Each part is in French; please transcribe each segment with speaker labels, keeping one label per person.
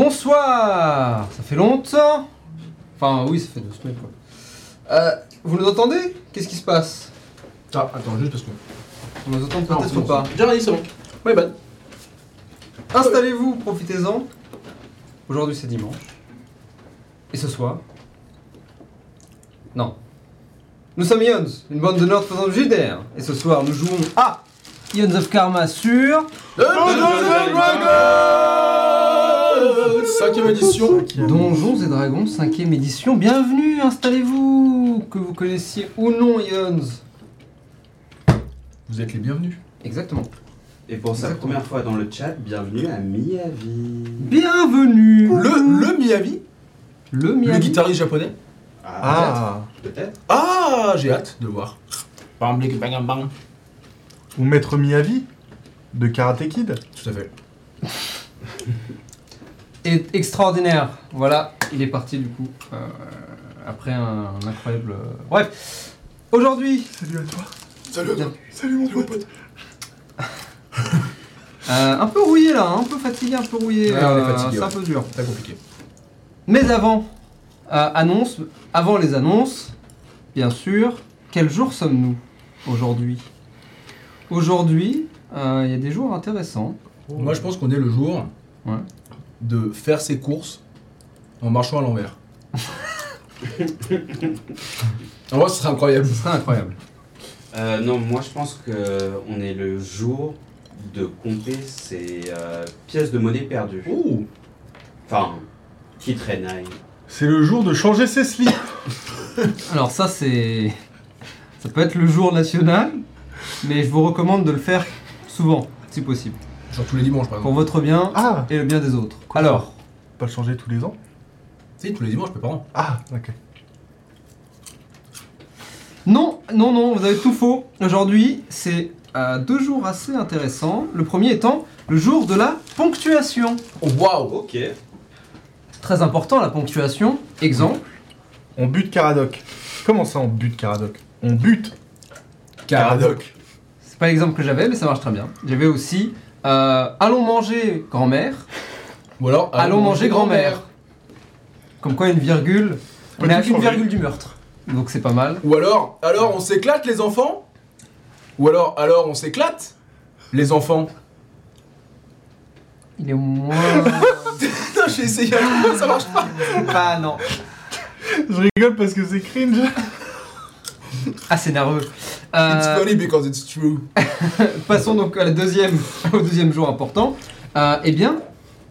Speaker 1: Bonsoir Ça fait longtemps Enfin oui, ça fait deux semaines quoi. Euh, vous nous entendez Qu'est-ce qui se passe
Speaker 2: Ah, attends, juste parce que.
Speaker 1: On nous entend
Speaker 2: Non,
Speaker 1: Ah,
Speaker 3: Ah,
Speaker 1: peut-être
Speaker 2: c'est
Speaker 1: ou
Speaker 2: bon,
Speaker 1: pas
Speaker 2: c'est bon. Déjà réalisé, c'est bon. Ouais, bah.
Speaker 1: Installez-vous, profitez-en. Aujourd'hui c'est dimanche. Et ce soir Non. Nous sommes Ions, une bande de Nord faisant du JDR. Et ce soir nous jouons à Ions of Karma sur...
Speaker 2: Cinquième édition.
Speaker 1: Donjons et Dragons 5ème édition, bienvenue, installez-vous Que vous connaissiez ou non Ions.
Speaker 2: Vous êtes les bienvenus.
Speaker 1: Exactement.
Speaker 4: Et pour sa
Speaker 1: Exactement.
Speaker 4: première fois dans le chat, bienvenue à Miyavi.
Speaker 1: Bienvenue
Speaker 2: Le, le Miyavi,
Speaker 1: le
Speaker 2: le
Speaker 1: Miami.
Speaker 2: guitariste japonais.
Speaker 4: Ah.
Speaker 1: Ah.
Speaker 4: peut-être.
Speaker 2: Ah, j'ai hâte de le voir.
Speaker 3: Bam, blic, bang, bang.
Speaker 5: Ou Maître Miyavi de Karate Kid.
Speaker 2: Tout à fait.
Speaker 1: est extraordinaire. Voilà, il est parti du coup. euh, après un, incroyable. euh, Bref, aujourd'hui,
Speaker 5: Salut à toi.
Speaker 2: Salut,
Speaker 1: toi.
Speaker 5: Salut mon pote.
Speaker 1: euh, un peu rouillé là, hein, un peu fatigué, un peu rouillé.
Speaker 2: Ouais, on est
Speaker 1: euh,
Speaker 2: fatigué,
Speaker 1: c'est un
Speaker 2: ouais.
Speaker 1: peu dur.
Speaker 2: Pas compliqué.
Speaker 1: Mais avant, euh, annonce, avant les annonces, bien sûr, quel jour sommes-nous aujourd'hui Aujourd'hui, euh, il y a des jours intéressants.
Speaker 2: Moi, je pense qu'on est le jour
Speaker 1: Oh. Ouais.
Speaker 2: de faire ses courses en marchant à l'envers. En vrai, ce serait incroyable.
Speaker 1: Ce serait incroyable.
Speaker 4: Euh, non, moi je pense que on est le jour de compter ces euh, pièces de monnaie perdues.
Speaker 3: Oh.
Speaker 2: Ouh.
Speaker 4: Enfin, qui hein. traînaille.
Speaker 5: C'est le jour de changer ses slips.
Speaker 1: Alors ça c'est... Ça peut être le jour national, mais je vous recommande de le faire souvent, si possible.
Speaker 2: Genre tous les dimanches, par
Speaker 1: Pour
Speaker 2: exemple.
Speaker 1: votre bien
Speaker 5: Ah
Speaker 1: et le bien des autres. Alors,
Speaker 5: Pas le changer tous les ans
Speaker 1: Oh.
Speaker 2: Si, tous les dimanches, peu par an.
Speaker 5: Ah, ok.
Speaker 1: non, non, non, vous avez tout faux. Aujourd'hui, c'est euh, deux jours assez intéressants. Le premier étant le jour de la ponctuation.
Speaker 2: Oh, waouh.
Speaker 4: Ok.
Speaker 1: Très important la ponctuation. Exemple,
Speaker 5: On bute Caradoc. Comment ça on bute Caradoc On bute
Speaker 2: Caradoc.
Speaker 1: c'est pas l'exemple que j'avais, mais ça marche très bien. J'avais aussi euh, allons manger grand-mère,
Speaker 2: Ou alors.
Speaker 1: allons manger grand-mère. Comme quoi une virgule, on
Speaker 5: Peut
Speaker 1: est à
Speaker 5: tout
Speaker 1: une
Speaker 5: changer.
Speaker 1: virgule du meurtre. Donc c'est pas mal.
Speaker 2: Ou alors, alors on s'éclate les enfants Ou alors, alors on s'éclate les enfants
Speaker 1: Il est au moins.
Speaker 2: Putain, j'ai essayé à chaque fois, ça marche pas
Speaker 1: ah non.
Speaker 5: Je rigole parce que c'est cringe.
Speaker 1: Ah c'est nerveux. Euh,
Speaker 2: It's funny because it's true.
Speaker 1: Passons donc à la deuxième, au deuxième jour important. Euh, eh bien,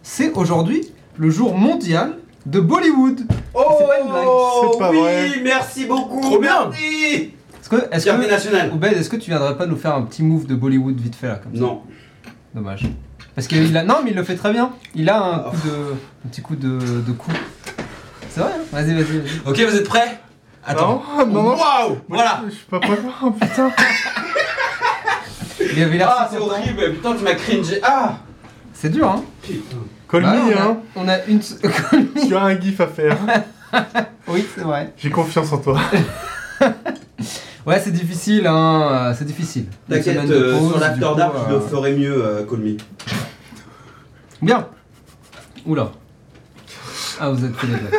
Speaker 1: c'est aujourd'hui le jour mondial de Bollywood.
Speaker 4: Oh,
Speaker 1: C'est pas une blague.
Speaker 5: C'est pas
Speaker 4: oui,
Speaker 5: vrai.
Speaker 4: merci beaucoup.
Speaker 2: Trop bien.
Speaker 4: Merci.
Speaker 1: Est-ce que, est-ce
Speaker 4: Fierté
Speaker 1: que,
Speaker 4: nationale.
Speaker 1: Oubed, est-ce que tu viendrais pas nous faire un petit move de Bollywood vite fait là comme ça
Speaker 4: Non.
Speaker 1: Dommage. Parce qu'il a, non mais il le fait très bien. Il a un coup
Speaker 4: Oh.
Speaker 1: de, un petit coup de, de coup. C'est vrai. hein vas-y, vas-y, vas-y.
Speaker 4: Ok, vous êtes prêts Attends.
Speaker 5: Non, non, non.
Speaker 4: Waouh. Voilà.
Speaker 5: Je suis pas prêt. Oh, putain.
Speaker 1: Il avait l'air
Speaker 4: Ah,
Speaker 1: si
Speaker 4: c'est
Speaker 1: content.
Speaker 4: horrible. Putain, tu m'as cringé. Ah.
Speaker 1: C'est dur, hein
Speaker 4: Putain.
Speaker 5: Call
Speaker 1: Bah,
Speaker 5: me,
Speaker 1: on, a,
Speaker 5: hein.
Speaker 1: on a une. se-
Speaker 5: Tu as un gif à faire.
Speaker 1: oui, c'est vrai.
Speaker 5: J'ai confiance en toi.
Speaker 1: Ouais, c'est difficile, hein. euh, C'est difficile. Une
Speaker 4: T'inquiète,
Speaker 1: semaine de
Speaker 4: euh,
Speaker 1: pause,
Speaker 4: sur
Speaker 1: du
Speaker 4: l'after
Speaker 1: coup,
Speaker 4: dark, je
Speaker 1: euh,
Speaker 4: le ferai mieux, euh, Call Me.
Speaker 1: Bien. Oula. Ah, vous êtes fait les blagues.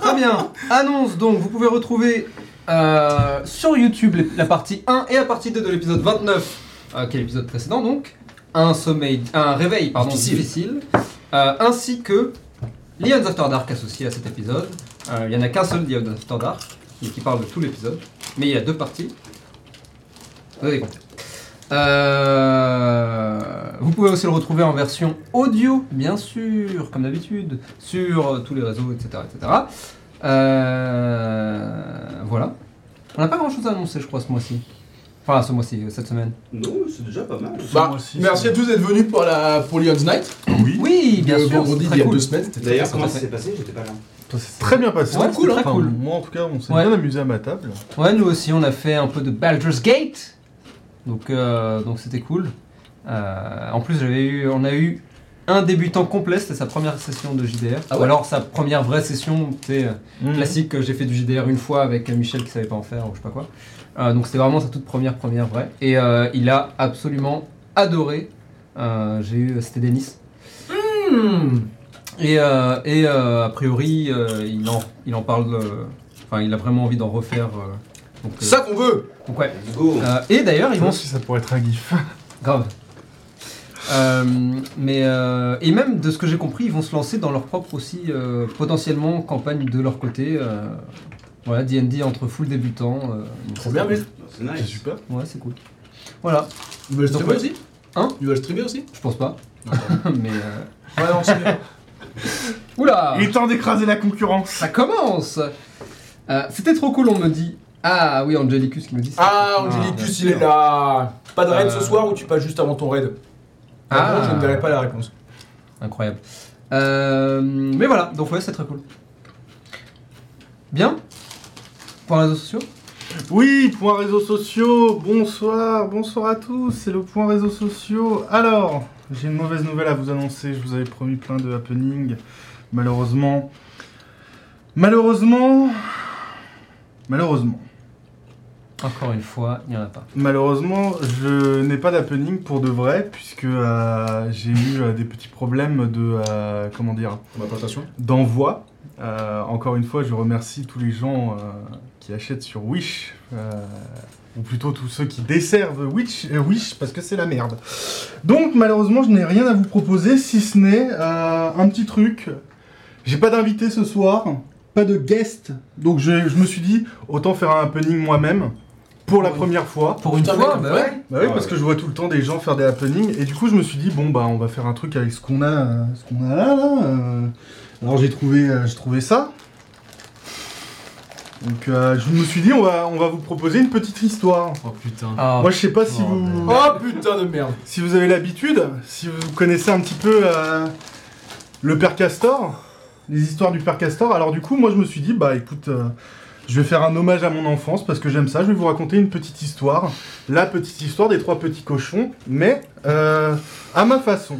Speaker 1: Très bien. Annonce donc, vous pouvez retrouver euh, sur YouTube les- la partie 1 et la partie 2 de l'épisode 29, euh, qui est l'épisode précédent donc. Un sommeil, un réveil pardon difficile,
Speaker 2: Difficile.
Speaker 1: Euh, ainsi que Lions After Dark associé à cet épisode. Euh, Il y en a qu'un seul Lions After Dark, mais qui parle de tout l'épisode. Mais il y a deux parties. Vous avez compris. Euh, vous pouvez aussi le retrouver en version audio, bien sûr, comme d'habitude, sur euh, tous les réseaux, etc. etc. Euh, voilà. On n'a pas grand chose à annoncer, je crois, ce mois-ci. Enfin, ce mois-ci, euh, cette semaine.
Speaker 4: Non, c'est déjà pas mal.
Speaker 2: Bah,
Speaker 5: Moi aussi,
Speaker 2: merci
Speaker 5: c'est
Speaker 2: à tous d'être venus pour la pour Lyon's Night.
Speaker 5: Oui.
Speaker 1: Oui, bien
Speaker 2: Le
Speaker 1: sûr.
Speaker 2: Euh, vendredi il
Speaker 1: c'est très
Speaker 2: y a
Speaker 1: cool.
Speaker 2: deux semaines. C'était très
Speaker 4: D'ailleurs,
Speaker 2: sympa.
Speaker 4: comment ça s'est passé J'étais pas là.
Speaker 5: Ça s'est très bien passé.
Speaker 1: Ouais,
Speaker 5: C'était
Speaker 1: cool, hein.
Speaker 5: Enfin,
Speaker 1: cool.
Speaker 5: Moi en tout cas, on s'est
Speaker 1: Ouais.
Speaker 5: bien amusé à ma table.
Speaker 1: Ouais, nous aussi, on a fait un peu de Baldur's Gate. Donc, euh, donc c'était cool. Euh, en plus, j'avais eu, on a eu un débutant complet, c'était sa première session de JDR.
Speaker 2: Ah ouais
Speaker 1: Ou alors sa première vraie session, tu sais, euh,
Speaker 5: Mhm.
Speaker 1: classique, euh, j'ai fait du JDR une fois avec euh, Michel qui savait pas en faire ou je sais pas quoi. Euh, donc c'était vraiment sa toute première première vraie. Et euh, il a absolument adoré. Euh, j'ai eu, c'était Denis.
Speaker 2: Hmm.
Speaker 1: Et, euh, et, euh, a priori, euh, il, en, il en parle. euh, Enfin, il a vraiment envie d'en refaire. euh, donc, euh,
Speaker 2: C'est ça qu'on veut
Speaker 1: donc ouais.
Speaker 4: Let's go
Speaker 1: Euh, et d'ailleurs,
Speaker 5: Je
Speaker 1: ils vont.
Speaker 5: pense que ça pourrait être un gif.
Speaker 1: Grave. Euh, mais euh, et même de ce que j'ai compris, ils vont se lancer dans leur propre aussi euh, potentiellement campagne de leur côté. euh, voilà, D&D entre full euh. débutant.
Speaker 2: Trop bien, mais
Speaker 1: mais
Speaker 4: C'est nice.
Speaker 2: super.
Speaker 1: ouais, c'est cool. Voilà,
Speaker 2: Ils veulent
Speaker 1: Donc,
Speaker 2: streamer
Speaker 1: ouais.
Speaker 2: aussi
Speaker 1: Hein
Speaker 2: Ils veulent streamer aussi
Speaker 1: je pense pas. mais euh,
Speaker 2: Ouais, non, c'est bien.
Speaker 1: oula,
Speaker 5: Il est temps d'écraser la concurrence.
Speaker 1: ça commence. Euh, C'était trop cool, on me dit. Ah oui, Angelicus qui me dit. ça.
Speaker 2: Ah,
Speaker 1: bien
Speaker 2: Angelicus, il
Speaker 1: sûr.
Speaker 2: est là Pas de raid ce
Speaker 1: Euh.
Speaker 2: soir ou tu passes juste avant ton raid
Speaker 1: Ah.
Speaker 2: Ah, je ne verrai pas la réponse.
Speaker 1: Incroyable. Euh, mais voilà, donc ouais, c'est très cool. Bien. Pour les réseaux sociaux.
Speaker 5: Oui, point réseaux sociaux. Bonsoir, bonsoir à tous. C'est le point réseaux sociaux. Alors, j'ai une mauvaise nouvelle à vous annoncer. Je vous avais promis plein de happenings. Malheureusement, malheureusement, malheureusement,
Speaker 1: Encore une fois, il n'y en a pas.
Speaker 5: malheureusement, je n'ai pas d'happening pour de vrai puisque euh, j'ai eu euh, des petits problèmes de euh, comment dire
Speaker 2: Ma plantation
Speaker 5: d'envoi. Euh, encore une fois, je remercie tous les gens euh, qui achètent sur Wish, euh, ou plutôt tous ceux qui desservent Wish, euh, Wish parce que c'est la merde. Donc malheureusement, je n'ai rien à vous proposer, si ce n'est euh, un petit truc. J'ai pas d'invité ce soir, pas de guest, donc je, je me suis dit, autant faire un happening moi-même, pour la première fois.
Speaker 1: Pour une
Speaker 2: Putain,
Speaker 1: fois,
Speaker 2: mec,
Speaker 1: bah
Speaker 2: ouais.
Speaker 1: ouais.
Speaker 5: Bah oui,
Speaker 4: Ah
Speaker 5: parce
Speaker 4: ouais.
Speaker 5: que je vois tout le temps des gens faire des happenings, et du coup je me suis dit bon bah on va faire un truc avec ce qu'on a, euh, ce qu'on a là. là, euh. Alors j'ai trouvé, euh, j'ai trouvé ça. Donc euh, je me suis dit on va, on va vous proposer une petite histoire.
Speaker 2: Oh putain.
Speaker 1: Ah,
Speaker 5: Moi je sais pas si
Speaker 1: Oh,
Speaker 5: vous,
Speaker 2: Oh putain de merde
Speaker 5: si vous avez l'habitude, si vous connaissez un petit peu euh, le père Castor, les histoires du père Castor. Alors du coup, moi je me suis dit, bah écoute, euh, je vais faire un hommage à mon enfance parce que j'aime ça. Je vais vous raconter une petite histoire, la petite histoire des trois petits cochons, mais euh, à ma façon.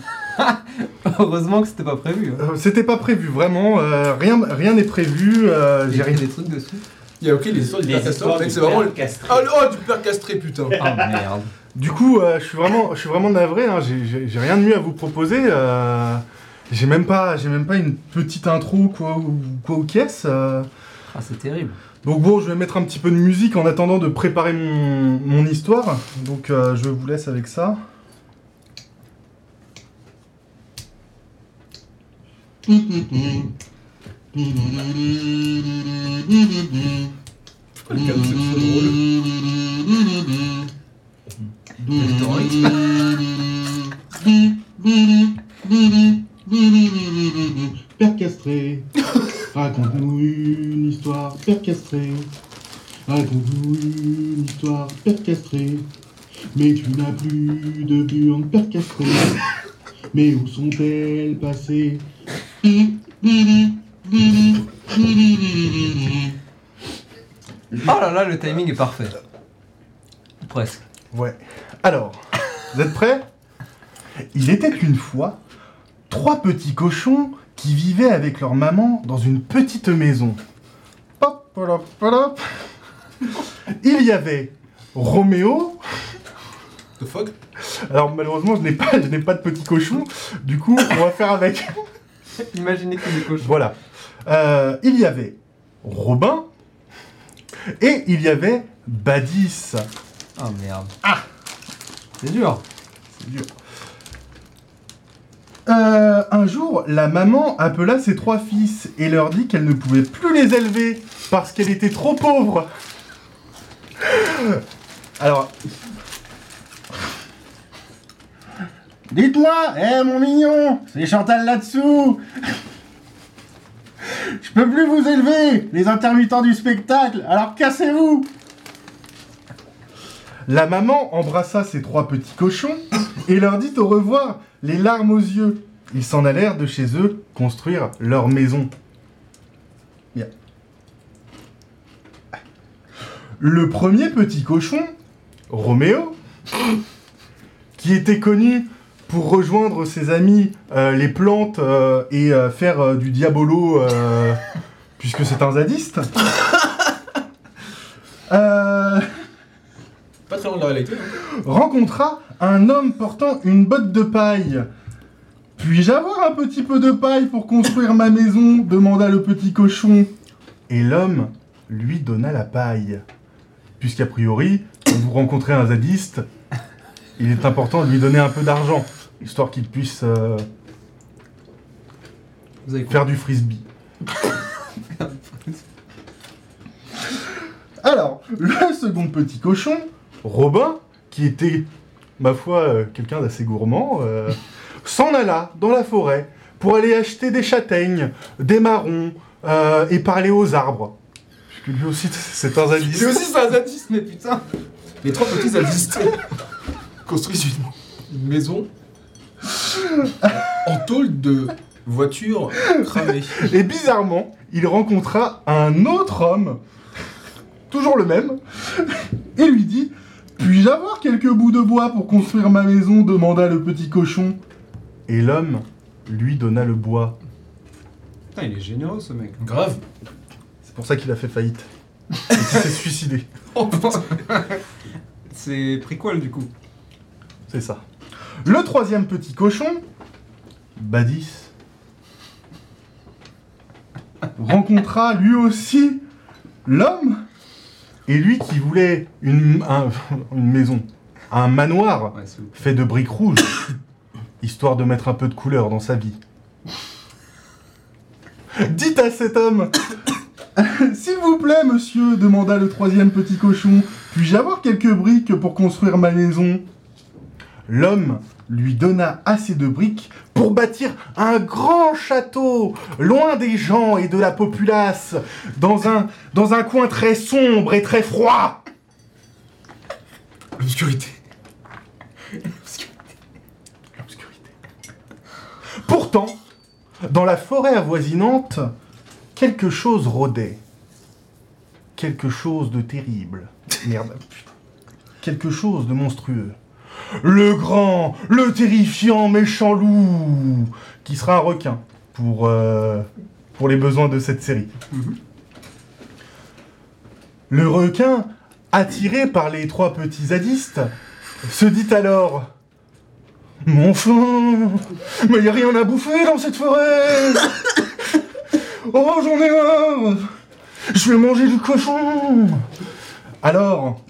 Speaker 1: heureusement que c'était pas prévu. hein.
Speaker 5: Euh, C'était pas prévu vraiment, euh, rien rien n'est prévu. euh, J'ai
Speaker 1: J'ai
Speaker 5: rien.
Speaker 1: pris des trucs dessus.
Speaker 2: Il y a ok les histoires du
Speaker 4: Les
Speaker 2: père Castor,
Speaker 4: histoires
Speaker 2: mec,
Speaker 4: du
Speaker 2: c'est vraiment
Speaker 4: père
Speaker 2: le.
Speaker 4: castré.
Speaker 2: Oh, le- oh, du père castré, putain
Speaker 1: Ah merde.
Speaker 5: Du coup, euh, je suis vraiment, je suis vraiment navré. hein, j'ai- J'ai j'ai rien de mieux à vous proposer. euh, j'ai même pas, j'ai même pas une petite intro quoi ou quoi ou qu'est-ce. euh.
Speaker 1: Ah, c'est terrible.
Speaker 5: Donc bon, je vais mettre un petit peu de musique en attendant de préparer mon, mon histoire. Donc euh, je vous laisse avec ça.
Speaker 2: Pourquoi le calme, c'est trop drôle
Speaker 5: Père Castré, raconte-nous une histoire, Père Castré. Raconte-nous une histoire, Père Castré. Mais tu n'as plus de burne, Père Castré. Mais où sont-elles passées
Speaker 1: Oh là là, le timing est parfait. Presque.
Speaker 5: Ouais. Alors, vous êtes prêts Il était une fois trois petits cochons qui vivaient avec leur maman dans une petite maison. Pop, polop, polop. Il y avait Roméo.
Speaker 2: The fuck
Speaker 5: Alors malheureusement, je n'ai pas, je n'ai pas de petit cochon. Du coup, on va faire avec.
Speaker 1: Imaginez que des cochons.
Speaker 5: Voilà. Euh, il y avait Robin et il y avait Badis.
Speaker 1: Ah merde. Ah C'est dur.
Speaker 5: C'est dur. Euh, un jour, la maman appela ses trois fils et leur dit qu'elle ne pouvait plus les élever parce qu'elle était trop pauvre. Alors. Dites-moi, hé mon mignon, c'est Chantal là-dessous Je peux plus vous élever, les intermittents du spectacle, alors cassez-vous la maman embrassa ses trois petits cochons et leur dit au revoir, les larmes aux yeux. Ils s'en allèrent de chez eux construire leur maison. Bien. Le premier petit cochon, Roméo, qui était connu pour rejoindre ses amis euh, les plantes euh, et euh, faire euh, du diabolo, euh, puisque c'est un zadiste. euh,
Speaker 2: Pas très loin de la réalité. hein.
Speaker 5: rencontra un homme portant une botte de paille. Puis-je avoir un petit peu de paille pour construire ma maison demanda le petit cochon. Et l'homme lui donna la paille. Puisqu'a priori, quand vous rencontrez un zadiste, il est important de lui donner un peu d'argent, histoire qu'il puisse euh,
Speaker 1: Vous avez
Speaker 5: faire du frisbee. Alors, le second petit cochon, Robin, qui était, ma foi, euh, quelqu'un d'assez gourmand, euh, s'en alla dans la forêt pour aller acheter des châtaignes, des marrons euh, et parler aux arbres. Puisque lui aussi, c'est un
Speaker 2: Lui
Speaker 5: zadiste.
Speaker 2: aussi, c'est un zadiste.
Speaker 1: Mais putain
Speaker 2: Les trois petits zadistes construisent une, une maison en tôle de voiture cramée.
Speaker 5: Et bizarrement, il rencontra un autre homme, toujours le même, et lui dit Puis-je avoir quelques bouts de bois pour construire ma maison demanda le petit cochon. Et l'homme lui donna le bois.
Speaker 1: Putain, il est généreux ce mec.
Speaker 2: Grave.
Speaker 5: C'est pour ça qu'il a fait faillite. Et qu'il s'est suicidé.
Speaker 1: Oh, C'est prequel du coup.
Speaker 5: C'est ça. Le troisième petit cochon, Badis, rencontra lui aussi l'homme et lui qui voulait une, un- une maison, un manoir
Speaker 1: Ouais, c'est ouf.
Speaker 5: fait de briques rouges, histoire de mettre un peu de couleur dans sa vie. Dites à cet homme S'il vous plaît, monsieur, demanda le troisième petit cochon, puis-je avoir quelques briques pour construire ma maison L'homme lui donna assez de briques pour bâtir un grand château, loin des gens et de la populace, dans un, dans un coin très sombre et très froid.
Speaker 2: L'obscurité.
Speaker 5: L'obscurité. Pourtant, dans la forêt avoisinante, quelque chose rôdait. Quelque chose de terrible. Merde. putain. Quelque chose de monstrueux. Le grand, le terrifiant méchant loup, qui sera un requin pour, euh, pour les besoins de cette série. Le requin, attiré par les trois petits zadistes, se dit alors mon enfin Mais y a rien à bouffer dans cette forêt Oh, j'en ai marre Je vais manger du cochon Alors,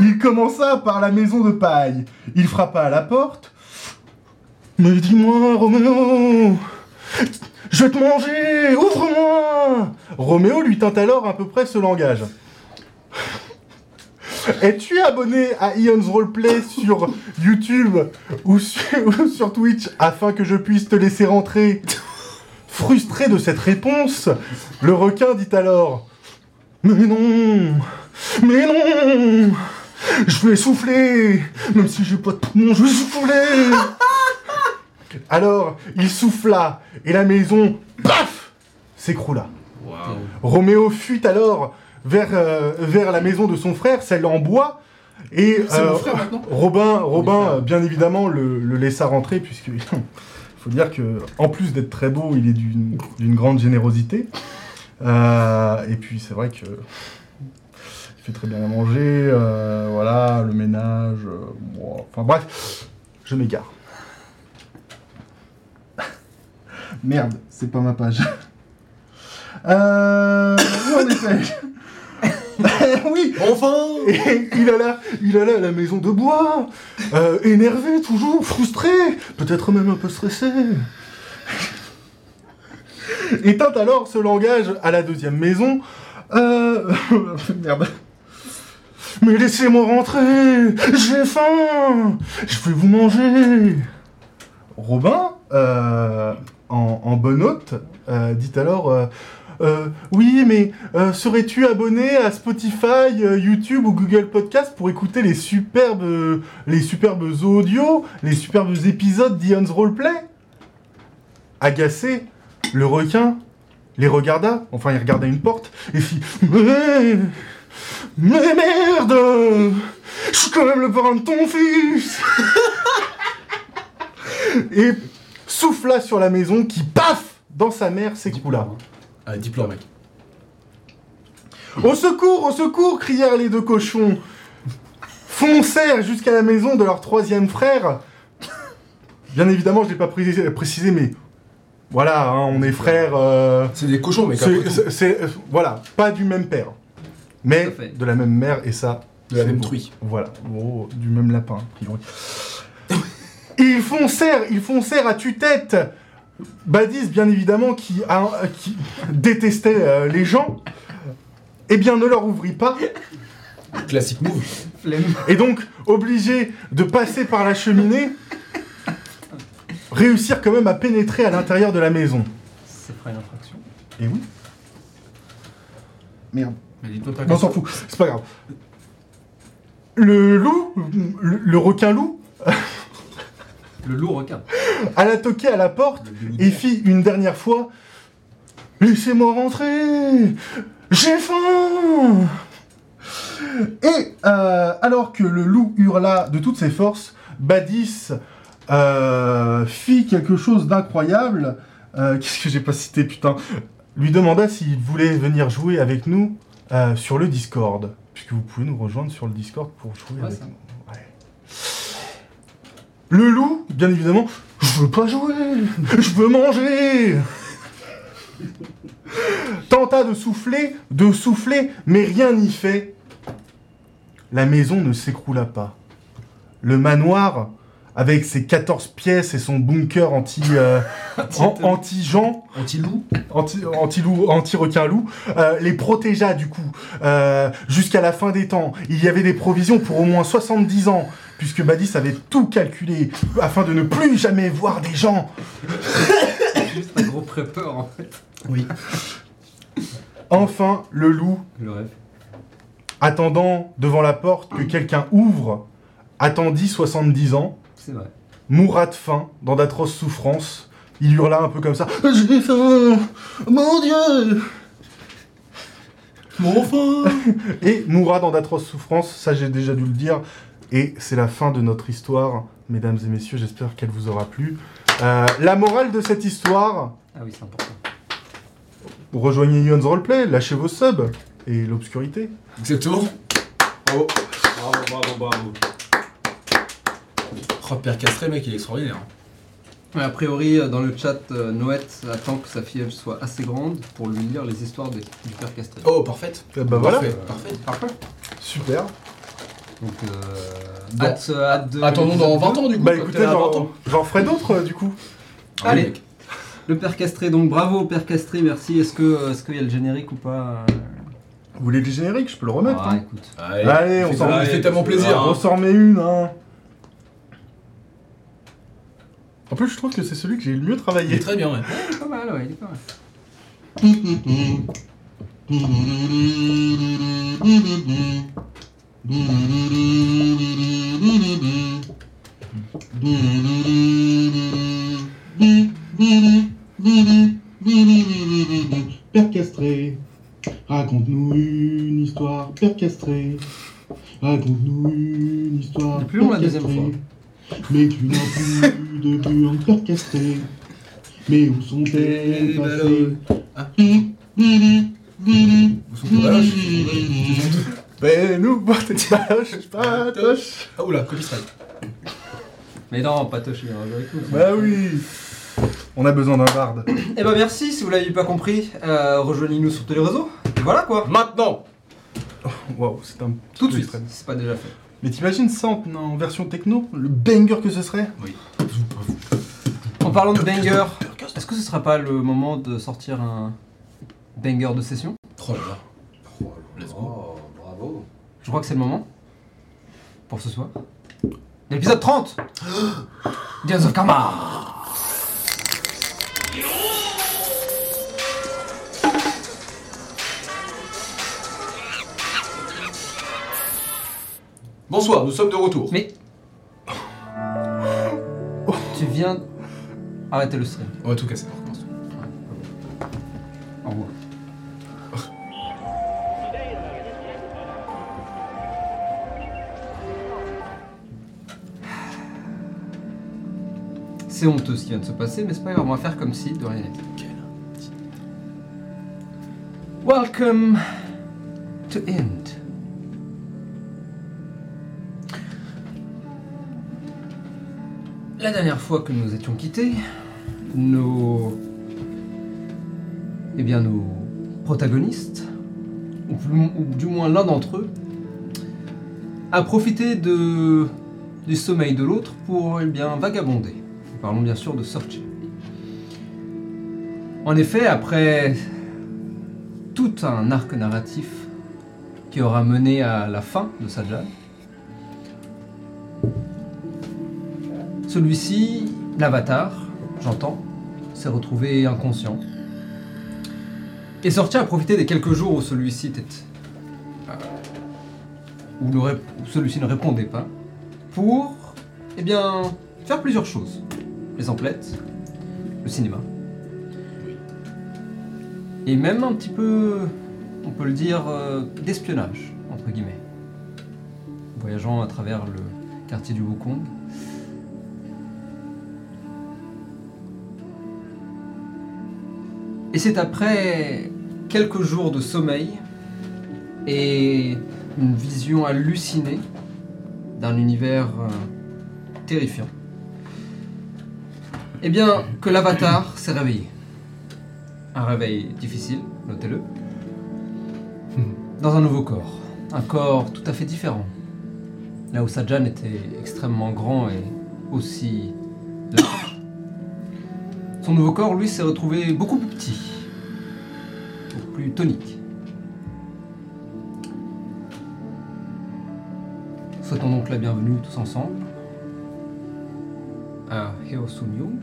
Speaker 5: il commença par la maison de paille. Il frappa à la porte. Mais dis-moi, Roméo Je vais te manger Ouvre-moi Roméo lui tint alors à peu près ce langage. Es-tu abonné à Ion's Roleplay sur YouTube ou sur, ou sur Twitch afin que je puisse te laisser rentrer Frustré de cette réponse, le requin dit alors Mais non Mais non Je vais souffler Même si j'ai pas de poumon, je vais souffler Alors, il souffla et la maison, paf S'écroula.
Speaker 4: Waouh.
Speaker 5: Roméo fuit alors vers, euh, vers la maison de son frère, celle en bois. Et
Speaker 2: C'est mon
Speaker 5: euh,
Speaker 2: frère maintenant.
Speaker 5: Robin, Robin euh, bien évidemment, le, le laissa rentrer, puisque faut dire que en plus d'être très beau, il est d'une d'une grande générosité. Euh, et puis c'est vrai que il fait très bien à manger, euh, voilà, le ménage, euh, bon, enfin bref, je m'égare. Merde, c'est pas ma page. Euh, où en était-je Oui,
Speaker 2: Enfin
Speaker 5: et il alla, il alla à la maison de bois, euh, énervé toujours, frustré, peut-être même un peu stressé. Et tint alors ce langage à la deuxième maison. Euh... Merde. Mais laissez-moi rentrer, j'ai faim, je vais vous manger. Robin, euh, en, en bon hôte, euh, dit alors... euh, euh, oui, mais euh, serais-tu abonné à Spotify, euh, YouTube ou Google Podcast pour écouter les superbes, euh, les superbes audios, les superbes épisodes d'Ion's Roleplay Agacé, le requin les regarda, enfin il regarda une porte, et fit Mais, mais merde Je suis quand même le parrain de ton fils Et souffla sur la maison qui, paf Dans sa mère s'écroula.
Speaker 2: Ah, diplôme, mec.
Speaker 5: Au secours, au secours crièrent les deux cochons. Foncèrent jusqu'à la maison de leur troisième frère. Bien évidemment, je ne l'ai pas pré- précisé, mais voilà, hein, on est frères. euh,
Speaker 2: C'est des cochons, mec. après
Speaker 5: c'est-
Speaker 2: tout.
Speaker 5: c'est- c'est- euh, voilà, pas du même père, mais
Speaker 1: Tout à fait.
Speaker 5: de la même mère, et ça,
Speaker 2: De la
Speaker 5: c'est
Speaker 2: même
Speaker 5: beau.
Speaker 2: truie.
Speaker 5: Voilà, Oh, du même lapin, a priori. ils foncèrent, ils foncèrent à tue-tête. Badis, bien évidemment, qui, a- qui détestait euh, les gens, eh bien, ne leur ouvrit pas.
Speaker 2: Classique move.
Speaker 1: Flemme.
Speaker 5: Et donc, obligé de passer par la cheminée, réussir quand même à pénétrer à l'intérieur de la maison.
Speaker 1: Ça fera une infraction.
Speaker 5: Et oui. Merde.
Speaker 1: Mais dis-toi,
Speaker 3: Bah,
Speaker 5: On s'en fout, c'est pas grave. Le loup, le, le requin loup,
Speaker 1: Le loup requin.
Speaker 5: alla toquer à la porte et fit une dernière fois Laissez-moi rentrer J'ai faim Et euh, alors que le loup hurla de toutes ses forces, Badis euh, fit quelque chose d'incroyable. Euh, Qu'est-ce que j'ai pas cité, putain Lui demanda s'il voulait venir jouer avec nous euh, sur le Discord. Puisque vous pouvez nous rejoindre sur le Discord pour jouer
Speaker 1: Ouais,
Speaker 5: avec
Speaker 1: ça.
Speaker 5: nous. Ouais. Le loup, bien évidemment, je veux pas jouer, je veux manger tenta de souffler, de souffler, mais rien n'y fait. La maison ne s'écroula pas. Le manoir, avec ses 14 pièces et son bunker anti, euh, an- anti-gens,
Speaker 2: Anti-loup.
Speaker 5: anti- anti-loup, anti-requin-loup, euh, les protégea du coup. Euh, Jusqu'à la fin des temps, il y avait des provisions pour au moins 70 ans, puisque Badis avait tout calculé, afin de ne plus jamais voir des gens.
Speaker 1: Juste un gros hein. prépeur en fait.
Speaker 5: Enfin, le loup
Speaker 1: Le rêve.
Speaker 5: attendant devant la porte que quelqu'un ouvre, attendit 70 ans,
Speaker 1: C'est vrai.
Speaker 5: mourra de faim, dans d'atroces souffrances. Il hurla un peu comme ça. J'ai faim Mon Dieu
Speaker 2: Mon enfant
Speaker 5: Et mourra dans d'atroces souffrances, ça j'ai déjà dû le dire. Et c'est la fin de notre histoire, mesdames et messieurs, j'espère qu'elle vous aura plu. Euh, la morale de cette histoire,
Speaker 1: Ah oui, c'est important.
Speaker 5: rejoignez Ion's Roleplay, lâchez vos subs et l'obscurité.
Speaker 2: Exactement. Bravo.
Speaker 4: Bravo, bravo, bravo.
Speaker 2: Oh, Père Castré, mec, il est extraordinaire. hein.
Speaker 1: Ouais, A priori, euh, dans le chat, euh, Noët attend que sa fille soit assez grande pour lui lire les histoires des- du père Castré.
Speaker 2: Oh, parfaite.
Speaker 5: Eh ben voilà,
Speaker 2: Parfait, parfait.
Speaker 1: Parfait.
Speaker 5: super.
Speaker 1: Donc, euh,
Speaker 2: Dans-
Speaker 1: hâte, euh, hâte de.
Speaker 2: Attendons dans 20 ans, du coup.
Speaker 5: Bah
Speaker 2: quand
Speaker 5: écoutez,
Speaker 2: t'es à 20
Speaker 5: j'en
Speaker 2: ans.
Speaker 5: j'en ferai d'autres euh, du coup.
Speaker 1: Allez.
Speaker 2: mec.
Speaker 1: Le père Castré, donc bravo au père Castré, merci. Est-ce que, euh, est-ce qu'il y a le générique ou pas euh,
Speaker 5: Vous voulez du générique, je peux le remettre.
Speaker 1: Ah,
Speaker 5: hein.
Speaker 1: écoute.
Speaker 2: Allez,
Speaker 5: Allez, on
Speaker 2: on
Speaker 5: s'en
Speaker 2: s'en fait tellement plaisir.
Speaker 5: On
Speaker 2: hein.
Speaker 5: s'en remet une, hein. En plus, je trouve que c'est celui que j'ai le
Speaker 2: Il
Speaker 5: mieux
Speaker 2: est
Speaker 5: travaillé.
Speaker 2: très bien, ouais.
Speaker 1: Il est pas mal, ouais, il est pas mal.
Speaker 6: Père Castré, raconte-nous une histoire. Père Castré, raconte-nous une histoire.
Speaker 1: C'est plus long la
Speaker 6: Père
Speaker 1: deuxième
Speaker 6: Castré.
Speaker 1: fois.
Speaker 6: Mais tu n'as plus de buandes, Père Castré. Mais où sont-elles
Speaker 2: Les
Speaker 6: passées
Speaker 2: Ah.
Speaker 6: Ah,
Speaker 2: Vous sont tous là, je suis désolé.
Speaker 5: Mais nous, patoche, patoche, patoche.
Speaker 2: Ah, oula, copie strike.
Speaker 1: Mais non, pas touché, hein, avec nous.
Speaker 5: Bah oui. On a besoin d'un barde.
Speaker 1: Eh ben merci, si vous l'aviez pas compris, euh, rejoignez-nous sur tous les réseaux. Et voilà quoi.
Speaker 2: Maintenant
Speaker 5: Waouh, c'est un petit
Speaker 1: Tout de
Speaker 5: peu
Speaker 1: suite.
Speaker 5: extrême.
Speaker 1: C'est pas déjà fait.
Speaker 5: Mais t'imagines ça en, en version techno Le banger que ce serait
Speaker 1: En parlant de banger, est-ce que ce sera pas le moment de sortir un banger de session
Speaker 2: Oh là là.
Speaker 4: Oh,
Speaker 2: Let's go.
Speaker 4: bravo.
Speaker 1: Je crois que c'est le moment. Pour ce soir. L'épisode 30 Dance of Karma
Speaker 2: Bonsoir, nous sommes de retour.
Speaker 1: Mais. Tu viens. Arrêtez le stream.
Speaker 2: On va tout casser.
Speaker 1: Au revoir. C'est honteux ce qui vient de se passer, mais c'est pas grave, on va faire comme si de rien n'était. Welcome to End. La dernière fois que nous étions quittés, nos. Eh bien, nos protagonistes, ou, plus- ou du moins l'un d'entre eux, a profité de, du sommeil de l'autre pour eh bien, vagabonder. Nous parlons bien sûr de Sorche. En effet, après tout un arc narratif qui aura mené à la fin de Sajjan, Celui-ci, l'avatar, j'entends, s'est retrouvé inconscient. Et sorti à profiter des quelques jours où celui-ci était. euh, où, le rép- où celui-ci ne répondait pas, pour, eh bien, faire plusieurs choses. Les emplettes, le cinéma. Et même un petit peu, on peut le dire, euh, d'espionnage, entre guillemets. Voyageant à travers le quartier du Wukong. Et c'est après quelques jours de sommeil et une vision hallucinée d'un univers euh, terrifiant. Eh bien, que l'avatar s'est réveillé. Un réveil difficile, notez-le. Dans un nouveau corps. Un corps tout à fait différent. Là où Sajan était extrêmement grand et aussi son nouveau corps, lui, s'est retrouvé beaucoup plus petit, beaucoup plus tonique. Souhaitons donc la bienvenue tous ensemble à Heo Soon Young.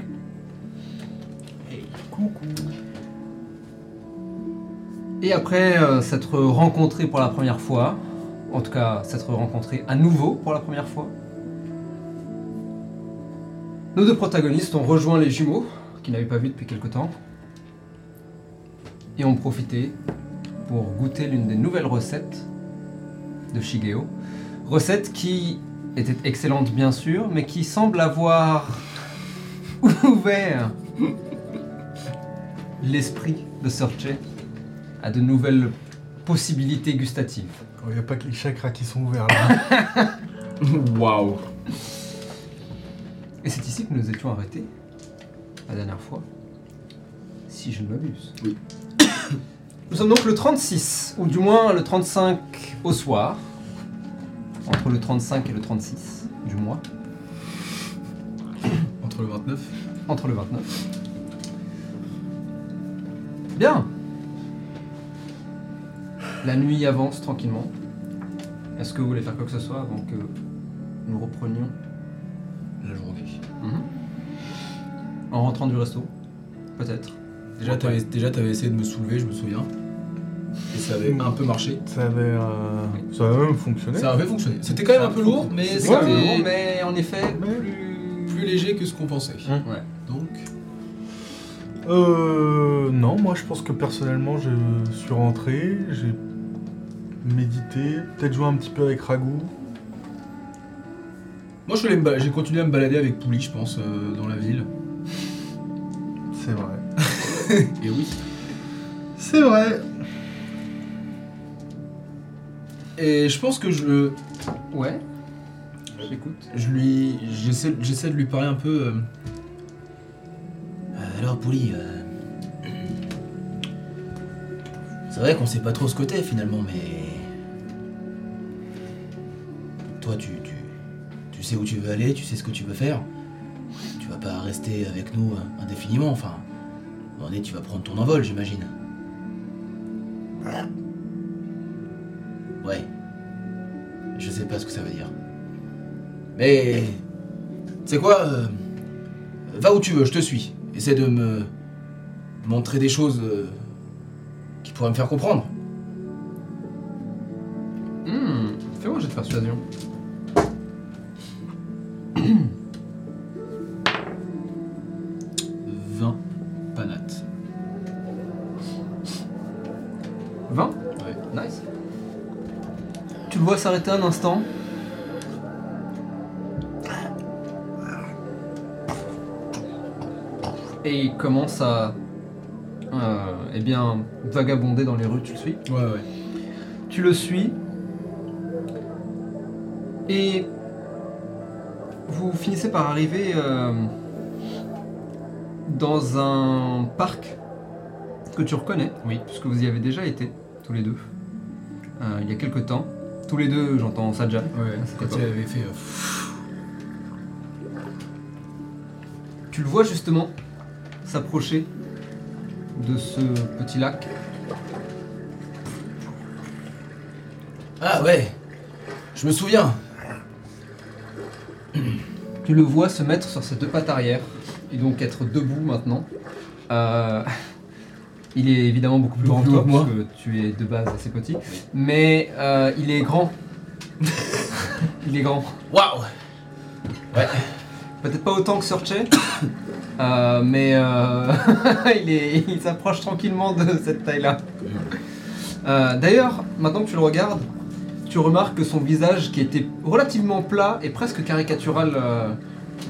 Speaker 1: Et après euh, s'être rencontrés pour la première fois, en tout cas s'être rencontrés à nouveau pour la première fois, nos deux protagonistes ont rejoint les jumeaux qu'ils n'avaient pas vu depuis quelque temps et ont profité pour goûter l'une des nouvelles recettes de Shigeo. Recette qui était excellente bien sûr, mais qui semble avoir ouvert l'esprit de Sorche à de nouvelles possibilités gustatives.
Speaker 5: Il n'y Oh, a pas que les chakras qui sont ouverts là.
Speaker 2: Waouh.
Speaker 1: Et c'est ici que nous étions arrêtés la dernière fois, si je ne m'abuse.
Speaker 2: Oui.
Speaker 1: nous sommes donc le 36, ou du moins le 35 au soir, entre le 35 et le 36 du mois,
Speaker 2: Entre le 29.
Speaker 1: entre le 29. Bien. La nuit avance tranquillement. Est-ce que vous voulez faire quoi que ce soit avant que nous reprenions
Speaker 2: La journée.
Speaker 1: Mhm. En rentrant du resto, peut-être.
Speaker 2: Déjà, t'avais, déjà, t'avais essayé de me soulever, je me souviens. Et ça
Speaker 6: Mmh.
Speaker 2: avait un peu marché.
Speaker 5: Ça avait, euh, ça avait même fonctionné.
Speaker 2: Ça avait fonctionné. C'était quand même un peu lourd, mais
Speaker 1: C'était
Speaker 5: Ouais,
Speaker 2: c'était
Speaker 5: mais bon.
Speaker 1: mais en effet
Speaker 5: Mais-
Speaker 1: plus...
Speaker 2: plus léger que ce qu'on pensait.
Speaker 6: Mmh.
Speaker 1: Ouais.
Speaker 2: Donc,
Speaker 5: Euh. Non, moi je pense que personnellement, je suis rentré, j'ai médité, peut-être joué un petit peu avec Ragou.
Speaker 2: moi, je suis allé me balader- j'ai continué à me balader avec Pouli, je pense, euh, dans la ville.
Speaker 5: C'est vrai.
Speaker 2: Et oui.
Speaker 5: C'est vrai.
Speaker 2: Et je pense que je,
Speaker 1: Ouais. J'écoute.
Speaker 2: je lui, j'essaie, j'essaie de lui parler un peu. euh,
Speaker 3: Euh, Alors, Pouli, euh, c'est vrai qu'on sait pas trop ce côté finalement, mais. Toi, tu, tu, tu sais où tu veux aller, tu sais ce que tu veux faire. Tu vas pas rester avec nous euh, indéfiniment, enfin. à un moment donné, tu vas prendre ton envol, j'imagine. Ouais. Je sais pas ce que ça veut dire. Mais. C'est quoi euh, Va où tu veux, je te suis. Essaie de me montrer des choses euh, qui pourraient me faire comprendre.
Speaker 1: Hmm, Fais-moi un jet de persuasion.
Speaker 2: Panate.
Speaker 1: 20 Ouais. Nice. Tu le vois s'arrêter un instant. Et il commence à... euh, eh bien, vagabonder dans les rues, tu le suis
Speaker 2: Ouais, ouais.
Speaker 1: Tu le suis. Et vous finissez par arriver euh, dans un parc que tu reconnais, oui, puisque vous y avez déjà été, tous les deux, euh, il y a quelques temps. Tous les deux, j'entends Sajjan.
Speaker 3: Ouais,
Speaker 1: c'est
Speaker 3: quand
Speaker 1: quoi
Speaker 3: il avait fait. euh,
Speaker 1: Tu le vois justement s'approcher de ce petit lac.
Speaker 3: Ah ouais Je me souviens
Speaker 1: Tu le vois se mettre sur ses deux pattes arrière et donc être debout maintenant. Euh, il est évidemment beaucoup plus
Speaker 3: Beaucoup
Speaker 1: grand que
Speaker 3: plus
Speaker 1: toi,
Speaker 3: haut que moi.
Speaker 1: puisque tu es de base assez petit, mais euh, il est grand. il est grand.
Speaker 3: Waouh
Speaker 1: Peut-être pas autant que Surchet, euh, mais euh, il est- il s'approche tranquillement de cette taille-là. Euh, D'ailleurs, maintenant que tu le regardes, tu remarques que son visage, qui était relativement plat et presque caricatural euh,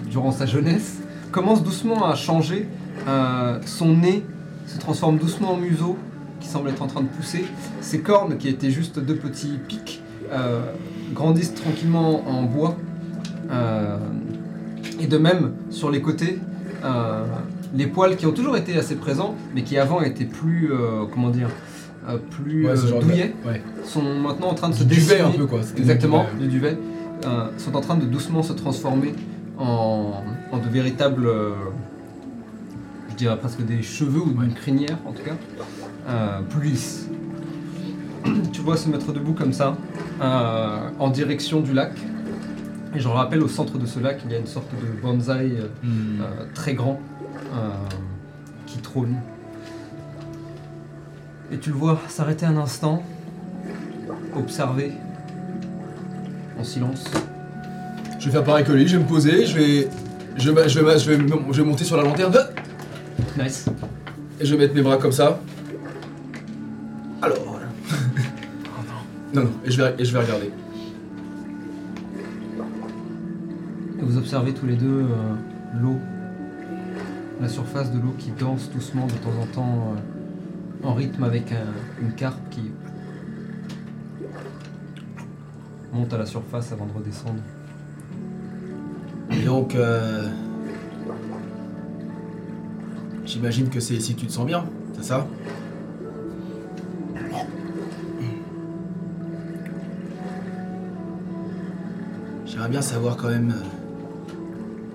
Speaker 1: durant sa jeunesse, commence doucement à changer. Euh, son nez se transforme doucement en museau, qui semble être en train de pousser. Ses cornes, qui étaient juste deux petits pics, euh, grandissent tranquillement en bois. Euh, et de même, sur les côtés, euh, les poils qui ont toujours été assez présents, mais qui avant étaient plus, euh, comment dire, euh, plus
Speaker 3: Ouais,
Speaker 1: euh,
Speaker 3: ce genre de-
Speaker 1: douillets,
Speaker 3: Ouais.
Speaker 1: sont maintenant en train de se
Speaker 3: Du duvet
Speaker 1: dessiner.
Speaker 3: un peu quoi. c'était
Speaker 1: Exactement,
Speaker 3: du duvet.
Speaker 1: du duvet, euh, sont en train de doucement se transformer en, en de véritables, euh, je dirais presque des cheveux ou une crinière en tout cas, euh, plus lisses. Tu vois se mettre debout comme ça, euh, en direction du lac. Et je rappelle, au centre de ce lac, il y a une sorte de bonsaï euh,
Speaker 3: Hmm.
Speaker 1: euh, très grand euh, qui trône. Et tu le vois s'arrêter un instant, observer en silence.
Speaker 3: Je vais faire pareil que lui, je vais me poser, je vais. Je, vais- je, vais, je, vais, je vais monter sur la lanterne.
Speaker 1: Nice.
Speaker 3: Et je vais mettre mes bras comme ça. Alors. voilà. non. non, et je vais, et je vais regarder.
Speaker 1: Et vous observez tous les deux euh, l'eau, la surface de l'eau qui danse doucement de temps en temps euh, en rythme avec un- une carpe qui monte à la surface avant de redescendre.
Speaker 3: Et donc. euh, J'imagine que c'est ici que tu te sens bien, c'est ça J'aimerais bien savoir quand même euh,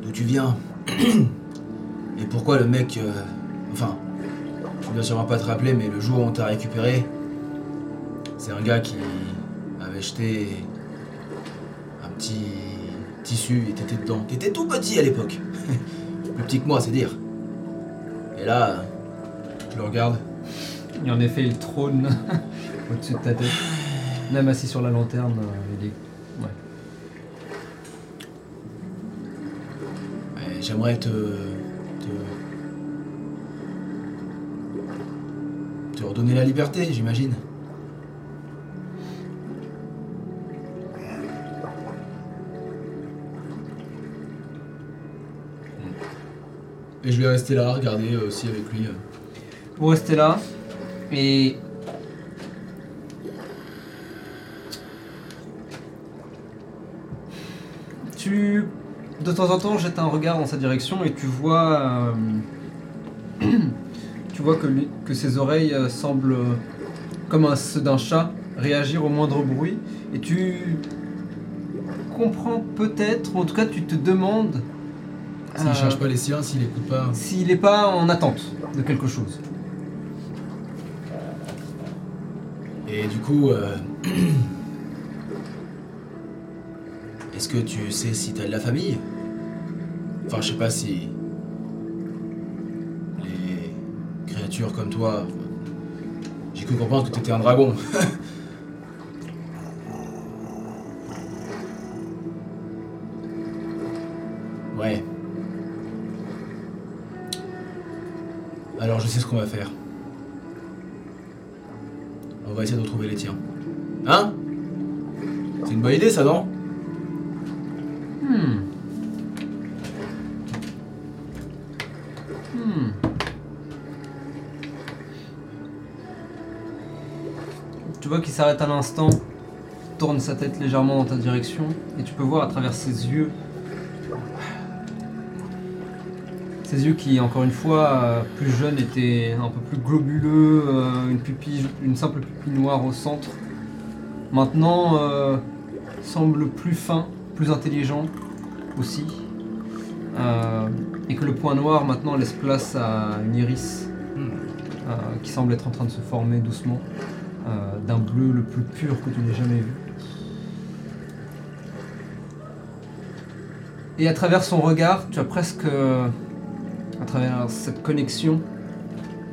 Speaker 3: d'où tu viens. Et pourquoi le mec. euh, Enfin, tu dois sûrement pas te rappeler, mais le jour où on t'a récupéré, c'est un gars qui avait jeté un petit tissu et t'étais dedans. T'étais tout petit à l'époque. Plus petit que moi, c'est dire. Et là, je le regarde.
Speaker 1: Et en effet, il trône au-dessus de ta tête. Même assis sur la lanterne, euh, il est
Speaker 3: et J'aimerais te, te. te redonner la liberté, j'imagine. Et je vais rester là, regarder euh, aussi avec lui. euh.
Speaker 1: Vous restez là et tu de temps en temps jettes un regard dans sa direction et tu vois euh, tu vois que, lui- que ses oreilles euh, semblent euh, comme un- ceux d'un chat réagir au moindre bruit et tu comprends peut-être ou en tout cas tu te demandes
Speaker 3: S'il
Speaker 1: euh,
Speaker 3: cherche pas les siens, s'il écoute pas.
Speaker 1: s'il n'est pas en attente de quelque chose.
Speaker 3: Et du coup, euh, est-ce que tu sais si t'as de la famille Enfin, je sais pas si les créatures comme toi. J'ai cru comprendre que t'étais un dragon. ouais. Alors, je sais ce qu'on va faire. On va essayer de retrouver les tiens. Hein C'est une bonne idée ça, non
Speaker 1: Hmm. Hmm. Tu vois qu'il s'arrête un instant, tourne sa tête légèrement dans ta direction, et tu peux voir à travers ses yeux Ses yeux qui, encore une fois, euh, plus jeunes, étaient un peu plus globuleux, euh, une pupille, une simple pupille noire au centre, maintenant euh, semblent plus fins, plus intelligents aussi, Euh, et que le point noir maintenant laisse place à une iris euh, qui semble être en train de se former doucement, euh, d'un bleu le plus pur que tu n'aies jamais vu. Et à travers son regard, tu as presque, euh, à travers cette connexion,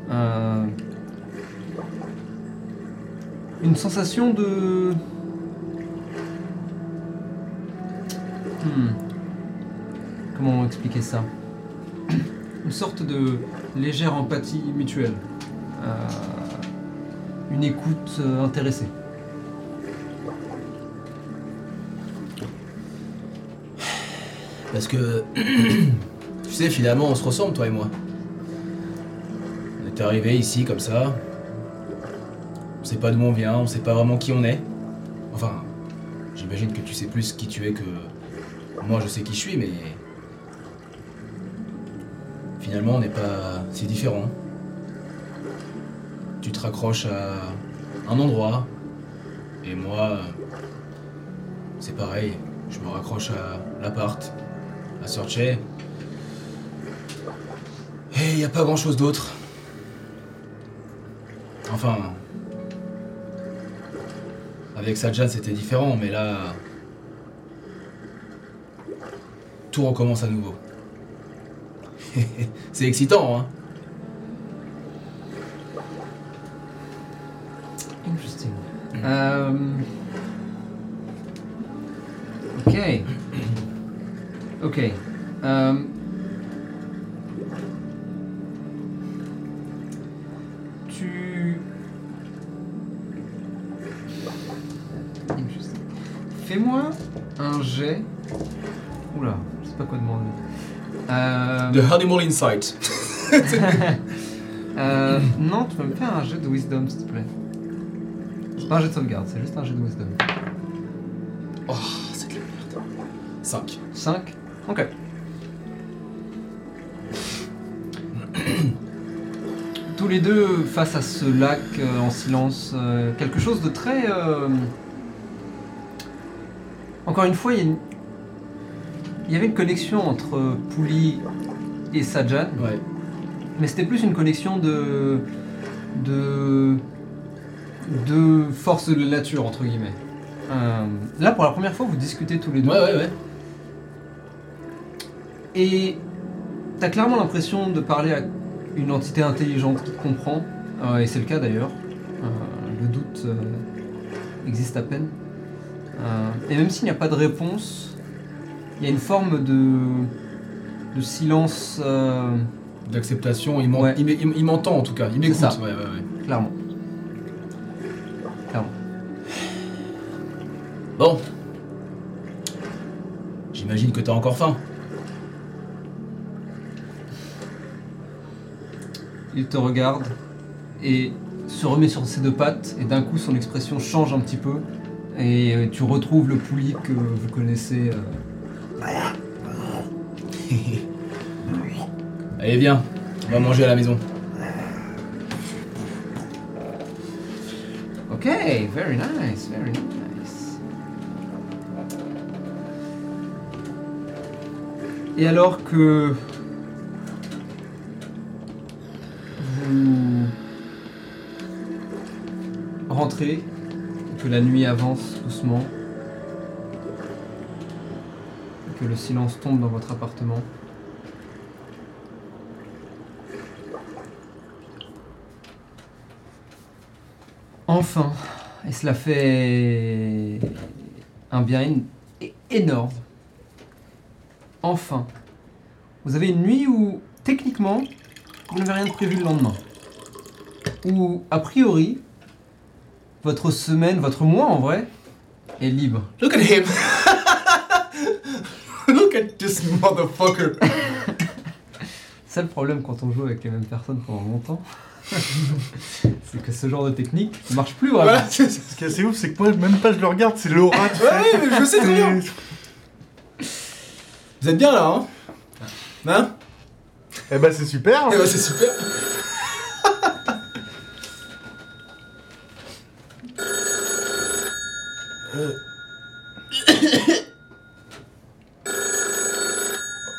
Speaker 1: euh, une sensation de... Hmm. Comment expliquer ça Une sorte de légère empathie mutuelle. Euh, une écoute euh, intéressée.
Speaker 3: Parce que. tu sais, finalement, on se ressemble, toi et moi. On est arrivé ici comme ça. On sait pas d'où on vient, on sait pas vraiment qui on est. Enfin, j'imagine que tu sais plus qui tu es que. Moi, je sais qui je suis, mais. Finalement, on n'est pas si différents. Tu te raccroches à un endroit. Et moi. C'est pareil. Je me raccroche à l'appart à Sorche. Et il n'y Eh, a pas grand chose d'autre. Enfin. Avec Sajan, c'était différent, mais là. Tout recommence à nouveau. C'est excitant, hein
Speaker 1: Interesting. Euh, Ok. Ok. Euh, Tu. Interesting. Fais-moi un jet. Oula, je sais pas quoi demander. Euh,
Speaker 3: The Honeymoon Insight.
Speaker 1: euh, non, tu peux me faire un jeu de wisdom, s'il te plaît. C'est pas un jeu de sauvegarde, c'est juste un jeu de wisdom.
Speaker 3: Oh, c'est de la merde. hein. 5.
Speaker 1: 5 Ok. Tous les deux face à ce lac euh, en silence, euh, quelque chose de très... euh, Encore une fois, il y, a une- il y avait une connexion entre euh, Pouli et Sajan,
Speaker 3: Ouais.
Speaker 1: mais c'était plus une connexion de... de... de force de la nature, entre guillemets. Euh, là, pour la première fois, vous discutez tous les deux.
Speaker 3: Ouais, ouais, ouais.
Speaker 1: Et t'as clairement l'impression de parler à une entité intelligente qui te comprend, euh, et c'est le cas d'ailleurs. Euh, le doute euh, existe à peine. Euh, et même s'il n'y a pas de réponse, il y a une forme de, de silence, euh,
Speaker 3: D'acceptation, il m'en-
Speaker 1: Ouais.
Speaker 3: il m'é- il m'entend en tout cas. Il m'écoute.
Speaker 1: ça.
Speaker 3: Ouais, ouais, ouais.
Speaker 1: clairement.
Speaker 3: Bon. J'imagine que t'as encore faim.
Speaker 1: Il te regarde et se remet sur ses deux pattes, et d'un coup son expression change un petit peu, et euh, tu retrouves le pouli que vous connaissez. euh,
Speaker 3: Allez, viens. On va manger à la maison.
Speaker 1: Ok, very nice, very nice. Et alors que vous rentrez, que la nuit avance doucement, que le silence tombe dans votre appartement, Enfin, et cela fait un bien é- é- énorme. Enfin, vous avez une nuit où, techniquement, vous n'avez rien de prévu le lendemain. Où, a priori, votre semaine, votre mois en vrai, est libre.
Speaker 3: Look at him. Look at this motherfucker.
Speaker 1: C'est le problème quand on joue avec les mêmes personnes pendant longtemps. c'est que ce genre de technique ne marche plus vraiment.
Speaker 3: Voilà, c'est ça.
Speaker 5: Ce qui est assez ouf, c'est que moi, même pas je le regarde, c'est l'aura.
Speaker 3: Ouais, ouais, mais je sais très bien.
Speaker 2: Vous êtes bien là, hein Hein
Speaker 5: Eh ben c'est super.
Speaker 2: Eh ben, C'est super. Euh.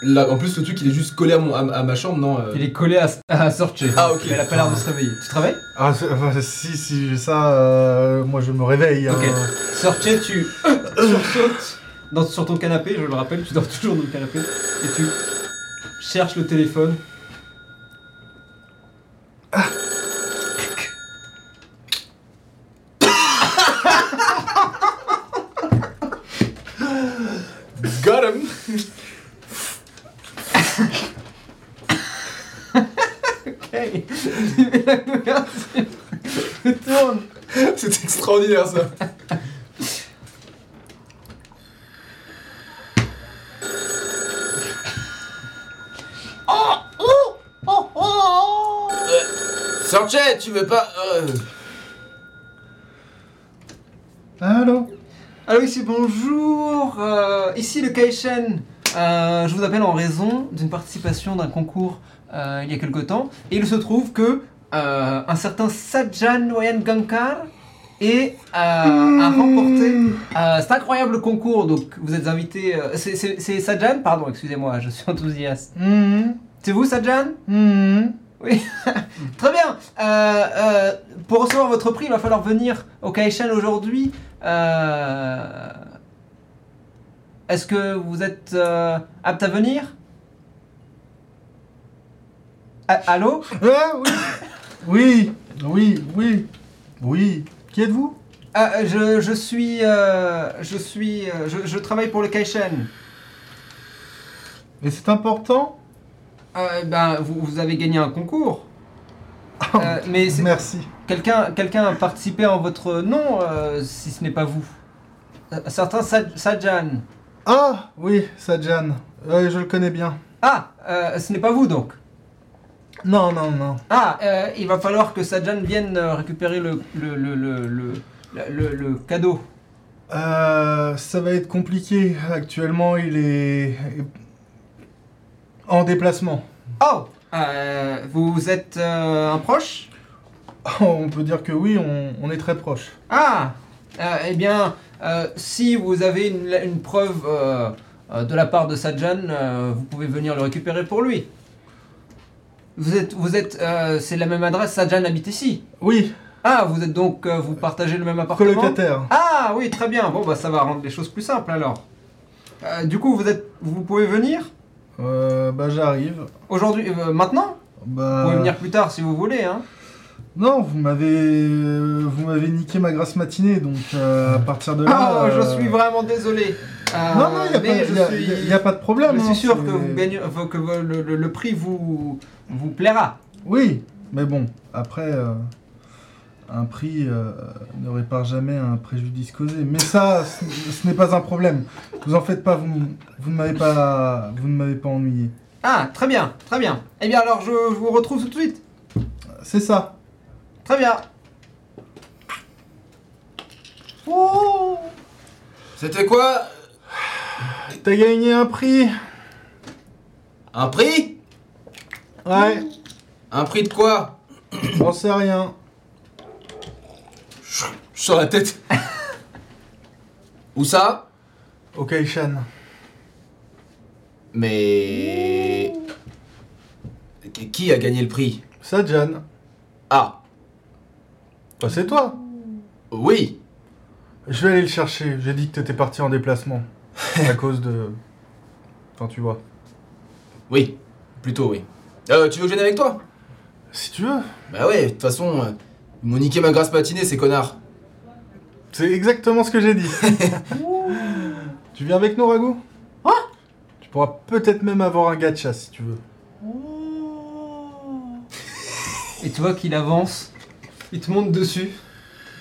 Speaker 3: Là, en plus, le truc, il est juste collé à, mon, à, à ma chambre, non euh,
Speaker 1: Il est collé à, à Sorche.
Speaker 2: Ah, ok.
Speaker 1: Mais Elle a pas l'air de se réveiller. Tu te réveilles
Speaker 5: Ah c'est- enfin, si si j'ai ça, euh, moi je me réveille. hein.
Speaker 1: Ok. Sorche, tu sursautes dans, sur ton canapé, je le rappelle, tu dors toujours dans le canapé. Et tu cherches le téléphone.
Speaker 2: Got him
Speaker 1: Hey Regarde, c'est- Tourne
Speaker 2: C'est extraordinaire ça.
Speaker 3: Sanchez, tu veux pas. euh,
Speaker 5: Allô.
Speaker 1: Allô, ici, Ah bonjour. euh, ici le Kaishen. Euh, je vous appelle en raison d'une participation d'un concours euh, il y a quelque temps. Et il se trouve que euh, un certain Sajan Wayan Gankar est, euh, a remporté euh, cet incroyable concours. Donc vous êtes invité. euh, c'est- c'est c'est Sajan Pardon, excusez-moi, je suis enthousiaste.
Speaker 5: Hum,
Speaker 1: C'est vous, Sajan
Speaker 5: hum.
Speaker 1: oui, très bien. Euh, euh, pour recevoir votre prix, il va falloir venir au Kaishan aujourd'hui. Euh, Est-ce que vous êtes euh, apte à venir A- Allô
Speaker 5: Ah oui. Oui oui oui oui. Qui êtes-vous
Speaker 1: Ah, euh, je, je suis, euh, je suis, euh, je, je travaille pour le Kaishan.
Speaker 5: Et c'est important.
Speaker 1: Euh, ben, vous, vous avez gagné un concours. Euh, mais c'est-
Speaker 5: Merci.
Speaker 1: Quelqu'un quelqu'un a participé en votre nom, euh, si ce n'est pas vous. Euh, Un certain Sa- Sajan.
Speaker 5: Ah oui, Sajan. Euh, je le connais bien.
Speaker 1: Ah, euh, ce n'est pas vous donc.
Speaker 5: Non non non.
Speaker 1: Ah, euh, il va falloir que Sajan vienne euh, récupérer le, le, le, le, le, le- le cadeau.
Speaker 5: Euh, ça va être compliqué. Actuellement, il est en déplacement.
Speaker 1: Oh euh, Vous êtes euh, un proche
Speaker 5: On peut dire que oui, on, on est très proche.
Speaker 1: Ah euh, Eh bien, euh, si vous avez une, une preuve euh, euh, de la part de Sajan, euh, vous pouvez venir le récupérer pour lui. Vous êtes, vous êtes, euh, c'est la même adresse, Sajan habite ici.
Speaker 5: Oui,
Speaker 1: Ah, vous êtes donc, euh, vous partagez le même appartement
Speaker 5: colocataire.
Speaker 1: Ah oui, très bien. Bon, bah ça va rendre les choses plus simples alors. Euh, du coup, vous êtes, vous pouvez venir
Speaker 5: Euh, bah j'arrive.
Speaker 1: aujourd'hui, euh, maintenant. Vous
Speaker 5: Bah
Speaker 1: pouvez venir plus tard si vous voulez. Hein.
Speaker 5: non, vous m'avez euh, vous m'avez niqué ma grasse matinée, donc euh, à partir de là.
Speaker 1: Ah, je
Speaker 5: euh,
Speaker 1: suis vraiment désolé. Euh,
Speaker 5: Non non, il y a,
Speaker 1: mais
Speaker 5: pas-
Speaker 1: je
Speaker 5: y a-
Speaker 1: suis-
Speaker 5: y a- y a pas de problème.
Speaker 1: Je
Speaker 5: hein,
Speaker 1: suis sûr
Speaker 5: c'est-
Speaker 1: que, vous gagnez- enfin, que vo- le, le- le prix vous, vous plaira.
Speaker 5: Oui, mais bon, après, euh, un prix euh, ne répare jamais un préjudice causé. Mais ça, ce ce n'est pas un problème. Vous en faites pas, vous, m- vous ne m'avez pas, vous ne m'avez pas ennuyé.
Speaker 1: Ah, très bien, très bien. Eh bien, alors je, je vous retrouve tout de suite.
Speaker 5: C'est ça.
Speaker 1: Très bien. Oh
Speaker 3: C'était quoi
Speaker 5: T'as gagné un prix.
Speaker 3: Un prix
Speaker 5: Ouais.
Speaker 3: Un prix de quoi
Speaker 5: J'en sais rien.
Speaker 3: Je sors la tête. Où ça
Speaker 5: Ok, Shan.
Speaker 3: Mais. Qui a gagné le prix
Speaker 5: Ça, Jan.
Speaker 3: Ah,
Speaker 5: Bah, c'est toi.
Speaker 3: oui.
Speaker 5: Je vais aller le chercher. J'ai dit que t'étais parti en déplacement à cause de. Enfin, tu vois.
Speaker 3: Oui, plutôt oui. Euh, tu veux que je vienne avec toi
Speaker 5: Si tu veux.
Speaker 3: Bah ouais, de toute façon, euh, ils m'ont niqué ma grasse matinée, ces connards.
Speaker 5: C'est exactement ce que j'ai dit. tu viens avec nous, Ragout Hein Tu pourras peut-être même avoir un gacha si tu veux.
Speaker 1: Et tu vois qu'il avance, il te monte dessus,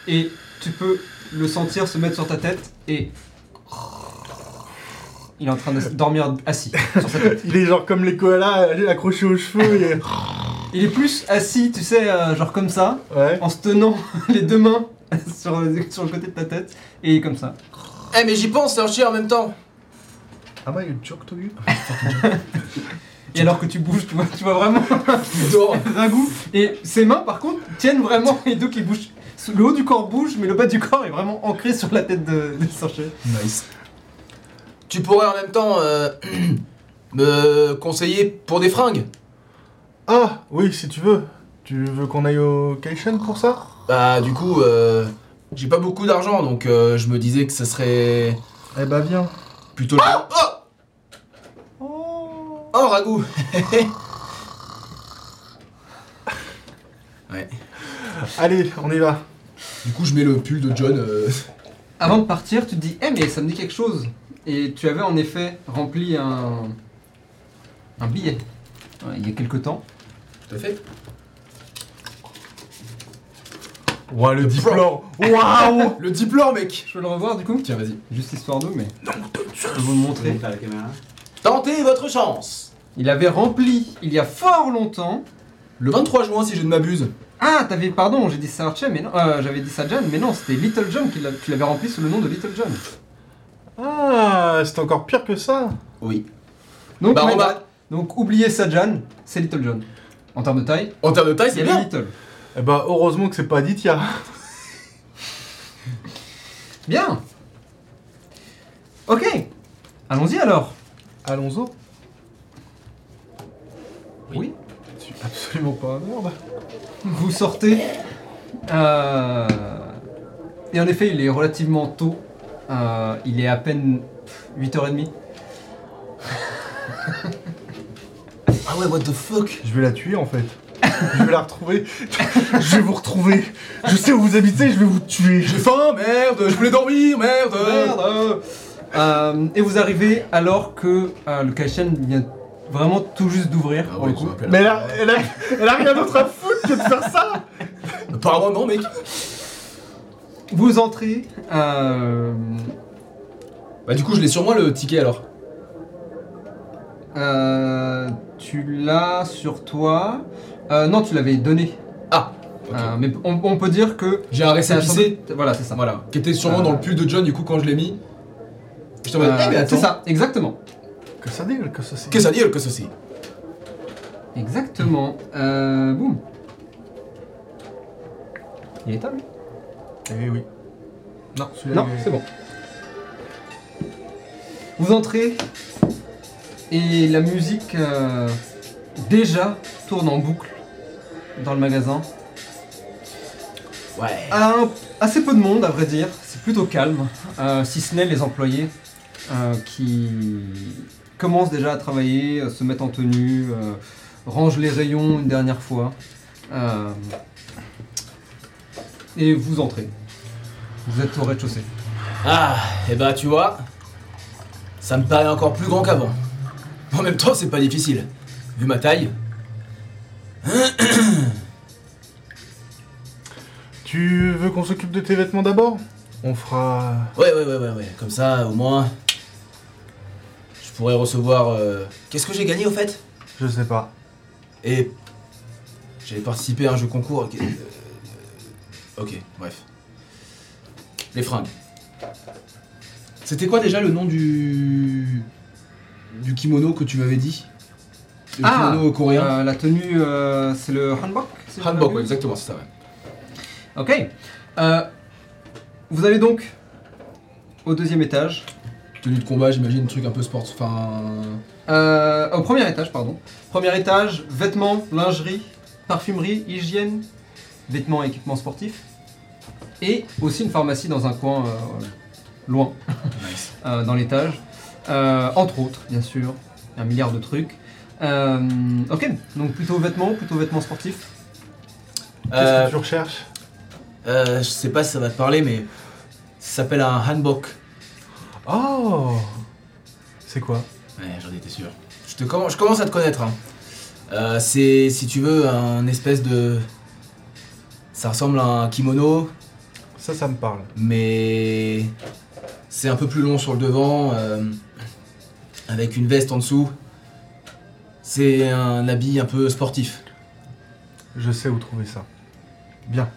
Speaker 1: et tu peux le sentir se mettre sur ta tête, et. Il est en train de dormir assis sur sa tête.
Speaker 5: Il est genre comme les koalas euh, accrochés aux cheveux. et-
Speaker 1: Il est plus assis, tu sais, euh, genre comme ça,
Speaker 5: Ouais.
Speaker 1: en se tenant les deux mains sur, le- sur le côté de ta tête, et il est comme ça.
Speaker 3: Eh, mais j'y pense, c'est un chien en même temps.
Speaker 5: Am I bah, a jerk to you
Speaker 1: Et alors que tu bouges, tu vois, tu vois vraiment
Speaker 2: Putain.
Speaker 1: d'un goût. Et ses mains, par contre, tiennent vraiment, et donc il bouge. Le haut du corps bouge, mais le bas du corps est vraiment ancré sur la tête de, de Sanchez.
Speaker 2: Nice.
Speaker 3: Tu pourrais en même temps euh, me conseiller pour des fringues
Speaker 5: Ah, oui, si tu veux. Tu veux qu'on aille au Kaishen pour ça
Speaker 3: Bah du coup, euh, j'ai pas beaucoup d'argent, donc euh, je me disais que ça serait
Speaker 5: Eh bah viens.
Speaker 3: plutôt... le- Ah oh Oh, ragoût Ouais.
Speaker 5: Allez, on y va.
Speaker 3: Du coup, je mets le pull de John. euh,
Speaker 1: Avant de partir, tu te dis, eh mais ça me dit quelque chose. Et tu avais en effet rempli un, un billet ouais, il y a quelque temps.
Speaker 3: Tout à fait.
Speaker 5: Ouah, le diplore Waouh
Speaker 3: Le diplôme, mec
Speaker 1: Je peux le revoir du coup
Speaker 3: Tiens, vas-y.
Speaker 1: Juste histoire d'eau, mais je peux vous le
Speaker 4: Je vais
Speaker 1: montrer.
Speaker 4: montrer à la caméra.
Speaker 3: Tentez votre chance
Speaker 1: Il avait rempli il y a fort longtemps.
Speaker 3: Le 23 juin, si je ne m'abuse.
Speaker 1: Ah, t'avais, pardon, j'ai dit Sarche, mais non, euh, j'avais dit Sajan, mais non, c'était Little John qui l'a- tu l'avais rempli sous le nom de Little John.
Speaker 5: Ah, c'est encore pire que ça.
Speaker 3: Oui.
Speaker 1: Donc,
Speaker 3: Bah,
Speaker 1: mais-
Speaker 3: on va...
Speaker 1: donc oubliez Sajan, c'est Little John. En termes de taille,
Speaker 3: En termes de taille,
Speaker 1: il y
Speaker 3: c'est
Speaker 1: avait
Speaker 3: bien.
Speaker 1: Little.
Speaker 5: Eh bah, heureusement que c'est pas Aditya.
Speaker 1: Bien Ok Allons-y alors
Speaker 5: Allons-y.
Speaker 1: Oui.
Speaker 5: Je suis absolument pas un merde.
Speaker 1: Vous sortez. euh, Et en effet, il est relativement tôt. Euh, il est à peine pff, 8h30.
Speaker 3: Ah ouais, what the fuck
Speaker 5: Je vais la tuer en fait. je vais la retrouver. je vais vous retrouver. Je sais où vous habitez, je vais vous tuer.
Speaker 3: J'ai faim, merde Je voulais dormir, merde
Speaker 1: Merde Euh, Et vous arrivez alors que euh, le Kaishen vient vraiment tout juste d'ouvrir.
Speaker 3: Ah
Speaker 1: pour
Speaker 3: ouais,
Speaker 1: le coup.
Speaker 3: ça m'appelle.
Speaker 5: Mais elle a, elle a- elle a rien d'autre à foutre que de faire ça
Speaker 3: Apparemment, non, mec.
Speaker 1: Vous entrez. euh,
Speaker 3: Bah du coup, je l'ai sur moi le ticket alors.
Speaker 1: euh, tu l'as sur toi. Euh, non, tu l'avais donné.
Speaker 3: Ah, ok.
Speaker 1: Euh, mais on, on peut dire que.
Speaker 3: J'ai un récépissé,
Speaker 1: Voilà, c'est ça.
Speaker 3: voilà, qui était sûrement
Speaker 1: Euh.
Speaker 3: dans le pull de John du coup quand je l'ai mis. Je te
Speaker 1: Euh,
Speaker 3: eh mais attends,
Speaker 1: c'est ça, exactement.
Speaker 5: Que ça dégueule, que ça c'est.
Speaker 3: Qu'est-ce que ça dit, le que ceci
Speaker 1: Exactement. Euh, boum. Il est à lui
Speaker 5: Eh oui.
Speaker 1: Non,
Speaker 5: celui-là,
Speaker 1: non,
Speaker 5: il est-
Speaker 1: c'est bon. Vous entrez et la musique euh, déjà tourne en boucle dans le magasin.
Speaker 3: Ouais.
Speaker 1: Un- Euh, assez peu de monde, à vrai dire. C'est plutôt calme, euh, si ce n'est les employés euh, qui commencent déjà à travailler, euh, se mettent en tenue, euh, rangent les rayons une dernière fois. euh, et vous entrez. Vous êtes au rez-de-chaussée.
Speaker 3: Ah, et bah tu vois, ça me paraît encore plus grand qu'avant. En même temps, c'est pas difficile, vu ma taille.
Speaker 5: Tu veux qu'on s'occupe de tes vêtements d'abord On fera.
Speaker 3: Ouais, ouais, ouais, ouais, ouais. Comme ça, au moins, je pourrais recevoir. euh, Qu'est-ce que j'ai gagné au fait
Speaker 5: Je sais pas.
Speaker 3: Et j'avais participé à un jeu concours. ok, euh, euh, ok, bref. Les fringues. C'était quoi déjà le nom du du kimono que tu m'avais dit Le
Speaker 1: Ah,
Speaker 3: kimono coréen.
Speaker 1: Euh, la tenue, euh, c'est le hanbok si je ne
Speaker 3: Hanbok, ouais,
Speaker 1: m'abuse
Speaker 3: exactement, c'est ça. Ouais.
Speaker 1: Ok. Euh, vous allez donc au deuxième étage.
Speaker 3: Tenue de combat, j'imagine, un truc un peu sport. Enfin,
Speaker 1: Euh, au premier étage, pardon. Premier étage, vêtements, lingerie, parfumerie, hygiène, vêtements et équipements sportifs. Et aussi une pharmacie dans un coin euh, loin,
Speaker 3: nice.
Speaker 1: euh, dans l'étage. Euh, entre autres, bien sûr, un milliard de trucs. Euh, ok, donc plutôt vêtements, plutôt vêtements sportifs.
Speaker 5: Qu'est-ce
Speaker 3: Euh,
Speaker 5: que tu recherches
Speaker 3: euh, je sais pas si ça va te parler, mais ça s'appelle un hanbok.
Speaker 5: Oh C'est quoi
Speaker 3: Ouais, j'en étais sûr. Je, te commence, je commence à te connaître. hein. Euh, c'est, si tu veux, un espèce de. Ça ressemble à un kimono,
Speaker 5: Ça, ça me parle.
Speaker 3: mais. C'est un peu plus long sur le devant, euh, avec une veste en dessous. C'est un habit un peu sportif.
Speaker 5: Je sais où trouver ça. Bien.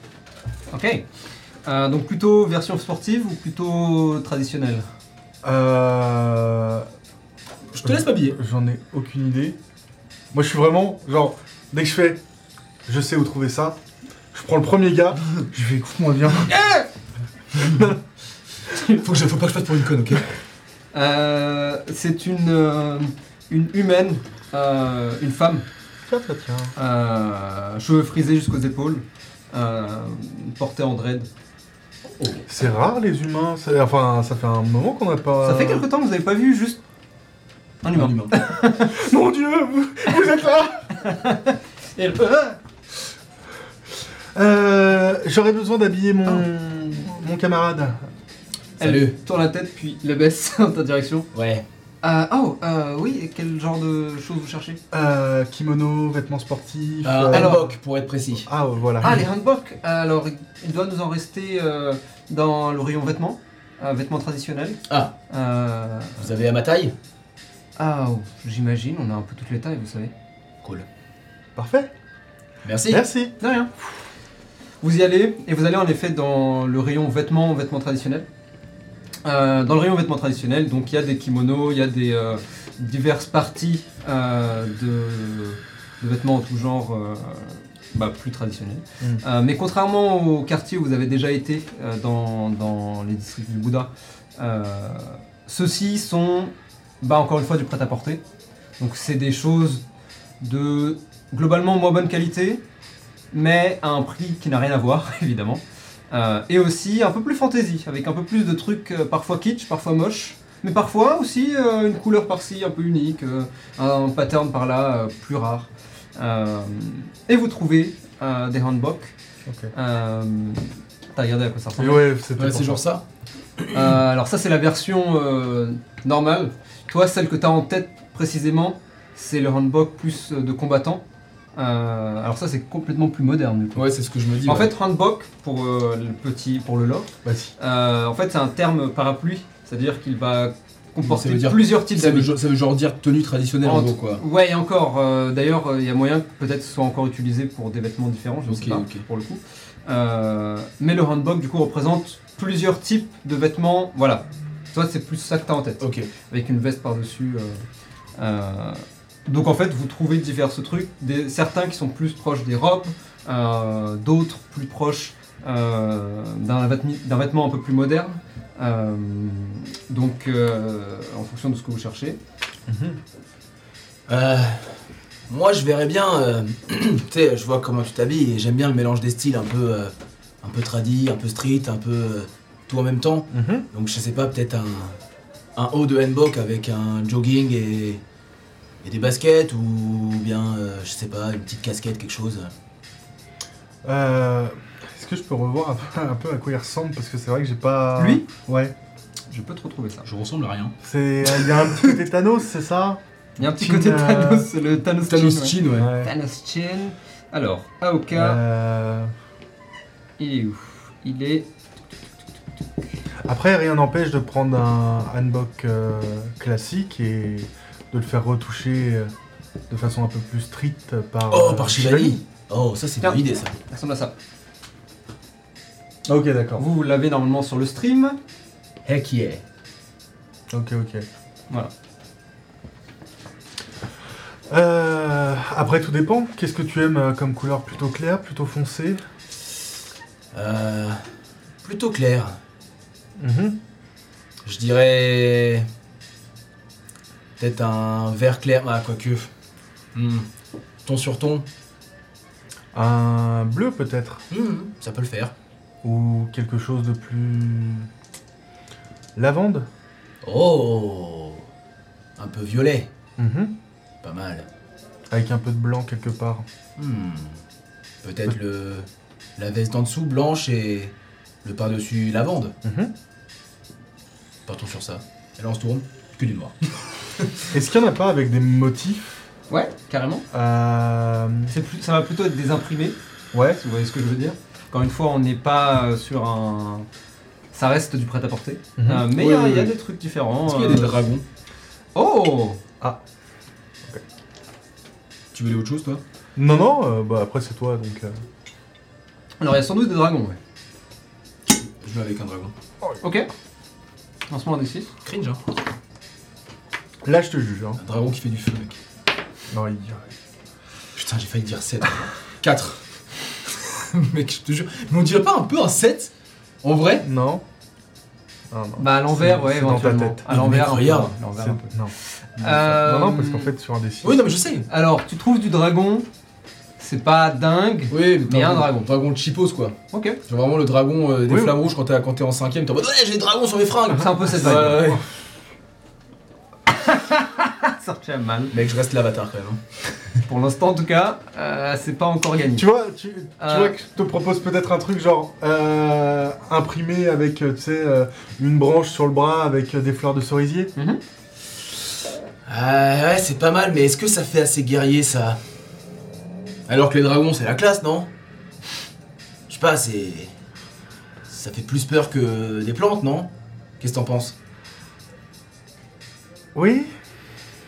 Speaker 1: Ok. Euh, donc plutôt version sportive ou plutôt traditionnelle
Speaker 5: Euh.
Speaker 3: Je te laisse m'habiller.
Speaker 5: J'en ai aucune idée. Moi, je suis vraiment genre, dès que je fais, je sais où trouver ça. Je prends le premier gars, je vais écoute-moi bien.
Speaker 3: Faut, que je, faut pas que je fasse pour une conne, ok
Speaker 1: Euh, c'est une, euh, une humaine, euh, une femme,
Speaker 5: Tiens, tiens, tiens.
Speaker 1: euh, cheveux frisés jusqu'aux épaules, euh, portée en dread.
Speaker 5: C'est rare les humains. ça- Enfin, ça fait un moment qu'on n'a pas.
Speaker 1: Ça fait quelque temps que vous n'avez pas vu juste un humain.
Speaker 5: Mon Dieu, vous, vous êtes là.
Speaker 1: Et elle- Ah
Speaker 5: Euh, J'aurais besoin d'habiller mon mon camarade.
Speaker 1: elle
Speaker 3: Salut.
Speaker 1: tourne la tête puis la baisse dans ta direction.
Speaker 3: Ouais.
Speaker 1: Euh, oh, euh, oui, et quel genre de choses vous cherchez
Speaker 5: Euh, kimono, vêtements sportifs.
Speaker 3: Euh,
Speaker 5: euh,
Speaker 1: alors-
Speaker 3: Hanbok, pour être précis.
Speaker 5: Ah voilà.
Speaker 1: Ah, les handbook Alors, il doit nous en rester euh, dans le rayon vêtements, euh, vêtements traditionnels.
Speaker 3: Ah.
Speaker 1: Euh,
Speaker 3: Vous avez à ma taille
Speaker 1: ah, oh, j'imagine, on a un peu toutes les tailles, vous savez.
Speaker 3: Cool.
Speaker 5: Parfait.
Speaker 3: Merci.
Speaker 5: Merci.
Speaker 1: De rien. Vous y allez, et vous allez en effet dans le rayon vêtements, vêtements traditionnels. Euh, dans le rayon vêtements traditionnels, donc il y a des kimonos, il y a des euh, diverses parties euh, de, de vêtements en tout genre euh, bah, plus traditionnels.
Speaker 5: Mm.
Speaker 1: Euh, mais contrairement au quartier où vous avez déjà été, euh, dans, dans les districts du Bouddha, euh, ceux-ci sont bah, encore une fois du prêt-à-porter. Donc c'est des choses de globalement moins bonne qualité, mais à un prix qui n'a rien à voir, évidemment. Euh, et aussi un peu plus fantaisie, avec un peu plus de trucs euh, parfois kitsch, parfois moche, mais parfois aussi euh, une couleur par-ci un peu unique, euh, un pattern par-là euh, plus rare. Euh, et vous trouvez euh, des handbook.
Speaker 5: Ok.
Speaker 1: Euh, T'as regardé à quoi ça
Speaker 5: Et
Speaker 1: ressemble
Speaker 5: ouais, c'était
Speaker 3: Ouais,
Speaker 5: pour
Speaker 3: c'est
Speaker 5: ça.
Speaker 3: genre ça
Speaker 1: euh, alors ça c'est la version euh, normale. Toi celle que tu as en tête précisément, c'est le handbook plus euh, de combattants. Euh, alors ça c'est complètement plus moderne. du coup.
Speaker 3: Ouais, c'est ce que je me dis.
Speaker 1: En
Speaker 3: ouais.
Speaker 1: fait handbook pour euh, le petit pour le lore,
Speaker 5: Bah, si.
Speaker 1: euh, en fait c'est un terme parapluie, c'est-à-dire qu'il va comporter
Speaker 3: veut dire-
Speaker 1: plusieurs types
Speaker 3: ça veut,
Speaker 1: d'habits.
Speaker 3: genre- ça veut genre dire tenue traditionnelle en
Speaker 1: Entre-
Speaker 3: gros, quoi.
Speaker 1: Ouais, et encore. euh, D'ailleurs, il y a moyen que peut-être ce soit encore utilisé pour des vêtements différents, je ne
Speaker 3: Ok,
Speaker 1: sais pas,
Speaker 3: ok.
Speaker 1: pour le coup. Euh, mais le handbook, du coup, représente plusieurs types de vêtements. Voilà. Toi, c'est plus ça que tu as en tête.
Speaker 3: Ok.
Speaker 1: Avec une veste par-dessus. euh, euh, donc, en fait, vous trouvez divers trucs. Des, certains qui sont plus proches des robes, euh, d'autres plus proches euh, d'un vêtemi- d'un vêtement un peu plus moderne. Euh, donc, euh, en fonction de ce que vous cherchez.
Speaker 3: Euh, moi, je verrais bien. euh, tu sais, je vois comment tu t'habilles et j'aime bien le mélange des styles un peu, euh, un peu tradi, un peu street, un peu euh, tout en même temps.
Speaker 5: Mhm.
Speaker 3: Donc, je sais pas, peut-être un, un haut de handbook avec un jogging et, et des baskets ou bien, euh, je sais pas, une petite casquette, quelque chose.
Speaker 5: Euh, Est-ce que je peux revoir un peu, un peu à quoi il ressemble parce que c'est vrai que j'ai
Speaker 3: Ah.
Speaker 5: pas.
Speaker 1: Lui
Speaker 5: Ouais.
Speaker 1: Je peux te retrouver ça.
Speaker 3: Je ressemble à rien.
Speaker 5: C'est euh, il y a un petit côté Thanos, c'est ça
Speaker 1: Il y a un petit
Speaker 5: Chin,
Speaker 1: côté
Speaker 5: euh,
Speaker 1: Thanos, c'est le Thanos, Chin.
Speaker 3: Thanos
Speaker 1: ouais.
Speaker 3: Chin, ouais.
Speaker 5: Ouais.
Speaker 1: Thanos Chin. Alors, Aoka,
Speaker 5: Euh,
Speaker 1: il est où Il est.
Speaker 5: Après, rien n'empêche de prendre un handbook euh, classique et de le faire retoucher euh, de façon un peu plus street euh, par.
Speaker 3: Oh,
Speaker 5: euh,
Speaker 3: par Shivani Oh, ça, c'est une
Speaker 1: Tiens.
Speaker 3: bonne idée, ça.
Speaker 1: Il ressemble à ça.
Speaker 5: Ah, Ok, d'accord.
Speaker 1: Vous, vous l'avez normalement sur le stream.
Speaker 3: Heck yeah.
Speaker 5: Ok, ok.
Speaker 1: Voilà.
Speaker 5: Euh, après, tout dépend. Qu'est-ce que tu aimes euh, comme couleur Plutôt clair, plutôt foncé
Speaker 3: Euh, plutôt clair.
Speaker 5: Mhm.
Speaker 3: Je dirais. Peut-être un vert clair. Ah, quoique. Hmm. Ton sur ton.
Speaker 5: Un bleu peut-être
Speaker 3: Hmm, Ça peut le faire.
Speaker 5: Ou quelque chose de plus. Lavande
Speaker 3: Oh Un peu violet.
Speaker 5: Mhm.
Speaker 3: Pas mal.
Speaker 5: Avec un peu de blanc quelque part.
Speaker 3: Hmm. Peut-être le. La veste en dessous blanche et le par-dessus lavande.
Speaker 5: Mhm.
Speaker 3: Partons sur ça. Et là on se tourne, que du noir.
Speaker 5: Est-ce qu'il n'y en a pas avec des motifs
Speaker 1: Ouais, carrément.
Speaker 5: euh,
Speaker 1: C'est plus- ça va plutôt être des imprimés,
Speaker 5: Ouais.
Speaker 1: si vous voyez ce que je veux dire. Encore une fois, on n'est pas euh, sur un. Ça reste du prêt-à-porter.
Speaker 5: Mhm.
Speaker 1: Euh, mais il
Speaker 3: Oui,
Speaker 1: y a-
Speaker 3: oui,
Speaker 1: il y, a
Speaker 3: oui.
Speaker 1: des trucs différents.
Speaker 3: Est-ce qu'il y a des
Speaker 1: euh,
Speaker 3: dragons
Speaker 1: Oh
Speaker 3: Tu voulais autre chose toi
Speaker 5: Non, non, euh, bah après c'est toi donc. euh,
Speaker 1: Alors, il y a sans doute des dragons, ouais.
Speaker 3: Je vais avec un dragon.
Speaker 1: Ok. Lancement un des six.
Speaker 3: Cringe hein
Speaker 5: Là, je te juge. Hein.
Speaker 3: Un dragon qui fait du feu, mec.
Speaker 5: Non, il-
Speaker 3: Putain, j'ai failli dire 7. 4. mec, je te jure. Mais on dirait pas un peu un 7 En vrai
Speaker 5: non. Ah, non.
Speaker 1: Bah à l'envers,
Speaker 5: C'est-
Speaker 1: ouais,
Speaker 5: c'est dans ta
Speaker 1: éventuellement.
Speaker 5: tête.
Speaker 1: À l'envers.
Speaker 3: Mais regarde,
Speaker 1: un peu, à l'envers, un peu.
Speaker 5: C'est- Non.
Speaker 1: Euh,
Speaker 5: non, non, parce qu'en fait, sur un des six.
Speaker 3: Oui, non, mais je sais.
Speaker 1: Alors, tu trouves du dragon, c'est pas dingue.
Speaker 3: Oui, mais,
Speaker 1: Mais
Speaker 3: t'as
Speaker 1: un dragon.
Speaker 3: Dragon de chipos, quoi.
Speaker 1: Ok.
Speaker 3: C'est vraiment le dragon euh, des
Speaker 5: Oui.
Speaker 3: flammes rouges quand t'es quand t'es en cinquième. T'es en mode Ouais, j'ai des dragons sur mes fringues
Speaker 1: C'est un peu cette
Speaker 3: Ouais,
Speaker 1: vague.
Speaker 3: ouais, ouais.
Speaker 1: Ça retient mal.
Speaker 3: Mec, je reste l'avatar quand même. hein.
Speaker 1: Pour l'instant, en tout cas, euh, c'est pas encore gagné.
Speaker 5: Tu vois, tu, tu
Speaker 1: Euh.
Speaker 5: vois que je te propose peut-être un truc genre euh, imprimé avec, euh, tu sais, euh, une branche sur le bras avec euh, des fleurs de cerisier.
Speaker 1: Mhm.
Speaker 3: Ah ouais, c'est pas mal, mais est-ce que ça fait assez guerrier ça Alors que les dragons, c'est la classe, non Je sais pas, c'est. Ça fait plus peur que des plantes, non Qu'est-ce que t'en penses
Speaker 5: Oui.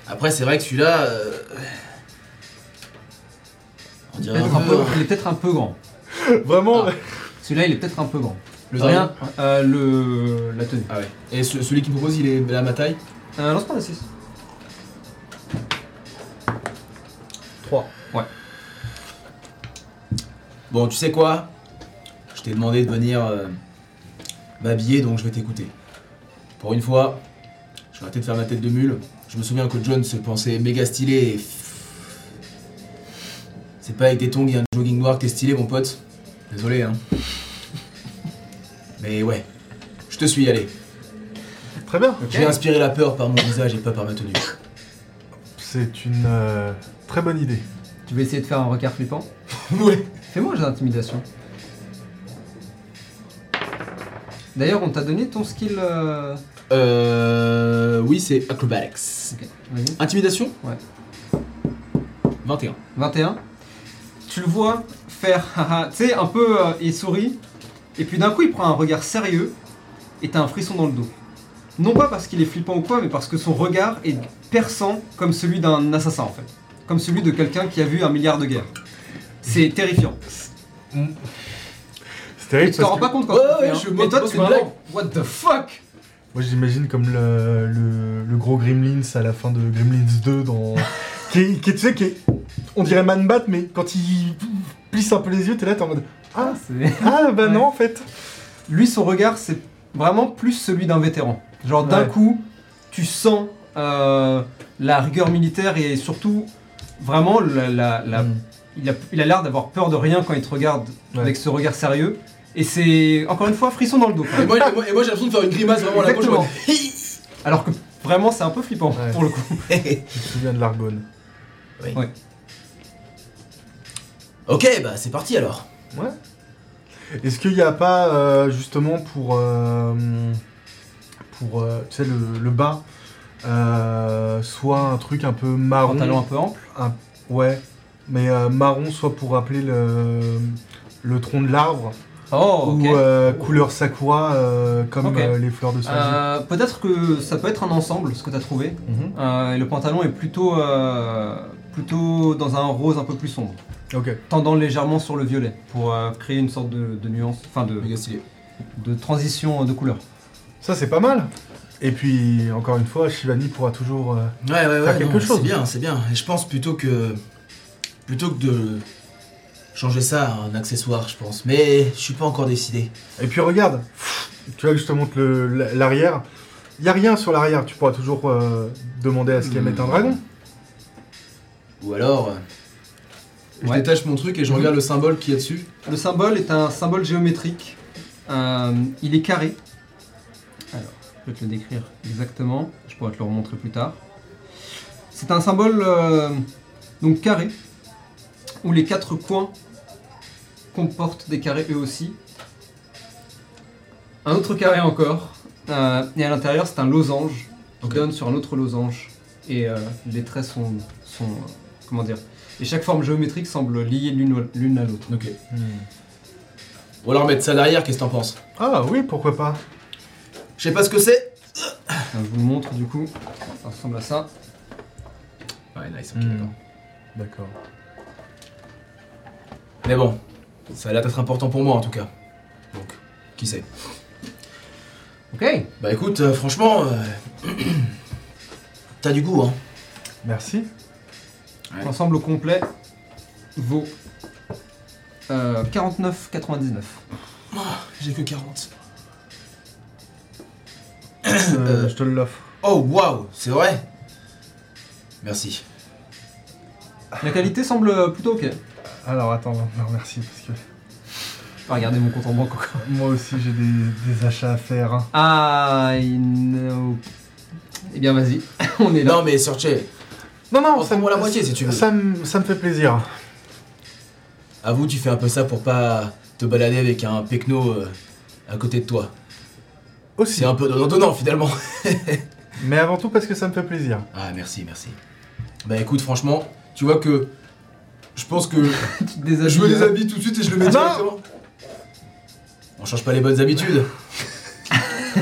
Speaker 3: Après, c'est vrai que celui-là. euh, On
Speaker 1: Il
Speaker 3: dirait
Speaker 1: est
Speaker 3: un
Speaker 1: peut-être un
Speaker 3: peu.
Speaker 1: peu- il est peut-être un peu grand.
Speaker 5: Vraiment.
Speaker 3: Ah.
Speaker 1: Celui-là, il est peut-être un peu grand.
Speaker 3: Le dragon.
Speaker 1: Rien, euh, le, la tenue.
Speaker 3: Ah ouais. Et ce- celui qui propose, il est à ma taille
Speaker 1: Euh, lance pas la 6. 3. Ouais.
Speaker 3: Bon, tu sais quoi Je t'ai demandé de venir euh, m'habiller, donc je vais t'écouter. Pour une fois, je vais arrêter de faire ma tête de mule. Je me souviens que John se pensait méga stylé et... C'est pas avec des tongs et un jogging noir que t'es stylé, mon pote. Désolé, hein. Mais ouais, je te suis, allez.
Speaker 5: Très bien.
Speaker 3: J'ai inspiré la peur par mon visage et pas par ma tenue.
Speaker 5: C'est une euh, très bonne idée.
Speaker 1: Tu veux essayer de faire un regard flippant
Speaker 3: ouais.
Speaker 1: Fais-moi un jeu d'intimidation. D'ailleurs, on t'a donné ton skill. euh,
Speaker 3: Euh... Oui, c'est acrobatics.
Speaker 1: Ok, vas-y.
Speaker 3: Intimidation
Speaker 1: Ouais.
Speaker 3: 21.
Speaker 1: 21. Tu le vois faire, haha, tu sais, un peu, euh, il sourit, et puis d'un coup, il prend un regard sérieux, et t'as un frisson dans le dos. Non pas parce qu'il est flippant ou quoi, mais parce que son regard est perçant comme celui d'un assassin, en fait. Comme celui de quelqu'un qui a vu un milliard de guerres. C'est terrifiant.
Speaker 5: C'est terrible
Speaker 1: Et tu t'en
Speaker 5: parce
Speaker 1: rends pas compte
Speaker 5: que
Speaker 1: quand
Speaker 3: Ouais,
Speaker 1: tu le fais,
Speaker 3: ouais,
Speaker 1: hein.
Speaker 3: je suis
Speaker 1: Mais
Speaker 3: mode-
Speaker 1: toi,
Speaker 3: mode
Speaker 1: tu es
Speaker 3: blague.
Speaker 1: vraiment, what the fuck
Speaker 5: moi j'imagine comme le, le, le gros Gremlins à la fin de Gremlins 2 dans qui, est- qui est, tu sais qui est- on dirait Man Bat mais quand il plisse un peu les yeux t'es là t'es en mode ah
Speaker 1: C'est-
Speaker 5: ah bah
Speaker 1: Ouais.
Speaker 5: non en fait
Speaker 1: Lui, son regard, c'est vraiment plus celui d'un vétéran. Genre, d'un
Speaker 5: Ouais.
Speaker 1: coup, tu sens euh, la rigueur militaire et surtout, vraiment, la, la- la-
Speaker 5: Mm.
Speaker 1: il a il a l'air d'avoir peur de rien quand il te regarde
Speaker 5: Ouais.
Speaker 1: avec ce regard sérieux. Et c'est, encore une fois, frisson dans le dos. quand
Speaker 3: Et
Speaker 1: même.
Speaker 3: moi, et moi- et moi, j'ai l'impression de faire une grimace vraiment à la gauche.
Speaker 1: Exactement. Alors que vraiment, c'est un peu flippant
Speaker 5: Ouais.
Speaker 1: pour le coup.
Speaker 5: tu te souviens de l'Argonne
Speaker 3: ok, bah c'est parti alors.
Speaker 5: ouais est-ce qu'il n'y a pas euh, justement pour euh, pour euh, tu sais le, le bas euh, soit un truc un peu marron
Speaker 1: Pantalon un peu ample.
Speaker 5: ouais mais euh, marron soit pour rappeler le le tronc de l'arbre
Speaker 1: Oh, ok.
Speaker 5: ou euh, couleur sakura euh, comme
Speaker 1: Ok.
Speaker 5: euh, les fleurs de cerisier.
Speaker 1: Euh, peut-être que ça peut être un ensemble, ce que t'as trouvé.
Speaker 5: Mhm.
Speaker 1: Euh, et le pantalon est plutôt, euh, plutôt dans un rose un peu plus sombre.
Speaker 5: Ok.
Speaker 1: tendant légèrement sur le violet pour euh, créer une sorte de, de nuance, enfin de,
Speaker 3: Méga stylé.
Speaker 1: de transition euh, de couleur.
Speaker 5: Ça c'est pas mal. Et puis encore une fois, Shivani pourra toujours. euh,
Speaker 3: Ouais, ouais, ouais.
Speaker 5: Faire quelque
Speaker 3: non,
Speaker 5: chose.
Speaker 3: C'est bien, c'est bien. Et je pense plutôt que. Plutôt que de. Changer ça à un accessoire, je pense. Mais je suis pas encore décidé.
Speaker 5: Et puis regarde, tu vois que je te montre le- l'arrière. Il y a rien sur l'arrière. Tu pourras toujours euh, demander à ce qu'elle mette
Speaker 1: Hmm.
Speaker 5: un dragon.
Speaker 3: Ou alors. euh, Je
Speaker 1: Ouais.
Speaker 3: détache mon truc et je regarde le symbole qu'il y a dessus.
Speaker 1: Le symbole est un symbole géométrique. Euh, il est carré. Alors, je vais te le décrire exactement. Je pourrais te le remontrer plus tard. C'est un symbole euh, donc carré où les quatre coins comportent des carrés eux aussi. Un autre carré encore. euh, et à l'intérieur, c'est un losange qui
Speaker 3: Ok.
Speaker 1: donne sur un autre losange. Et euh, les traits sont, sont, euh, comment dire Et chaque forme géométrique semble liée l'une au- l'une à l'autre.
Speaker 3: Ok.
Speaker 5: Hmm.
Speaker 3: Ou alors mettre ça derrière, qu'est-ce que t'en penses
Speaker 5: Ah oui, pourquoi pas.
Speaker 3: Je sais pas ce que c'est.
Speaker 1: Euh, Je vous le montre du coup, ça ressemble à ça.
Speaker 3: Ouais, nice,
Speaker 5: Hmm. D'accord.
Speaker 3: Mais bon, ça a l'air d'être important pour moi en tout cas. Donc, qui sait
Speaker 1: Ok
Speaker 3: Bah écoute, euh, franchement, euh, T'as du goût, hein
Speaker 5: Merci.
Speaker 1: L'ensemble au complet vaut euh, 49,99.
Speaker 3: J'ai que 40.
Speaker 5: Euh, je te l'offre.
Speaker 3: Oh, waouh, c'est vrai Merci.
Speaker 1: La qualité semble plutôt ok.
Speaker 5: Alors attends, non, merci parce que
Speaker 1: Pas regarder mon compte en banque encore.
Speaker 5: moi aussi j'ai des, des achats à faire. hein.
Speaker 1: I know. Ah, Eh bien, vas-y, on est là.
Speaker 3: Non, mais Sorche,
Speaker 5: Non non,
Speaker 3: Offre-moi la moitié, si tu veux.
Speaker 5: Ça me, ça me fait plaisir.
Speaker 3: avoue, tu fais un peu ça pour pas te balader avec un pecno euh, à côté de toi.
Speaker 5: Aussi.
Speaker 3: C'est un peu donnant finalement.
Speaker 5: Mais avant tout parce que ça me fait plaisir.
Speaker 3: Ah, merci, merci. Bah écoute, franchement, tu vois que. Je pense que
Speaker 1: Tu te déshabilles.
Speaker 3: je me déshabille tout de suite et je le mets directement. On change pas les bonnes habitudes.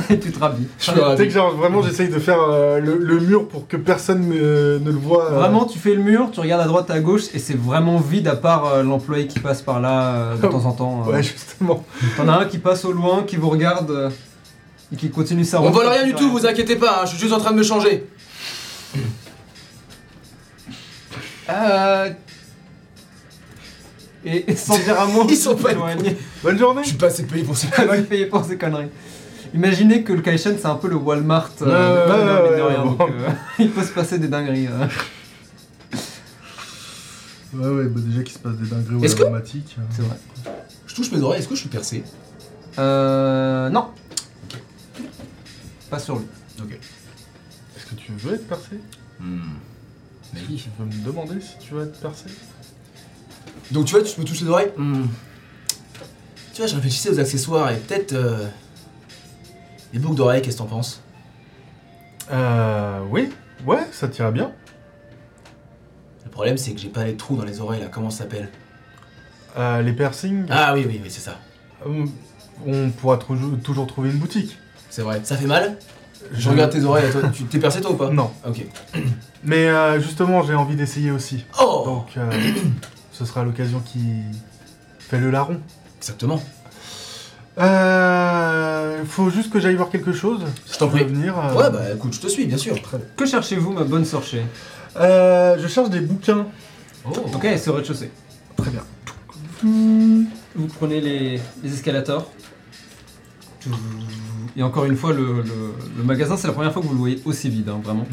Speaker 1: tu te rhabilles.
Speaker 3: Je suis ravi.
Speaker 5: Tu sais que genre, vraiment j'essaye de faire euh, le, le mur pour que personne me- ne le voit. euh,
Speaker 1: Vraiment, tu fais le mur, tu regardes à droite, à gauche, et c'est vraiment vide à part euh, l'employé qui passe par là euh, de temps en temps. euh.
Speaker 5: Ouais justement.
Speaker 1: T'en as un qui passe au loin, qui vous regarde euh, et qui continue sa route.
Speaker 3: On vole rien du tout, vous inquiétez pas, hein, je suis juste en train de me changer.
Speaker 1: Euh... Et, et sans dire un mot,
Speaker 3: Ils sont pas-
Speaker 1: éloignés.
Speaker 5: Bonne journée.
Speaker 3: Je suis pas assez payé pour ces
Speaker 1: Vous
Speaker 3: conneries.
Speaker 1: payez pour ces conneries. Imaginez que le Kaishan c'est un peu le Walmart euh,
Speaker 5: Ouais,
Speaker 1: de-
Speaker 5: ouais,
Speaker 1: de- mine de
Speaker 5: ouais, ouais,
Speaker 1: rien,
Speaker 5: bon.
Speaker 1: donc, euh, il peut se passer des dingueries. euh.
Speaker 5: Ouais ouais bah déjà qu'il se passe des dingueries ou
Speaker 3: Est-ce que-
Speaker 5: dramatiques. euh.
Speaker 1: C'est vrai.
Speaker 3: Je touche mes oreilles, est-ce que je suis percé
Speaker 1: Euh. Non. Pas sur lui.
Speaker 5: Est-ce que tu veux être percé
Speaker 3: Hmm. Mais oui.
Speaker 5: Tu veux me demander si tu veux être percé
Speaker 3: Donc tu vois, tu me touches les oreilles Hmm. Tu vois, je réfléchissais aux accessoires et peut-être. euh, Les boucles d'oreilles, qu'est-ce que t'en penses
Speaker 5: Euh oui. Ouais, ça t'irait bien.
Speaker 3: Le problème, c'est que j'ai pas les trous dans les oreilles là, comment ça s'appelle
Speaker 5: Euh, les piercings,
Speaker 3: Ah oui, oui, oui, c'est ça.
Speaker 5: euh, on pourra trou- toujours trouver une boutique.
Speaker 3: C'est vrai. Ça fait mal Je
Speaker 5: Je-
Speaker 3: regarde tes oreilles, à toi. Tu t'es percé toi ou pas
Speaker 5: Non.
Speaker 3: Ok.
Speaker 5: Mais euh, justement, j'ai envie d'essayer aussi.
Speaker 3: Oh
Speaker 5: Donc, euh, ce sera l'occasion qui fait le larron.
Speaker 3: Exactement.
Speaker 5: Euh, faut juste que j'aille voir quelque chose.
Speaker 3: Je t'en
Speaker 5: Je vais
Speaker 3: prie.
Speaker 5: venir. euh,
Speaker 3: Ouais, bah écoute, je te suis, bien sûr.
Speaker 1: Que cherchez-vous, ma bonne sorchée
Speaker 5: euh, je cherche des bouquins.
Speaker 3: Oh
Speaker 1: Ok, c'est au rez-de-chaussée.
Speaker 5: Très bien.
Speaker 1: Vous prenez les, les escalators. Et encore une fois, le, le- le magasin, c'est la première fois que vous le voyez aussi vide, hein, vraiment.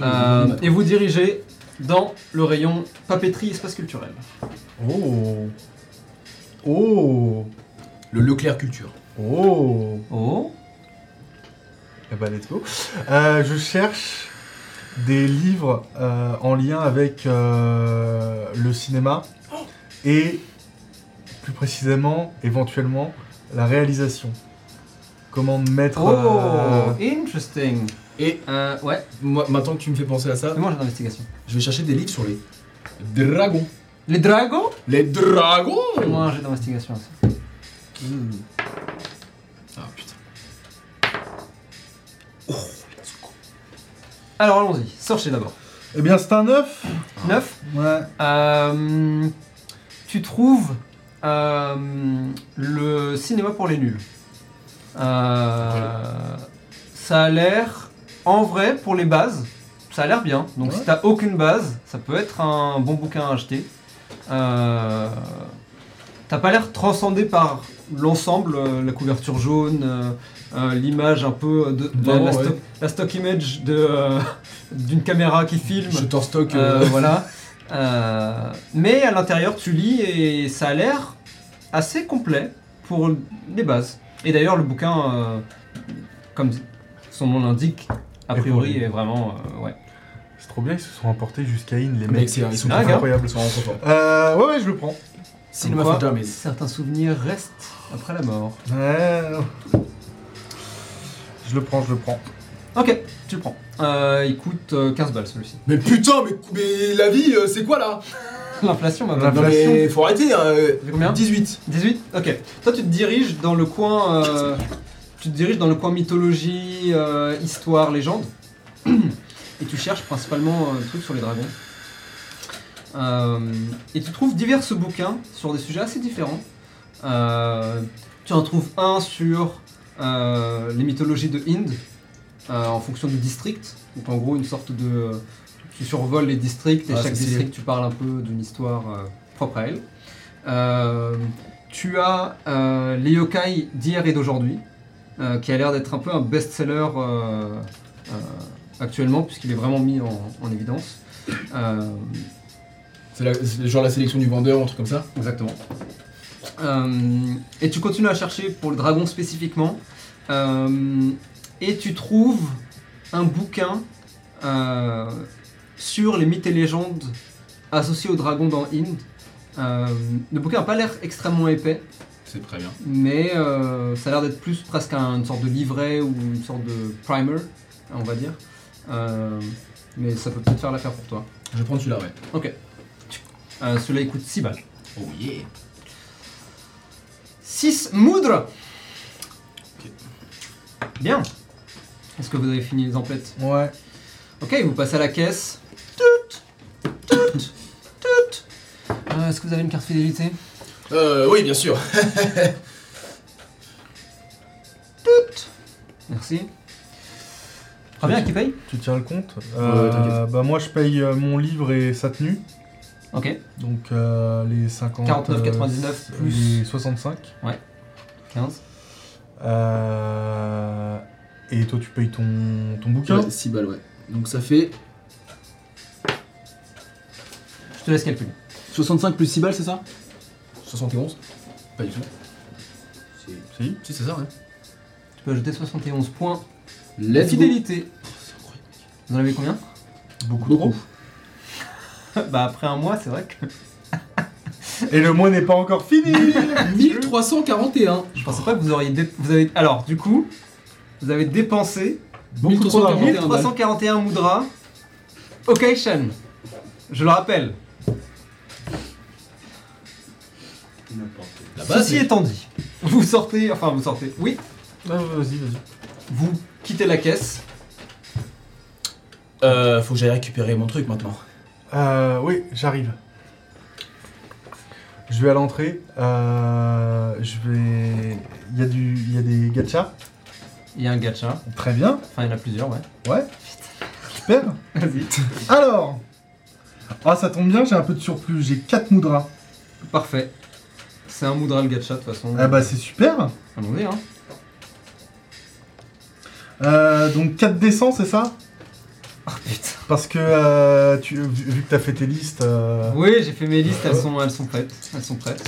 Speaker 1: Euh, et vous dirigez dans le rayon papeterie espace culturel.
Speaker 5: Oh. Oh.
Speaker 3: Le Leclerc Culture.
Speaker 5: Oh.
Speaker 1: Oh
Speaker 5: Eh bah, let's go. Euh, je cherche des livres euh, en lien avec euh, le cinéma et plus précisément, éventuellement, la réalisation. Comment mettre.
Speaker 1: Oh
Speaker 5: euh,
Speaker 1: Interesting
Speaker 3: Et
Speaker 1: Euh, Ouais,
Speaker 3: moi, maintenant que tu me fais penser à ça,
Speaker 1: c'est moi j'ai l'investigation.
Speaker 3: je vais chercher des livres sur les dragons.
Speaker 1: Les dragons
Speaker 3: Les dragons
Speaker 1: Moi j'ai d'investigation aussi.
Speaker 3: Hmm. Ah putain. Oh, let's go.
Speaker 1: Alors allons-y, sorchez d'abord.
Speaker 5: Eh bien, c'est un 9.
Speaker 1: 9
Speaker 5: Ouais.
Speaker 1: Euh, tu trouves euh, le cinéma pour les nuls. Euh, ça a l'air, en vrai, pour les bases, ça a l'air bien. Donc si t'as aucune base, ça peut être un bon bouquin à acheter. Euh, t'as pas l'air transcendé par l'ensemble, euh, la couverture jaune, euh, euh, l'image un peu de, de la,
Speaker 3: Vraiment,
Speaker 1: la
Speaker 3: ouais.
Speaker 1: stock, la stock image de, euh, d'une caméra qui filme.
Speaker 3: Je t'en stocke.
Speaker 1: Euh,
Speaker 3: euh,
Speaker 1: voilà. Euh, mais à l'intérieur, tu lis et ça a l'air assez complet pour les bases. Et d'ailleurs, le bouquin, euh, comme son nom l'indique, a
Speaker 5: Et
Speaker 1: priori,
Speaker 5: pour
Speaker 1: est vraiment. euh, ouais.
Speaker 5: C'est trop bien, ils se sont emportés jusqu'à In, les
Speaker 3: Mec,
Speaker 5: mecs.
Speaker 3: c'est hein. ils sont
Speaker 1: Ah, gars.
Speaker 5: incroyables.
Speaker 3: ils sont vraiment contents.
Speaker 5: Euh, ouais, ouais, je le prends.
Speaker 3: Cinéma
Speaker 1: Comme
Speaker 3: for
Speaker 1: quoi,
Speaker 3: Dummies.
Speaker 1: Certains souvenirs restent après la mort.
Speaker 5: Ouais. Je le prends, je le prends.
Speaker 1: Ok, tu le prends. Euh, il coûte euh, 15 balles celui-ci.
Speaker 3: Mais putain, mais, mais la vie, euh, c'est quoi là
Speaker 1: L'inflation, ma bonne.
Speaker 5: L'inflation.
Speaker 3: Non mais faut arrêter. euh,
Speaker 1: Ça fait combien
Speaker 3: 18.
Speaker 1: 18 Ok. Toi, tu te diriges dans le coin. euh, tu te diriges dans le coin mythologie, euh, histoire, légende. et tu cherches principalement euh, le truc sur les dragons. Euh, et tu trouves divers bouquins sur des sujets assez différents. Euh, tu en trouves un sur euh, les mythologies de Inde, euh, en fonction du district. Donc en gros, une sorte de. euh, Tu survoles les districts et
Speaker 3: Ah,
Speaker 1: chaque
Speaker 3: c'est
Speaker 1: district, tu parles un peu d'une histoire euh, propre à elle. Euh, tu as euh, les yokai d'hier et d'aujourd'hui, euh, qui a l'air d'être un peu un best-seller euh, euh, actuellement, puisqu'il est vraiment mis en, en évidence. Euh,
Speaker 3: C'est la- c'est genre la sélection du vendeur, un truc comme ça
Speaker 1: Exactement. Euh, et tu continues à chercher pour le dragon spécifiquement. Euh, et tu trouves un bouquin euh, sur les mythes et légendes associés au dragon dans Inde. Euh, le bouquin n'a pas l'air extrêmement épais,
Speaker 3: C'est très bien.
Speaker 1: mais euh, ça a l'air d'être plus presque un- une sorte de livret ou une sorte de primer, on va dire. Euh, mais ça peut peut-être faire l'affaire pour toi.
Speaker 3: Je prends celui-là, ouais.
Speaker 1: Euh, Celui-là, il coûte 6 balles.
Speaker 3: Oh yeah
Speaker 1: 6 moudres Bien Est-ce que vous avez fini les emplettes
Speaker 5: Ouais.
Speaker 1: Ok, vous passez à la caisse. Tout Tout Tout Euh, Est-ce que vous avez une carte fidélité
Speaker 3: Euh, oui, bien sûr.
Speaker 1: Tout Merci. Combien qui paye
Speaker 5: Tu tiens le compte
Speaker 3: ouais, t'inquiète.
Speaker 5: Bah moi je paye euh, mon livre et sa tenue,
Speaker 1: Ok,
Speaker 5: donc euh, les 50...
Speaker 1: 49,99
Speaker 5: euh,
Speaker 1: plus-
Speaker 5: Les 65.
Speaker 1: 15.
Speaker 5: Euh, Et toi tu payes ton, ton bouquin
Speaker 3: 6 balles, ouais. Donc ça fait
Speaker 1: Je te laisse calculer.
Speaker 3: 65 plus 6 balles, c'est ça 71 Pas du tout.
Speaker 5: Si.
Speaker 3: Si, c'est ça, ouais.
Speaker 1: Tu peux ajouter 71 points.
Speaker 3: Let's go.
Speaker 1: fidélité Vous en avez combien
Speaker 5: Beaucoup,
Speaker 3: Beaucoup.
Speaker 5: trop.
Speaker 1: Bah après un mois, c'est vrai que...
Speaker 5: Et le mois n'est pas encore fini
Speaker 3: 1341
Speaker 1: Je pensais pas que vous auriez... dé- Vous avez... Alors, du coup, vous avez dépensé
Speaker 5: Beaucoup trop d'argent.
Speaker 3: 1341
Speaker 1: 1341
Speaker 3: balles.
Speaker 1: Moudra. Occasion. Je le rappelle.
Speaker 4: N'importe
Speaker 3: La
Speaker 4: quoi.
Speaker 3: base
Speaker 1: Ceci étant dit, vous sortez, enfin vous sortez, oui,
Speaker 5: Ah, Vas-y, vas-y.
Speaker 1: vous quittez la caisse.
Speaker 3: Euh, faut que j'aille récupérer mon truc maintenant.
Speaker 5: Euh, oui, j'arrive. Je vais à l'entrée. euh, je vais. Il y, a du... il y a des gachas.
Speaker 1: Il y a un gacha,
Speaker 5: Très bien.
Speaker 1: enfin il y en a plusieurs, ouais.
Speaker 5: Ouais. Super.
Speaker 1: Vas-y.
Speaker 5: Alors. Ah, ça tombe bien, j'ai un peu de surplus. J'ai 4 moudras.
Speaker 1: Parfait. C'est un Moudra le gacha de toute façon.
Speaker 5: Ah, bah, c'est super.
Speaker 1: Allons-y, hein.
Speaker 5: Euh, donc 4 décents, c'est ça
Speaker 1: Oh
Speaker 5: Ah,
Speaker 1: putain.
Speaker 5: Parce que euh, tu... vu vu que t'as fait tes listes. euh,
Speaker 1: Oui, j'ai fait mes listes, elles sont, elles sont prêtes. Elles sont prêtes.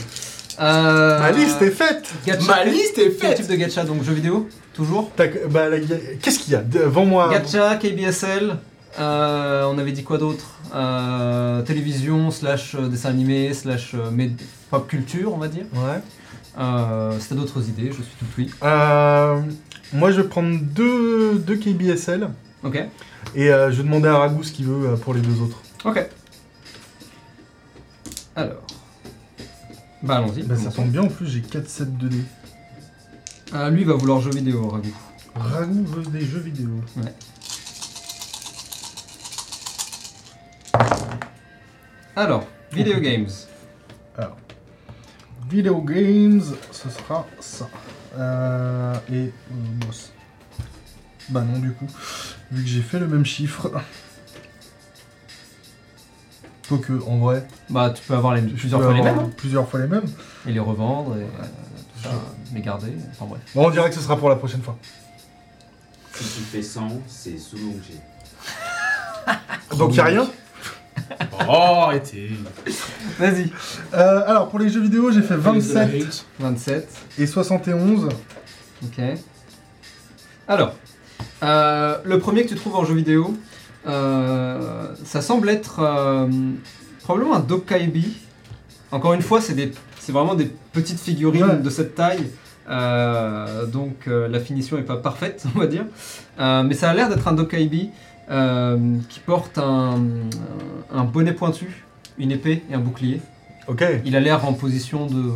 Speaker 1: Euh,
Speaker 5: Ma liste est faite
Speaker 1: gacha.
Speaker 3: Ma liste
Speaker 1: Quel
Speaker 3: est faite
Speaker 1: type de gacha Donc jeux vidéo Toujours
Speaker 5: T'as- bah, là, il y a- Qu'est-ce qu'il y a Devant-moi.
Speaker 1: Gacha, KBSL, euh, on avait dit quoi d'autre Euh, Télévision, slash euh, dessin animé, slash euh, med- pop culture, on va dire.
Speaker 5: Ouais.
Speaker 1: Euh, si t'as d'autres idées, je suis tout oui.
Speaker 5: Euh, moi, je vais prendre deux, deux KBSL.
Speaker 1: Ok.
Speaker 5: Et euh, je vais demander à Ragou ce qu'il veut euh, pour les deux autres.
Speaker 1: Ok. Alors. Bah allons-y.
Speaker 5: Bah, ça tombe bien, en plus j'ai 4 sets 2D.
Speaker 1: Euh, lui va vouloir jeu vidéo, Ragou.
Speaker 5: Ragou veut des jeux vidéo.
Speaker 1: Alors, Video Games.
Speaker 5: Video games, ce sera ça. Euh, et euh, boss. Bah non, du coup, vu que j'ai fait le même chiffre. Quoique, en vrai,
Speaker 1: Bah tu peux avoir les,
Speaker 5: je
Speaker 1: plusieurs
Speaker 5: peux
Speaker 1: fois les
Speaker 5: avoir
Speaker 1: mêmes. hein.
Speaker 5: Plusieurs fois les mêmes.
Speaker 1: Et les revendre et euh, tout ça, les garder. Enfin bref.
Speaker 5: Bon, on dirait que ce sera pour la prochaine fois.
Speaker 4: Si tu fais 100, c'est Soulongé.
Speaker 5: Donc, y a rien
Speaker 3: Oh, arrêtez
Speaker 1: Vas-y.
Speaker 5: Euh, Alors, pour les jeux vidéo, j'ai fait 27
Speaker 1: 27.
Speaker 5: et 71.
Speaker 1: Ok. Alors, euh, le premier que tu trouves en jeu vidéo, euh, ça semble être euh, probablement un Dokaibi. Encore une fois, c'est des- c'est vraiment des petites figurines
Speaker 5: Ouais.
Speaker 1: de cette taille. euh, donc euh, la finition est pas parfaite, on va dire. Euh, mais ça a l'air d'être un Dokaibi euh, qui porte un, un bonnet pointu, une épée et un bouclier.
Speaker 5: Ok,
Speaker 1: Il a l'air en position de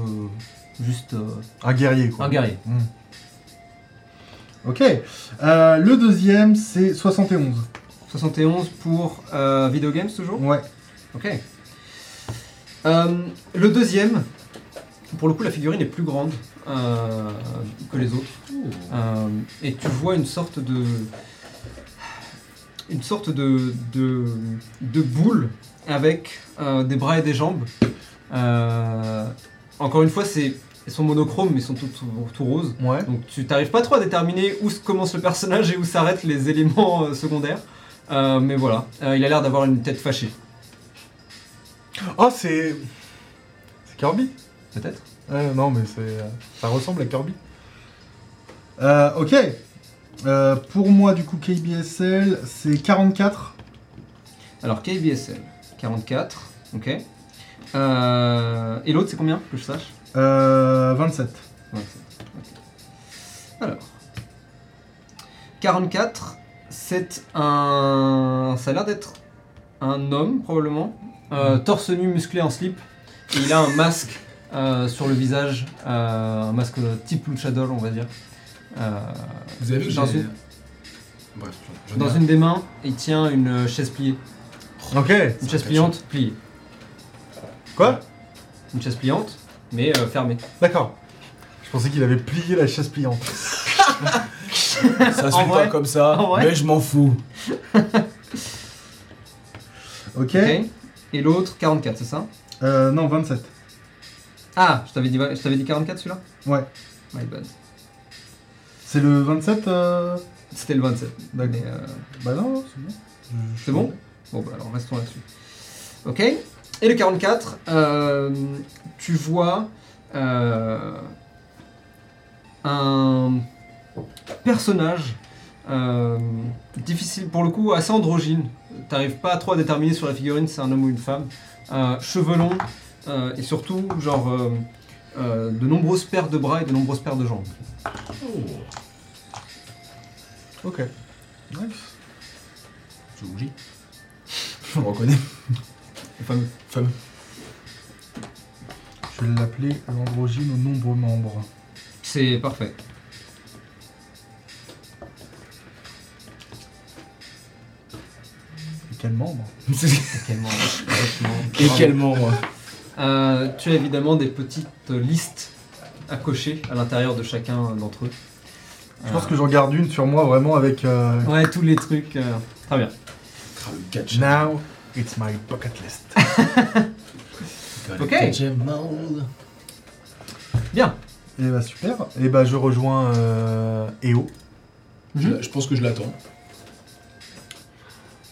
Speaker 1: juste euh,
Speaker 5: un guerrier quoi. Hmm.
Speaker 1: un guerrier.
Speaker 5: Ok. Euh, le deuxième, c'est 71.
Speaker 1: 71 pour euh, Video Games toujours
Speaker 5: Ouais.
Speaker 1: Ok. Euh, le deuxième, pour le coup la figurine est plus grande euh, que les autres. Euh, et tu vois une sorte de, une sorte de, de, de boule avec euh, des bras et des jambes. Euh, encore une fois, c'est elles sont monochromes mais elles sont toutes tout, tout roses.
Speaker 5: Ouais.
Speaker 1: Donc tu t'arrives pas trop à déterminer où se commence le personnage et où s'arrêtent les éléments euh, secondaires. Euh, mais voilà, Euh, il a l'air d'avoir une tête fâchée,
Speaker 5: Oh, c'est. C'est Kirby
Speaker 1: peut-être.
Speaker 5: Ouais, non, mais c'est. euh, Ça ressemble à Kirby. Euh, ok. Euh, pour moi, du coup, KBSL, c'est 44.
Speaker 1: Alors KBSL, 44, ok. Euh, et l'autre c'est combien que je sache
Speaker 5: Euh, 27.
Speaker 1: 27, ok. Alors. 44, c'est un. Ça a l'air d'être un homme, probablement. Euh, Torse nu, musclé en slip. Et il a un masque euh, sur le visage. euh, un masque type luchador, on va dire. Euh,
Speaker 3: Vous avez vu que
Speaker 1: dans,
Speaker 3: j'ai-
Speaker 1: une,
Speaker 3: Bref, j'en ai
Speaker 1: dans
Speaker 3: marre.
Speaker 1: une des mains, il tient une euh, chaise pliée.
Speaker 5: Ok.
Speaker 1: Une chaise pliante, pliée.
Speaker 5: Quoi
Speaker 1: Une chaise pliante, mais euh, fermée.
Speaker 5: D'accord. Je pensais qu'il avait plié la chaise pliante.
Speaker 3: Ça se
Speaker 1: En
Speaker 3: fait
Speaker 1: vrai.
Speaker 3: pas comme ça,
Speaker 1: En vrai.
Speaker 3: mais je m'en fous.
Speaker 1: Ok.
Speaker 5: Ok.
Speaker 1: Et l'autre, 44, c'est ça
Speaker 5: Euh, non, 27.
Speaker 1: Ah, je t'avais dit, je t'avais dit 44 celui-là
Speaker 5: Ouais.
Speaker 1: My bad.
Speaker 5: C'est le 27 euh...
Speaker 1: C'était le 27.
Speaker 5: D'accord.
Speaker 1: Mais, euh,
Speaker 5: Bah non, c'est bon.
Speaker 1: C'est bon Bon, bah alors restons là-dessus. Ok. Et le 44, euh, tu vois euh, un personnage euh, difficile, pour le coup, assez androgyne. T'arrives pas trop à déterminer sur la figurine si c'est un homme ou une femme. Euh, cheveux longs euh, et surtout, genre, euh, euh, de nombreuses paires de bras et de nombreuses paires de jambes.
Speaker 5: Ok. Nice.
Speaker 3: Je vous dis. Je le reconnais.
Speaker 1: Les fameux.
Speaker 5: Je vais l'appeler l'androgyne aux nombreux membres.
Speaker 1: C'est parfait.
Speaker 5: Et quel membre
Speaker 3: Et quel membre
Speaker 1: Euh, tu as évidemment des petites listes à cocher à l'intérieur de chacun d'entre eux.
Speaker 5: Je pense que j'en garde une sur moi vraiment avec. euh,
Speaker 1: Ouais, tous les trucs. euh, Très bien.
Speaker 3: Ah, le catch.
Speaker 5: Now, it's my bucket list.
Speaker 3: Le
Speaker 1: Ok.
Speaker 3: catch and mold.
Speaker 1: Bien.
Speaker 5: Et bah super. Et bah je rejoins euh, EO.
Speaker 3: Je la- Je pense que je l'attends.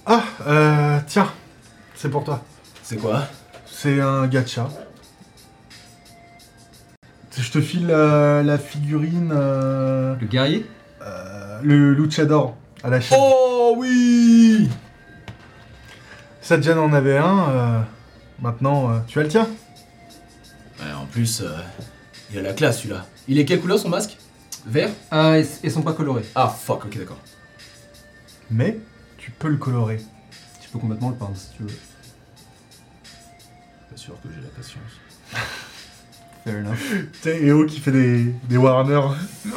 Speaker 5: Ah, euh, tiens, c'est pour toi.
Speaker 3: C'est quoi
Speaker 5: C'est un gacha. Je te file euh, la figurine, euh,
Speaker 1: Le guerrier
Speaker 5: euh, le luchador à la chaîne.
Speaker 3: Oh oui
Speaker 5: Sadjan en avait un. euh, maintenant, euh, tu as le tien.
Speaker 3: Ouais, En plus, euh, il a la classe celui-là. Il est quelle couleur son masque Vert
Speaker 1: euh, ils, ils sont pas colorés.
Speaker 3: Ah fuck, ok d'accord.
Speaker 5: Mais tu peux le colorer.
Speaker 1: Tu peux complètement le peindre si tu veux.
Speaker 3: Pas sûr que j'ai la patience.
Speaker 1: Fair enough.
Speaker 5: T'sais, EO qui fait des, des Warner.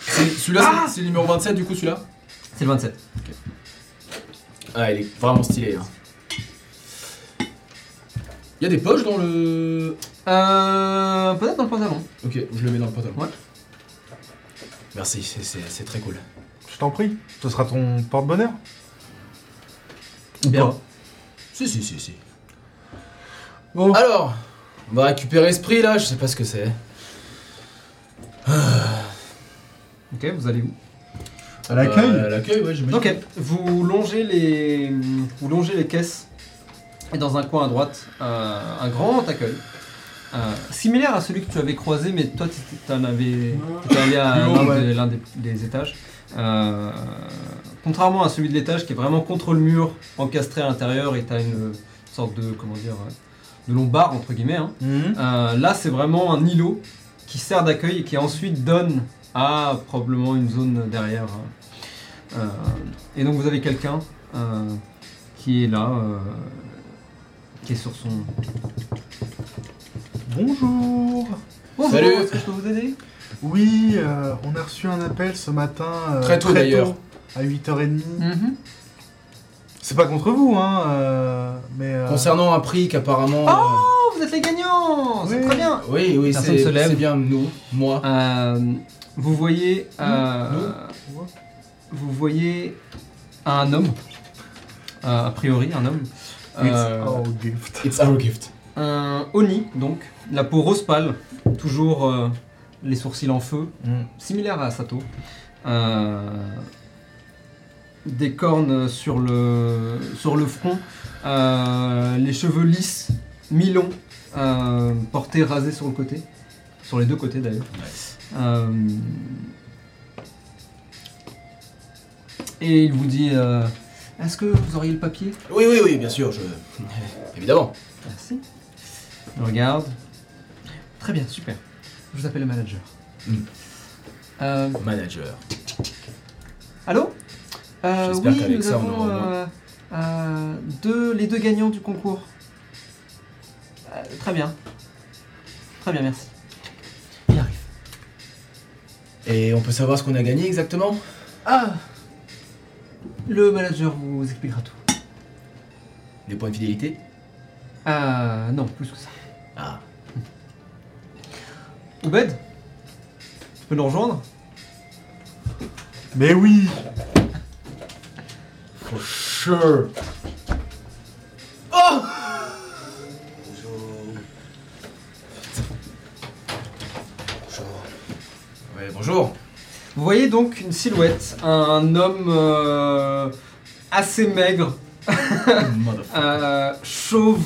Speaker 3: C'est- Celui-là,
Speaker 1: Ah
Speaker 3: c'est- c'est le numéro 27 du coup celui-là
Speaker 1: C'est le 27.
Speaker 3: Ah, il est vraiment stylé. Hein. Il y a des poches dans le...
Speaker 1: Euh, Peut-être dans le pantalon.
Speaker 3: Ok, je le mets dans le pantalon.
Speaker 1: Ouais.
Speaker 3: Merci, c'est- c'est c'est très cool.
Speaker 5: Je t'en prie. Ce sera ton porte-bonheur. Ou
Speaker 1: Bien.
Speaker 5: pas.
Speaker 3: Si, si, si, si.
Speaker 5: Bon.
Speaker 3: Alors, on va récupérer ce prix là, je sais pas ce que c'est.
Speaker 1: Ok, vous allez où
Speaker 5: À l'accueil
Speaker 3: Euh, à L'accueil, ouais, j'imagine.
Speaker 1: Ok, vous longez les, vous longez les caisses et dans un coin à droite, euh, un grand accueil. euh, similaire à celui que tu avais croisé, mais toi tu t'en avais t'étais allé à
Speaker 5: Plus haut,
Speaker 1: l'un
Speaker 5: ouais.
Speaker 1: des- l'un des, des étages. Euh, contrairement à celui de l'étage qui est vraiment contre le mur, encastré à l'intérieur, et t'as une sorte de comment dire euh, de lombard entre guillemets. hein.
Speaker 5: Mhm.
Speaker 1: Euh, là, c'est vraiment un îlot qui sert d'accueil et qui ensuite donne à probablement une zone derrière. Euh, et donc, vous avez quelqu'un euh, qui est là, euh, qui est sur son.
Speaker 5: Bonjour.
Speaker 1: Bonjour,
Speaker 3: Salut.
Speaker 1: est-ce que je peux vous aider
Speaker 5: Oui, euh, on a reçu un appel ce matin. euh,
Speaker 3: Très tôt, d'ailleurs.
Speaker 5: À 8h30. C'est pas contre vous, hein, euh, mais. euh,
Speaker 3: Concernant un prix qu'apparemment... euh,
Speaker 1: Oh, vous êtes les gagnants C'est
Speaker 5: Oui.
Speaker 1: très bien
Speaker 3: Oui, oui,
Speaker 1: Personne
Speaker 3: c'est
Speaker 1: se lève.
Speaker 3: c'est bien nous, moi.
Speaker 1: Euh, Vous voyez. euh,
Speaker 3: Nous.
Speaker 1: Vous voyez un homme euh, a priori, un homme. Euh,
Speaker 5: Oh, gift.
Speaker 3: It's our gift.
Speaker 1: Un Oni, donc, la peau rose pâle, toujours euh, les sourcils en feu,
Speaker 5: Mm.
Speaker 1: similaire à Sato. Euh, des cornes sur le, sur le front, euh, les cheveux lisses, mi-longs, euh, portés rasés sur le côté, sur les deux côtés d'ailleurs. Euh, et il vous dit euh, Est-ce que vous auriez le papier
Speaker 3: Oui, oui, oui, bien sûr, je. Évidemment.
Speaker 1: Merci. Je regarde. Très bien, super. Je vous appelle le manager.
Speaker 3: Mm.
Speaker 1: Euh,
Speaker 3: Manager.
Speaker 1: allô Euh,
Speaker 3: J'espère
Speaker 1: Oui,
Speaker 3: qu'avec
Speaker 1: nous
Speaker 3: ça,
Speaker 1: avons
Speaker 3: on aura au moins-
Speaker 1: euh, euh, deux, les deux gagnants du concours. Euh, très bien. Très bien, merci. Il arrive.
Speaker 3: Et on peut savoir ce qu'on a gagné exactement
Speaker 1: Ah Le manager vous expliquera tout.
Speaker 3: Des points de fidélité
Speaker 1: Ah non, plus que ça.
Speaker 3: Ah.
Speaker 1: Oubed Tu peux nous rejoindre
Speaker 5: Mais oui
Speaker 3: Sure.
Speaker 4: Bonjour.
Speaker 3: Bonjour. Ouais, bonjour.
Speaker 1: Vous voyez donc une silhouette, un homme euh, assez maigre, euh, chauve,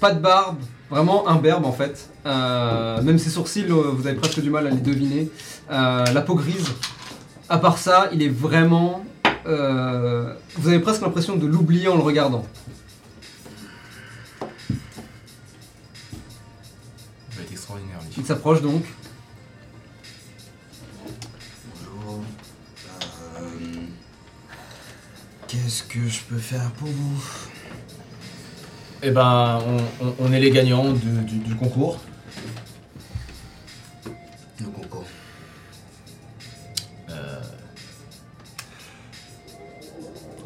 Speaker 1: pas de barbe, vraiment imberbe en fait. Euh, même ses sourcils, euh, vous avez presque du mal à les deviner. Euh, la peau grise. À part ça, il est vraiment. euh, vous avez presque l'impression de l'oublier en le regardant.
Speaker 3: Ça va être extraordinaire, lui.
Speaker 1: Il s'approche donc.
Speaker 4: Bonjour. Euh, Qu'est-ce que je peux faire pour vous
Speaker 3: Eh ben, on, on- on est les gagnants du, du- du concours.
Speaker 4: Le concours.
Speaker 3: Euh,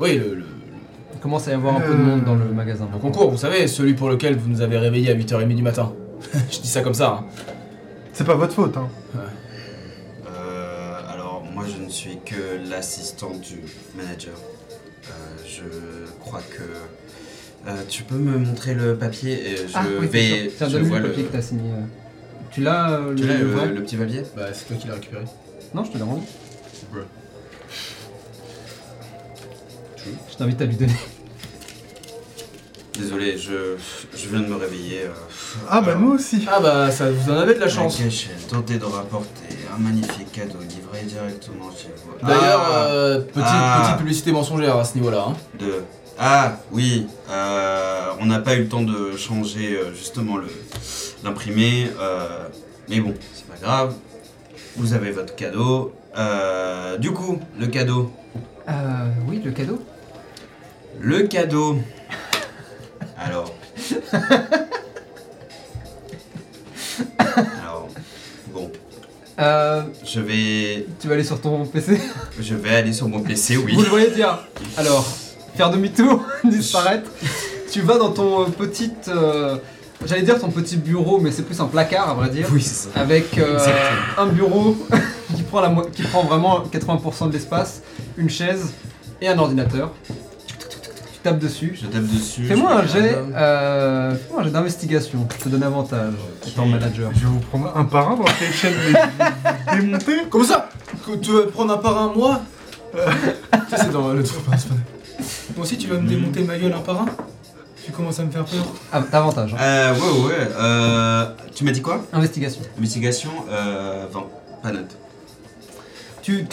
Speaker 3: Oui, le, le-
Speaker 1: Il commence à y avoir un peu de monde dans le magasin.
Speaker 3: le concours, vous savez, celui pour lequel vous nous avez réveillés à 8h30 du matin. Je dis ça comme ça. hein.
Speaker 5: C'est pas votre faute, hein.
Speaker 4: Euh, alors, moi, je ne suis que l'assistant du manager. Euh, je crois que. euh, tu peux me montrer le papier et je
Speaker 1: Ah, oui, bien
Speaker 4: vais.
Speaker 1: sûr. Tiens,
Speaker 4: je
Speaker 1: donne-lui
Speaker 4: vois
Speaker 1: le papier que t'as signé. euh. Tu l'as euh,
Speaker 4: Tu l'as,
Speaker 1: le vrai
Speaker 4: le, le petit papier
Speaker 3: Bah, c'est toi qui l'as récupéré.
Speaker 1: Non, je te l'ai rendu.
Speaker 3: Bruh.
Speaker 1: Je t'invite à lui donner.
Speaker 4: Désolé, je, je viens de me réveiller. euh,
Speaker 5: Ah bah
Speaker 4: alors,
Speaker 5: nous aussi
Speaker 3: Ah bah, ça, vous en avez de la
Speaker 4: La
Speaker 3: chance.
Speaker 4: Gachelle tentait de rapporter un magnifique cadeau livré directement chez vous.
Speaker 3: D'ailleurs,
Speaker 4: Ah,
Speaker 3: euh, petite,
Speaker 4: Ah.
Speaker 3: petite publicité mensongère à ce niveau-là. hein.
Speaker 4: de... ah oui, euh, on n'a pas eu le temps de changer euh, justement le l'imprimer, euh, mais bon, c'est pas grave. Vous avez votre cadeau. Euh, du coup, le cadeau,
Speaker 1: Euh, oui, le cadeau.
Speaker 4: le cadeau. Alors. Alors, bon,
Speaker 1: Euh,
Speaker 4: je vais,
Speaker 1: tu vas aller sur ton PC
Speaker 4: je vais aller sur mon PC, oui.
Speaker 1: Vous le voyez dire. Alors, faire demi-tour, disparaître. tu vas dans ton euh, petit. euh, J'allais dire ton petit bureau, mais c'est plus un placard à vrai dire.
Speaker 4: Oui, c'est ça.
Speaker 1: Avec euh,
Speaker 4: Exactement.
Speaker 1: un bureau qui, prend la mo- qui prend vraiment 80% de l'espace, une chaise et un ordinateur. Tu tapes dessus.
Speaker 4: Je tape dessus.
Speaker 1: Fais-moi
Speaker 4: je
Speaker 1: un
Speaker 4: regarde.
Speaker 1: jet, euh, fais-moi un jet d'investigation. Je te donne avantage, étant manager.
Speaker 5: Je vais vous prendre un par un pour que les chaînes les- les démonter.
Speaker 3: Comme ça Que Tu veux prendre un par un, moi Euh, ça, c'est dans le truc. c'est pas-
Speaker 7: Moi aussi, tu
Speaker 3: Hmm.
Speaker 7: vas me démonter ma gueule un par un Tu commences à me faire peur.
Speaker 1: Ah, t'as avantage. hein.
Speaker 4: Euh, ouais, ouais. Euh, tu m'as dit quoi
Speaker 1: Investigation.
Speaker 4: Investigation, euh, 20. Pas note.
Speaker 1: Tu.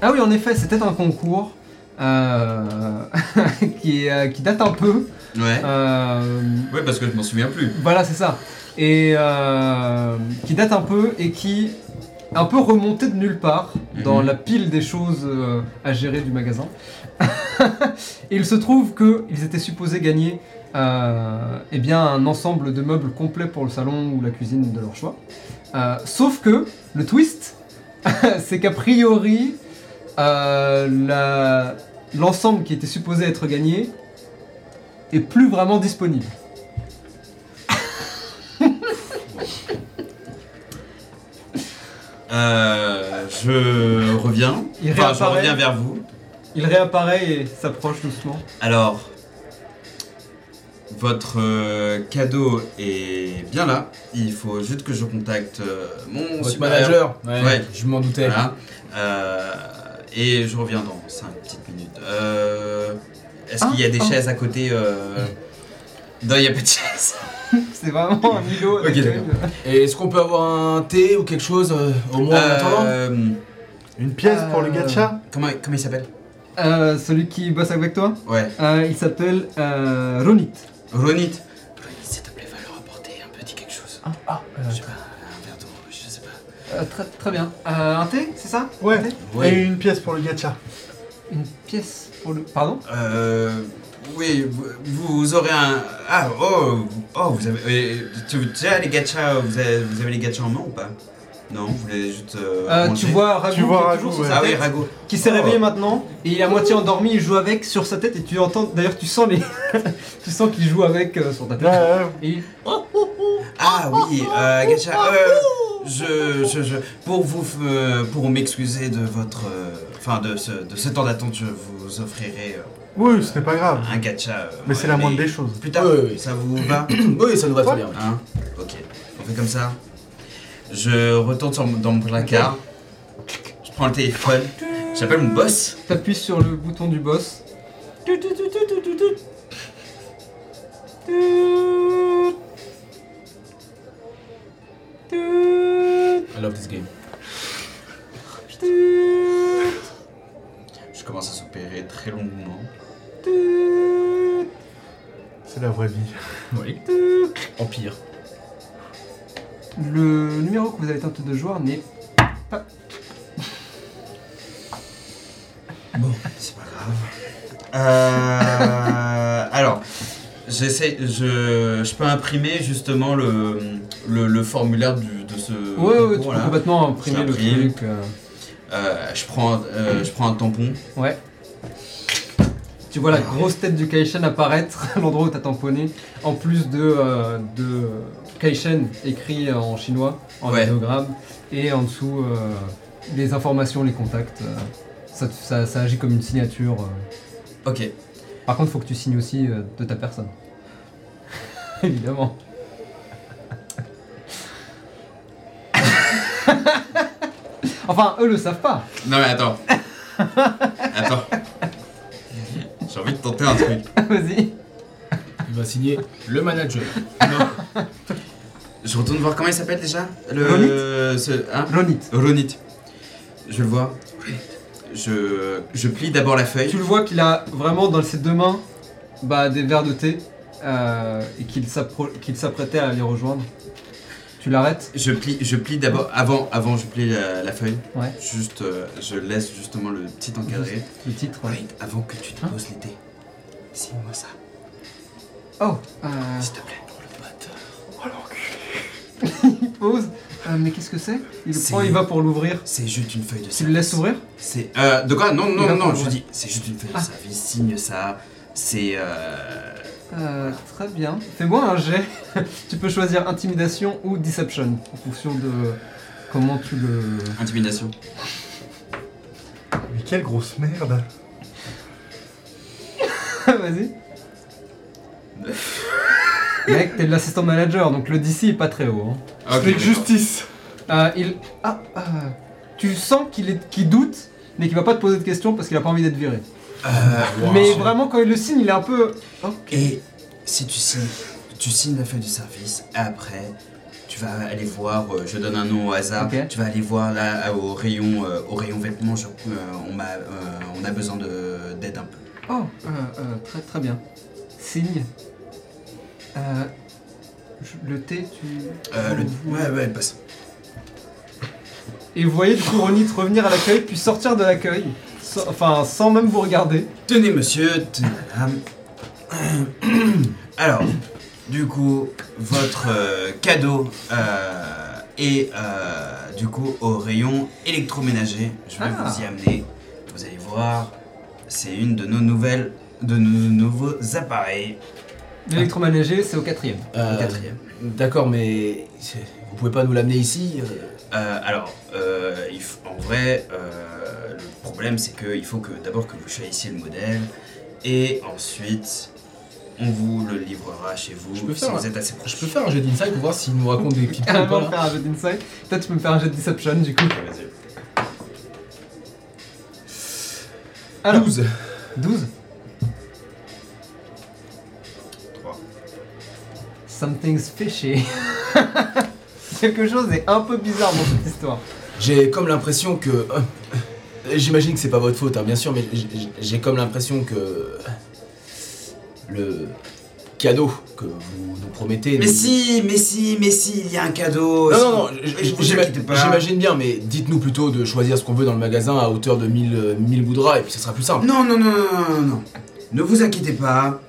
Speaker 1: Ah oui, en effet, c'était un concours euh, qui, est, euh, qui date un peu.
Speaker 4: Ouais.
Speaker 1: euh,
Speaker 4: Ouais, parce que je m'en souviens plus.
Speaker 1: voilà, c'est ça. Et euh, qui date un peu et qui est un peu remonté de nulle part dans
Speaker 4: Mhm.
Speaker 1: la pile des choses euh, à gérer du magasin. et il se trouve qu'ils étaient supposés gagner euh, eh bien, un ensemble de meubles complets pour le salon ou la cuisine de leur choix. Euh, sauf que le twist, c'est qu'a priori, euh, la- l'ensemble qui était supposé être gagné est plus vraiment disponible.
Speaker 4: Euh, je reviens.
Speaker 1: Il
Speaker 4: enfin, je Euh,
Speaker 1: réapparaît.
Speaker 4: reviens vers vous.
Speaker 1: Il réapparaît et s'approche doucement.
Speaker 4: Alors, votre euh, cadeau est bien là. Il faut juste que je contacte euh, mon
Speaker 3: Votre
Speaker 4: supérieur.
Speaker 3: bah, manager Ouais,
Speaker 4: Ouais.
Speaker 3: je m'en doutais.
Speaker 4: Voilà. Euh, et je reviens dans 5 petites minutes. Euh, Est-ce qu'il y a des chaises à côté euh, Non, il n'y a pas de chaises.
Speaker 1: C'est vraiment un îlot. avec
Speaker 4: Ok,
Speaker 1: une-
Speaker 3: Et est-ce qu'on peut avoir un thé ou quelque chose, euh, au moins en attendant
Speaker 4: Euh,
Speaker 5: Une pièce pour le
Speaker 1: Euh,
Speaker 5: gacha
Speaker 4: comment, comment il s'appelle
Speaker 1: Euh, celui qui bosse avec toi,
Speaker 4: Ouais.
Speaker 1: euh, il s'appelle euh, Ronit.
Speaker 4: Ronit. Ronit, s'il te plaît, va leur apporter un petit quelque chose. je sais pas, un verre d'eau, je sais pas.
Speaker 1: Ah, Euh, très, très bien. Euh, un thé, c'est ça
Speaker 5: Ouais.
Speaker 4: Oui.
Speaker 5: Et une pièce pour le gacha.
Speaker 1: Une pièce pour le. Pardon
Speaker 4: Euh, oui, vous, vous aurez un. Ah, oh, oh vous avez. euh, tu- Déjà, les gachas, vous avez, vous avez les gachas en main ou pas Non, vous voulez juste. euh,
Speaker 1: Euh,
Speaker 4: manger
Speaker 1: Tu vois Ragout
Speaker 5: Tu vois
Speaker 1: qui est
Speaker 5: Ragout,
Speaker 1: toujours sur
Speaker 5: ouais.
Speaker 1: sa
Speaker 4: Ah oui,
Speaker 1: tête,
Speaker 4: Rago.
Speaker 1: qui s'est
Speaker 4: Oh.
Speaker 1: réveillé maintenant et il est à moitié endormi, il joue avec sur sa tête et tu entends. D'ailleurs, tu sens les. tu sens qu'il joue avec euh, sur ta tête.
Speaker 5: Euh,
Speaker 1: Et il- Oh,
Speaker 4: Ah oui, euh, gacha. euh, je, je, je. Pour vous. euh, pour m'excuser de votre. euh, Enfin, de, ce, de ce temps d'attente, je vous offrirai euh,
Speaker 5: oui, ce n'est pas grave.
Speaker 4: un gacha. euh,
Speaker 5: Mais
Speaker 4: ouais,
Speaker 5: c'est la moindre des choses.
Speaker 4: Plus tard,
Speaker 3: Oui, oui, oui.
Speaker 4: ça vous va
Speaker 3: Oui, ça nous va très bien. oui.
Speaker 4: Hein Ok, on fait comme ça. Je retourne sur mon- dans mon placard. Je prends le téléphone. J'appelle mon boss.
Speaker 1: T'appuies sur le bouton du boss. Tut, tut, tut, tut, tut, tut, tut. Tut. Tut.
Speaker 3: I love this game.
Speaker 1: Tut.
Speaker 4: Je commence à s'opérer très longuement.
Speaker 1: Tut.
Speaker 5: C'est la vraie vie.
Speaker 3: Oui.
Speaker 1: Tut.
Speaker 3: Empire.
Speaker 1: Le numéro que vous avez tenté de jouer n'est
Speaker 4: Bon, c'est pas grave. Euh, alors, j'essaie, je, je peux imprimer justement le, le, le formulaire du- de ce.
Speaker 1: Ouais, ouais, tu
Speaker 4: concours-là.
Speaker 1: peux complètement imprimer le
Speaker 4: J'imprime.
Speaker 1: truc. euh.
Speaker 4: Euh, je, prends, euh, je prends un tampon.
Speaker 1: Ouais. Tu vois la grosse tête du Kaishen apparaître à l'endroit où t'as tamponné, en plus de, euh, de Kaishen écrit en chinois, en
Speaker 4: Ouais.
Speaker 1: idéogramme, et en dessous euh, les informations, les contacts. euh, ça, ça- ça agit comme une signature. euh.
Speaker 4: Ok.
Speaker 1: Par contre, faut que tu signes aussi euh, de ta personne. Évidemment. enfin, eux le savent pas.
Speaker 4: Non mais attends. attends. J'ai envie de tenter un truc.
Speaker 1: Vas-y.
Speaker 3: Il va signer le manager.
Speaker 4: Je retourne voir comment il s'appelle déjà
Speaker 1: Ronit
Speaker 4: ce, hein
Speaker 1: Ronit.
Speaker 4: Ronit. Je le vois. Je, je plie d'abord la feuille.
Speaker 1: Tu le vois qu'il a vraiment dans ses deux mains bah, des verres de thé euh, et qu'il s'appro- qu'il s'apprêtait à les rejoindre. Tu l'arrêtes
Speaker 4: Je plie, je plie d'abord, avant, avant je plie la, la feuille.
Speaker 1: Ouais.
Speaker 4: Juste, euh, je laisse justement le petit encadré.
Speaker 1: Le titre, ouais. Hein
Speaker 4: Ronit, avant que tu te poses l'été, signe-moi ça,
Speaker 1: Oh euh,
Speaker 4: s'il te plaît.
Speaker 1: Il pose. Euh, mais qu'est-ce que c'est Il le
Speaker 4: C'est-
Speaker 1: prend, il va pour l'ouvrir.
Speaker 4: C'est juste une feuille de
Speaker 1: Tu le laisses
Speaker 4: service.
Speaker 1: ouvrir
Speaker 4: C'est. Euh, de quoi Non,
Speaker 1: Il va
Speaker 4: non, non,
Speaker 1: prendre,
Speaker 4: je
Speaker 1: ouais.
Speaker 4: dis, c'est juste une feuille de
Speaker 1: Ah.
Speaker 4: service, signe ça. C'est. Euh,
Speaker 1: Euh, Très bien. Fais-moi un jet. tu peux choisir intimidation ou deception en fonction de comment tu le.
Speaker 4: intimidation.
Speaker 5: Mais quelle grosse merde.
Speaker 1: Ah, Vas-y. Mec, t'es de l'assistant manager, donc le DC est pas très haut. hein.
Speaker 4: Ok,
Speaker 5: Avec
Speaker 4: d'accord.
Speaker 5: justice.
Speaker 1: Euh, il. Ah, euh, Tu sens qu'il est... qu'il doute, mais qu'il va pas te poser de questions parce qu'il a pas envie d'être viré.
Speaker 4: Euh,
Speaker 1: mais vraiment, quand il le signe, il est un peu.
Speaker 4: Et si tu signes, tu signes la feuille du service, et après, tu vas aller voir, euh, je donne un nom au hasard,
Speaker 1: Ok.
Speaker 4: tu vas aller voir là euh, au rayon, euh, au rayon vêtements, je- euh, on, m'a, euh, on a besoin de, d'aide un peu.
Speaker 1: Oh, euh, euh, très très bien. Signe. Euh, je- Le thé, tu.
Speaker 4: Euh, le-
Speaker 1: Vous-
Speaker 4: Ouais, ouais, passe.
Speaker 1: Et vous voyez du coup Ronit revenir à l'accueil, puis sortir de l'accueil. sans- Enfin, sans même vous regarder.
Speaker 4: Tenez monsieur, tenez madame. Alors, du coup, votre euh, cadeau euh, est euh, du coup au rayon électroménager. Je vais
Speaker 1: Ah.
Speaker 4: vous y amener. Vous allez voir, c'est une de nos nouvelles, de nos nouveaux appareils.
Speaker 1: L'électroménager, c'est au quatrième.
Speaker 3: Euh,
Speaker 4: quatrième.
Speaker 3: D'accord, mais c'est- vous pouvez pas nous l'amener ici euh,
Speaker 4: Euh, alors, euh, il f- en vrai, euh, le problème, c'est qu'il faut que d'abord que vous choisissiez le modèle, et ensuite, on vous le livrera chez vous
Speaker 3: Je peux
Speaker 4: si
Speaker 3: faire
Speaker 4: vous
Speaker 3: un-
Speaker 4: êtes assez proche.
Speaker 3: Je peux faire un jeu d'insight pour voir s'il nous raconte des petites
Speaker 4: Ah,
Speaker 3: trucs ou
Speaker 1: Carrément
Speaker 3: pas.
Speaker 1: faire un jeu d'insight. Toi, tu peux me faire un jeu de deception du coup.
Speaker 4: Ok, vas-y.
Speaker 1: Alors,
Speaker 2: 12.
Speaker 1: 12.
Speaker 4: Trois.
Speaker 1: Something's fishy. Quelque chose est un peu bizarre dans cette histoire.
Speaker 3: J'ai comme l'impression que. euh, J'imagine que c'est pas votre faute, hein, bien sûr, mais j- j- j'ai comme l'impression que. Le cadeau que vous nous promettez.
Speaker 4: Mais
Speaker 3: nous-
Speaker 4: si, mais si, mais si, il y a un cadeau.
Speaker 3: Non,
Speaker 4: si-
Speaker 3: non, non,
Speaker 4: Mais
Speaker 3: j-
Speaker 4: je
Speaker 3: j-
Speaker 4: vous
Speaker 3: j'ima-
Speaker 4: inquiétez pas.
Speaker 3: j'imagine bien, mais dites-nous plutôt de choisir ce qu'on veut dans le magasin à hauteur de 1000, euh, 1000 boudras et puis ce sera plus simple.
Speaker 4: Non, non, non, non, non, non. Ne vous inquiétez pas.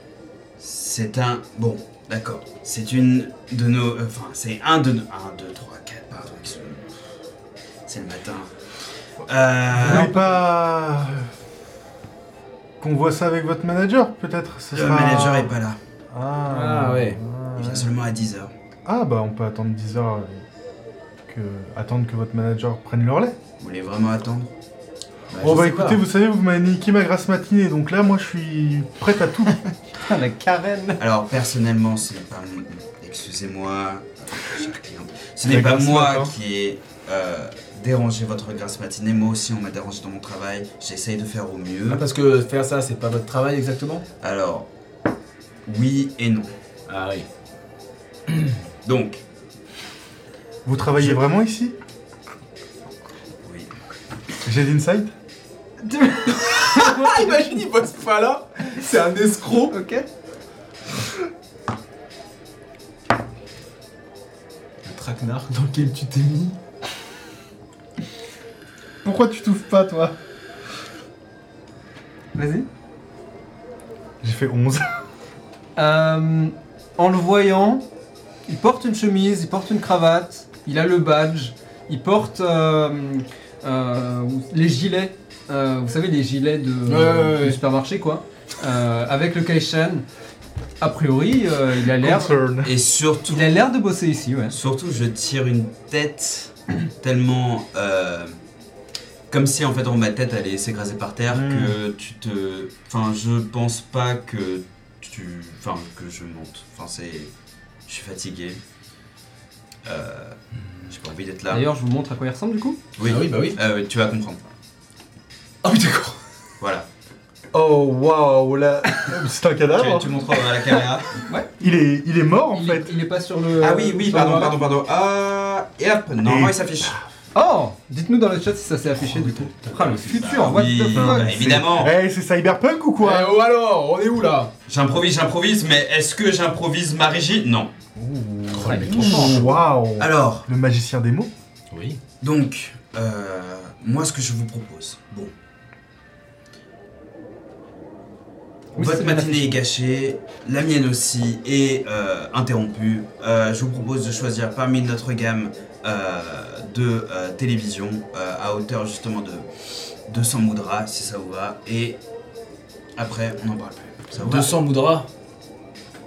Speaker 4: C'est un. Bon, d'accord. C'est une de nos. euh, Enfin, c'est un de nos. 1, 2, 3, 4, pardon. excusez-moi. C'est le matin.
Speaker 5: Vous
Speaker 4: Euh.
Speaker 5: voulez pas qu'on voit ça avec votre manager, peut-être Ce
Speaker 4: Le
Speaker 5: sera-
Speaker 4: manager est pas là.
Speaker 5: Ah,
Speaker 3: Ah, ouais.
Speaker 5: Ah,
Speaker 4: Il
Speaker 5: ouais.
Speaker 4: vient seulement à 10h.
Speaker 5: Ah, bah on peut attendre 10 heures et que... attendre que votre manager prenne le relais.
Speaker 4: Vous voulez vraiment attendre
Speaker 5: Bon
Speaker 3: je
Speaker 5: bah
Speaker 3: sais
Speaker 5: écoutez,
Speaker 3: pas.
Speaker 5: vous savez, vous m'avez niqué ma grasse matinée, donc là moi je suis prête à tout.
Speaker 1: Ah, la carène.
Speaker 4: Alors, personnellement, ce n'est pas. mon- Excusez-moi, cher client. Ce n'est
Speaker 5: La
Speaker 4: pas
Speaker 5: grasse mat,
Speaker 4: moi
Speaker 5: hein.
Speaker 4: qui ai euh, dérangé votre grasse matinée. Moi aussi, on m'a dérangé dans mon travail. J'essaye de faire au mieux.
Speaker 3: Ah, Parce que faire ça, c'est pas votre travail exactement
Speaker 4: Alors, oui et non.
Speaker 3: Ah oui.
Speaker 4: Donc,
Speaker 5: Vous travaillez
Speaker 4: Je-
Speaker 5: vraiment ici
Speaker 4: oui.
Speaker 5: J'ai l'insight
Speaker 3: Ah, imagine, il passe pas là C'est un escroc
Speaker 1: Ok.
Speaker 3: Le traquenard dans lequel tu t'es mis.
Speaker 5: Pourquoi tu t'ouvres pas toi
Speaker 1: Vas-y.
Speaker 5: J'ai fait 11.
Speaker 1: Euh, en le voyant, il porte une chemise, il porte une cravate, il a le badge, il porte euh, euh, les gilets, euh, vous savez les gilets de,
Speaker 3: Ouais, ouais, ouais.
Speaker 1: du supermarché quoi, euh, avec le Kaishan. A priori, euh, il a l'air,
Speaker 5: Concern.
Speaker 4: Et surtout,
Speaker 1: il a l'air de bosser ici, ouais.
Speaker 4: surtout, je tire une tête tellement. euh, comme si en fait, dans ma tête allait s'écraser par terre
Speaker 3: Hmm.
Speaker 5: Mm.
Speaker 4: que tu te. Enfin, je pense pas que tu. Enfin, que je monte. Enfin, c'est. Je suis fatigué. Euh, J'ai pas envie d'être là.
Speaker 1: D'ailleurs, je vous montre à quoi il ressemble du coup.
Speaker 4: oui.
Speaker 3: Ah oui, bah oui.
Speaker 4: Euh, tu vas comprendre.
Speaker 3: Ah oui, d'accord.
Speaker 4: Voilà.
Speaker 5: Oh waouh là C'est un
Speaker 4: Tu,
Speaker 5: cadavre hein.
Speaker 4: tu montres à la caméra.
Speaker 5: il, est, il est mort en
Speaker 1: il,
Speaker 5: fait
Speaker 1: il est pas sur le.
Speaker 4: Ah oui, oui,
Speaker 1: sur
Speaker 4: pardon,
Speaker 1: le-
Speaker 4: pardon, pardon. Ah, et hop, normalement il s'affiche.
Speaker 1: Oh, dites-nous dans le chat si ça s'est affiché du coup. Ah le futur, what
Speaker 4: oui,
Speaker 1: the
Speaker 4: bah,
Speaker 1: fuck.
Speaker 4: évidemment.
Speaker 5: Eh c'est cyberpunk ou quoi
Speaker 3: Eh, oh alors, on est où là
Speaker 4: J'improvise, j'improvise, mais est-ce que j'improvise ma régie Non.
Speaker 3: Oh, il est trop fort.
Speaker 5: Ouh, Waouh
Speaker 4: Alors,
Speaker 5: Le magicien des mots
Speaker 3: Oui.
Speaker 4: donc, euh, moi ce que je vous propose, bon,
Speaker 1: Oui,
Speaker 4: votre
Speaker 1: c'est bien
Speaker 4: matinée est gâchée, la mienne aussi est euh, interrompue. Euh, je vous propose de choisir parmi notre gamme euh, de euh, télévision euh, à hauteur justement de 200 moudras, si ça vous va, et après on n'en parle plus. Ça vous va
Speaker 3: 200 moudras.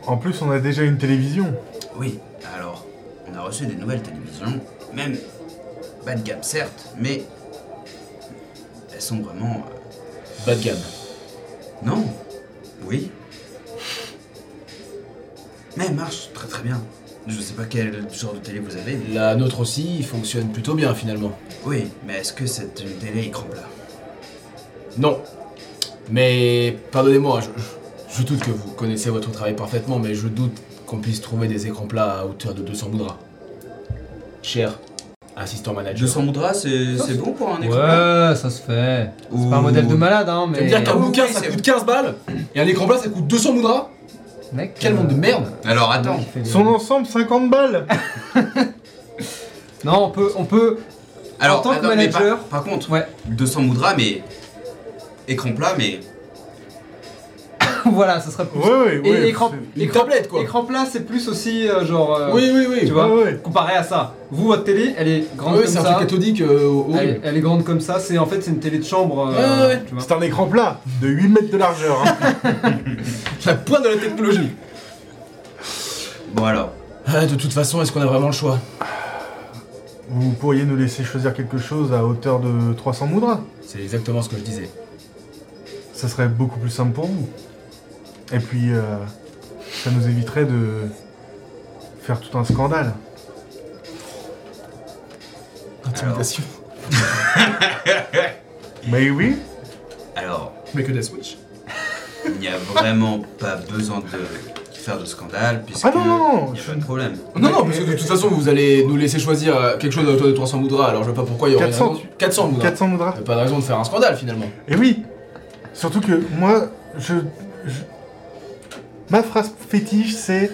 Speaker 5: En plus on a déjà une télévision.
Speaker 4: Oui, alors, on a reçu des nouvelles télévisions, même bas de gamme certes, mais elles sont vraiment... euh,
Speaker 3: Bas de gamme.
Speaker 4: Non, oui. Mais elles marchent très très bien. Je sais pas quel genre de télé vous avez. mais-
Speaker 3: La nôtre aussi fonctionne plutôt bien finalement.
Speaker 4: Oui, mais est-ce que c'est une télé écran plat
Speaker 3: Non. Mais pardonnez-moi, je, je doute que vous connaissez votre travail parfaitement, mais je doute qu'on puisse trouver des écrans plats à hauteur de 200 moudras. Cher assistant manager.
Speaker 4: 200 moudras, c'est c'est bon pour un écran plat
Speaker 1: Ouais, ça se fait. C'est
Speaker 4: Ou-
Speaker 1: pas un modèle de malade, hein, mais.
Speaker 3: Tu veux me dire qu'un
Speaker 4: Oui,
Speaker 3: bouquin
Speaker 4: oui,
Speaker 3: ça
Speaker 4: c'est-
Speaker 3: coûte 15 balles et un écran plat ça coûte 200 moudras
Speaker 1: Mec,
Speaker 3: Quel
Speaker 1: euh,
Speaker 3: monde de merde
Speaker 4: Alors
Speaker 1: le
Speaker 4: attends,
Speaker 1: mec, il fait des-
Speaker 5: Son ensemble 50 balles
Speaker 1: Non, on peut, on peut.
Speaker 4: alors
Speaker 1: en tant que
Speaker 4: attends, mais par-
Speaker 1: manager-
Speaker 4: par, contre,
Speaker 1: Ouais.
Speaker 4: 200 moudras, mais écran plat, mais
Speaker 1: voilà, ça sera plus.
Speaker 5: Ouais ouais ouais
Speaker 1: Et écran,
Speaker 3: Une
Speaker 1: écran,
Speaker 3: tablette quoi.
Speaker 1: écran plat, c'est plus aussi euh, genre. euh,
Speaker 3: Oui oui oui.
Speaker 1: Tu vois.
Speaker 5: Ouais, ouais.
Speaker 1: Comparé à ça, vous votre télé, elle est grande
Speaker 3: Oui,
Speaker 1: comme
Speaker 3: c'est un
Speaker 1: ça.
Speaker 3: truc cathodique. euh, horrible.
Speaker 1: elle, elle est grande comme ça. C'est en fait c'est une télé de chambre. euh,
Speaker 3: Ouais, ouais, ouais.
Speaker 1: tu vois.
Speaker 5: C'est un écran plat de 8 mètres de largeur. hein.
Speaker 3: La pointe de la technologie.
Speaker 4: bon alors.
Speaker 3: Ah, de toute façon, est-ce qu'on a vraiment le choix
Speaker 5: Vous pourriez nous laisser choisir quelque chose à hauteur de 300 moudras
Speaker 3: C'est exactement ce que je disais.
Speaker 5: Ça serait beaucoup plus simple pour vous. Et puis, euh, ça nous éviterait de faire tout un scandale.
Speaker 7: Intimidation.
Speaker 5: Mais oui,
Speaker 4: Alors,
Speaker 7: Mais que des Switch.
Speaker 4: il n'y a vraiment pas besoin de faire de scandale puisque
Speaker 5: Ah non, non,
Speaker 4: il n'y a
Speaker 5: je-
Speaker 4: pas de problème.
Speaker 3: Non, non, parce que de toute façon, vous allez nous laisser choisir euh, quelque chose à hauteur de 300 moudras, alors je vois pas pourquoi il y aurait.
Speaker 5: 400,
Speaker 3: une raison- 400 moudras.
Speaker 5: 400 moudras.
Speaker 3: Euh, Pas de raison de faire un scandale finalement.
Speaker 5: Et oui Surtout que moi, je. je- Ma phrase fétiche, c'est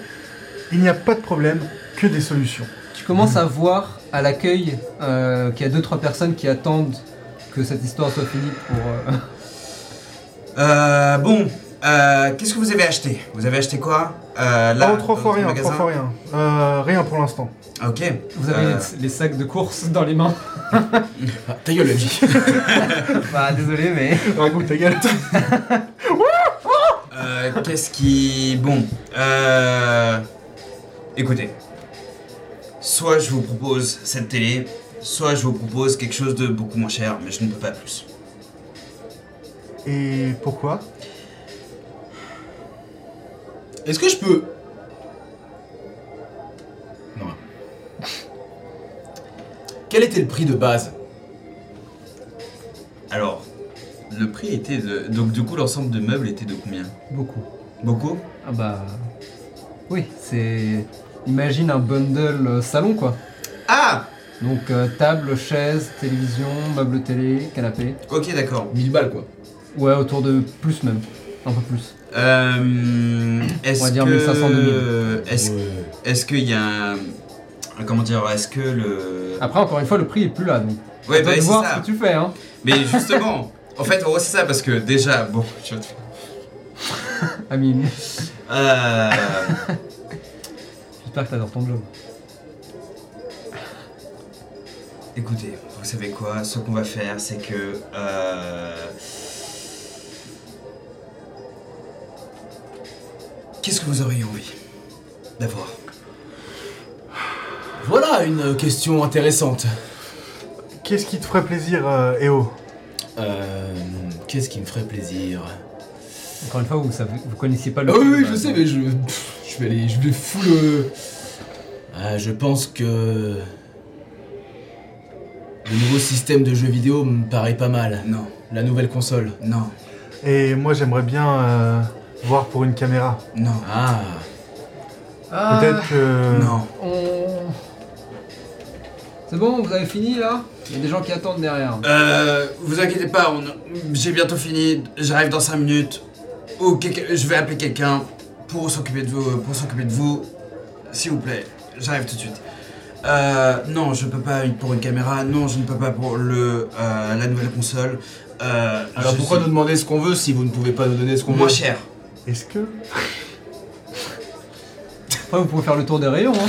Speaker 5: Il n'y a pas de problème, que des solutions.
Speaker 1: Tu commences à voir à l'accueil euh, qu'il y a deux trois personnes qui attendent que cette histoire soit finie pour. euh,
Speaker 4: Euh, bon, euh, qu'est-ce que vous avez acheté Vous avez acheté quoi euh, là,
Speaker 5: oh, trois
Speaker 4: dans
Speaker 5: fois
Speaker 4: votre
Speaker 5: rien,
Speaker 4: magasin
Speaker 5: trois fois rien. Euh, rien pour l'instant.
Speaker 4: Ah, Ok.
Speaker 1: Vous avez
Speaker 4: Euh,
Speaker 1: les, les sacs de course dans les mains.
Speaker 3: Ah, ta gueule, MJ.
Speaker 1: bah désolé mais.
Speaker 5: Ragout, Ah, ta gueule.
Speaker 4: Euh, Qu'est-ce qui. Bon. Euh... Écoutez. Soit je vous propose cette télé, soit je vous propose quelque chose de beaucoup moins cher, mais je ne peux pas plus.
Speaker 5: Et pourquoi
Speaker 3: Est-ce que je peux. Non. Quel était le prix de base
Speaker 4: Alors, le prix était de. Donc, du coup, l'ensemble de meubles était de combien
Speaker 1: Beaucoup.
Speaker 4: Beaucoup
Speaker 1: Ah bah. Oui, c'est. Imagine un bundle euh, salon quoi.
Speaker 4: Ah
Speaker 1: Donc euh, table, chaise, télévision, meuble télé, canapé.
Speaker 4: Ok, d'accord.
Speaker 3: 1000 balles quoi.
Speaker 1: Ouais, autour de plus même. Un peu plus.
Speaker 4: Euh, est-ce
Speaker 1: On va dire
Speaker 4: que...
Speaker 1: 1500, 2000.
Speaker 4: Est-ce est-ce qu'il y a un. Comment dire Est-ce que le.
Speaker 1: Après, encore une fois, le prix est plus là donc.
Speaker 4: ouais,
Speaker 1: Ah, à toi
Speaker 3: Eh ben,
Speaker 4: bah,
Speaker 1: de
Speaker 4: c'est
Speaker 1: voir
Speaker 4: ça.
Speaker 1: ce que tu fais hein.
Speaker 4: Mais justement, en fait, en gros, c'est ça parce que déjà, bon, je vais te
Speaker 1: Amine,
Speaker 4: Euh,
Speaker 1: j'espère que t'adores ton job.
Speaker 4: écoutez, vous savez quoi Ce qu'on va faire, c'est que. euh, Qu'est-ce que vous auriez envie d'avoir
Speaker 3: Voilà une question intéressante.
Speaker 5: Qu'est-ce qui te ferait plaisir, euh, Eo
Speaker 3: Euh. Qu'est-ce qui me ferait plaisir
Speaker 1: Encore une fois, vous, savez, vous connaissiez pas le.
Speaker 3: Ah oui, oui,
Speaker 1: bah,
Speaker 3: je sais, mais je. pff, Je vais aller. Je vais full. euh, Ah, je pense que. Le nouveau système de jeux vidéo me paraît pas mal.
Speaker 4: Non,
Speaker 3: La nouvelle console.
Speaker 4: non,
Speaker 5: Et moi, j'aimerais bien euh, voir pour une caméra.
Speaker 4: non,
Speaker 3: Ah.
Speaker 1: Ah,
Speaker 5: Peut-être que.
Speaker 4: non.
Speaker 1: on- C'est bon, vous avez fini là Il y a des gens qui attendent derrière.
Speaker 4: Euh, vous inquiétez pas, on... j'ai bientôt fini. J'arrive dans 5 minutes. Ou quelqu'un- je vais appeler quelqu'un pour s'occuper de vous. Pour s'occuper de vous, s'il vous plaît. J'arrive tout de suite. Euh, non, je peux pas pour une caméra. Non, je ne peux pas pour le euh, la nouvelle console. Euh,
Speaker 3: Alors
Speaker 4: je
Speaker 3: pourquoi
Speaker 4: suis-
Speaker 3: nous demander ce qu'on veut si vous ne pouvez pas nous donner ce qu'on veut
Speaker 4: moins cher
Speaker 5: Est-ce que.
Speaker 1: Après, vous pouvez faire le tour des rayons. Hein.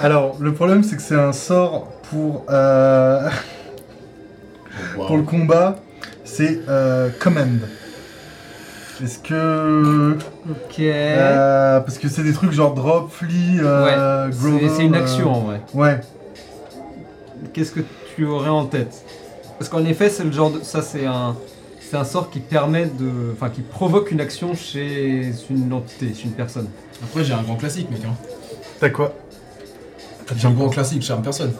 Speaker 5: Alors, le problème, c'est que c'est un sort pour, euh,
Speaker 3: Wow.
Speaker 5: pour le combat. C'est euh, Command. Est-ce que.
Speaker 1: Ok.
Speaker 5: Euh, parce que c'est des trucs genre drop, flee, euh,
Speaker 1: ouais.
Speaker 5: grovel,
Speaker 1: C'est- C'est une
Speaker 5: euh,
Speaker 1: action en vrai.
Speaker 5: Ouais.
Speaker 1: Qu'est-ce que tu aurais en tête Parce qu'en effet, c'est le genre de. Ça, c'est un. C'est un sort qui permet de. Enfin, qui provoque une action chez une entité, chez une personne.
Speaker 3: Après j'ai un grand classique mec hein.
Speaker 5: T'as quoi
Speaker 3: J'ai un grand classique, charme personne.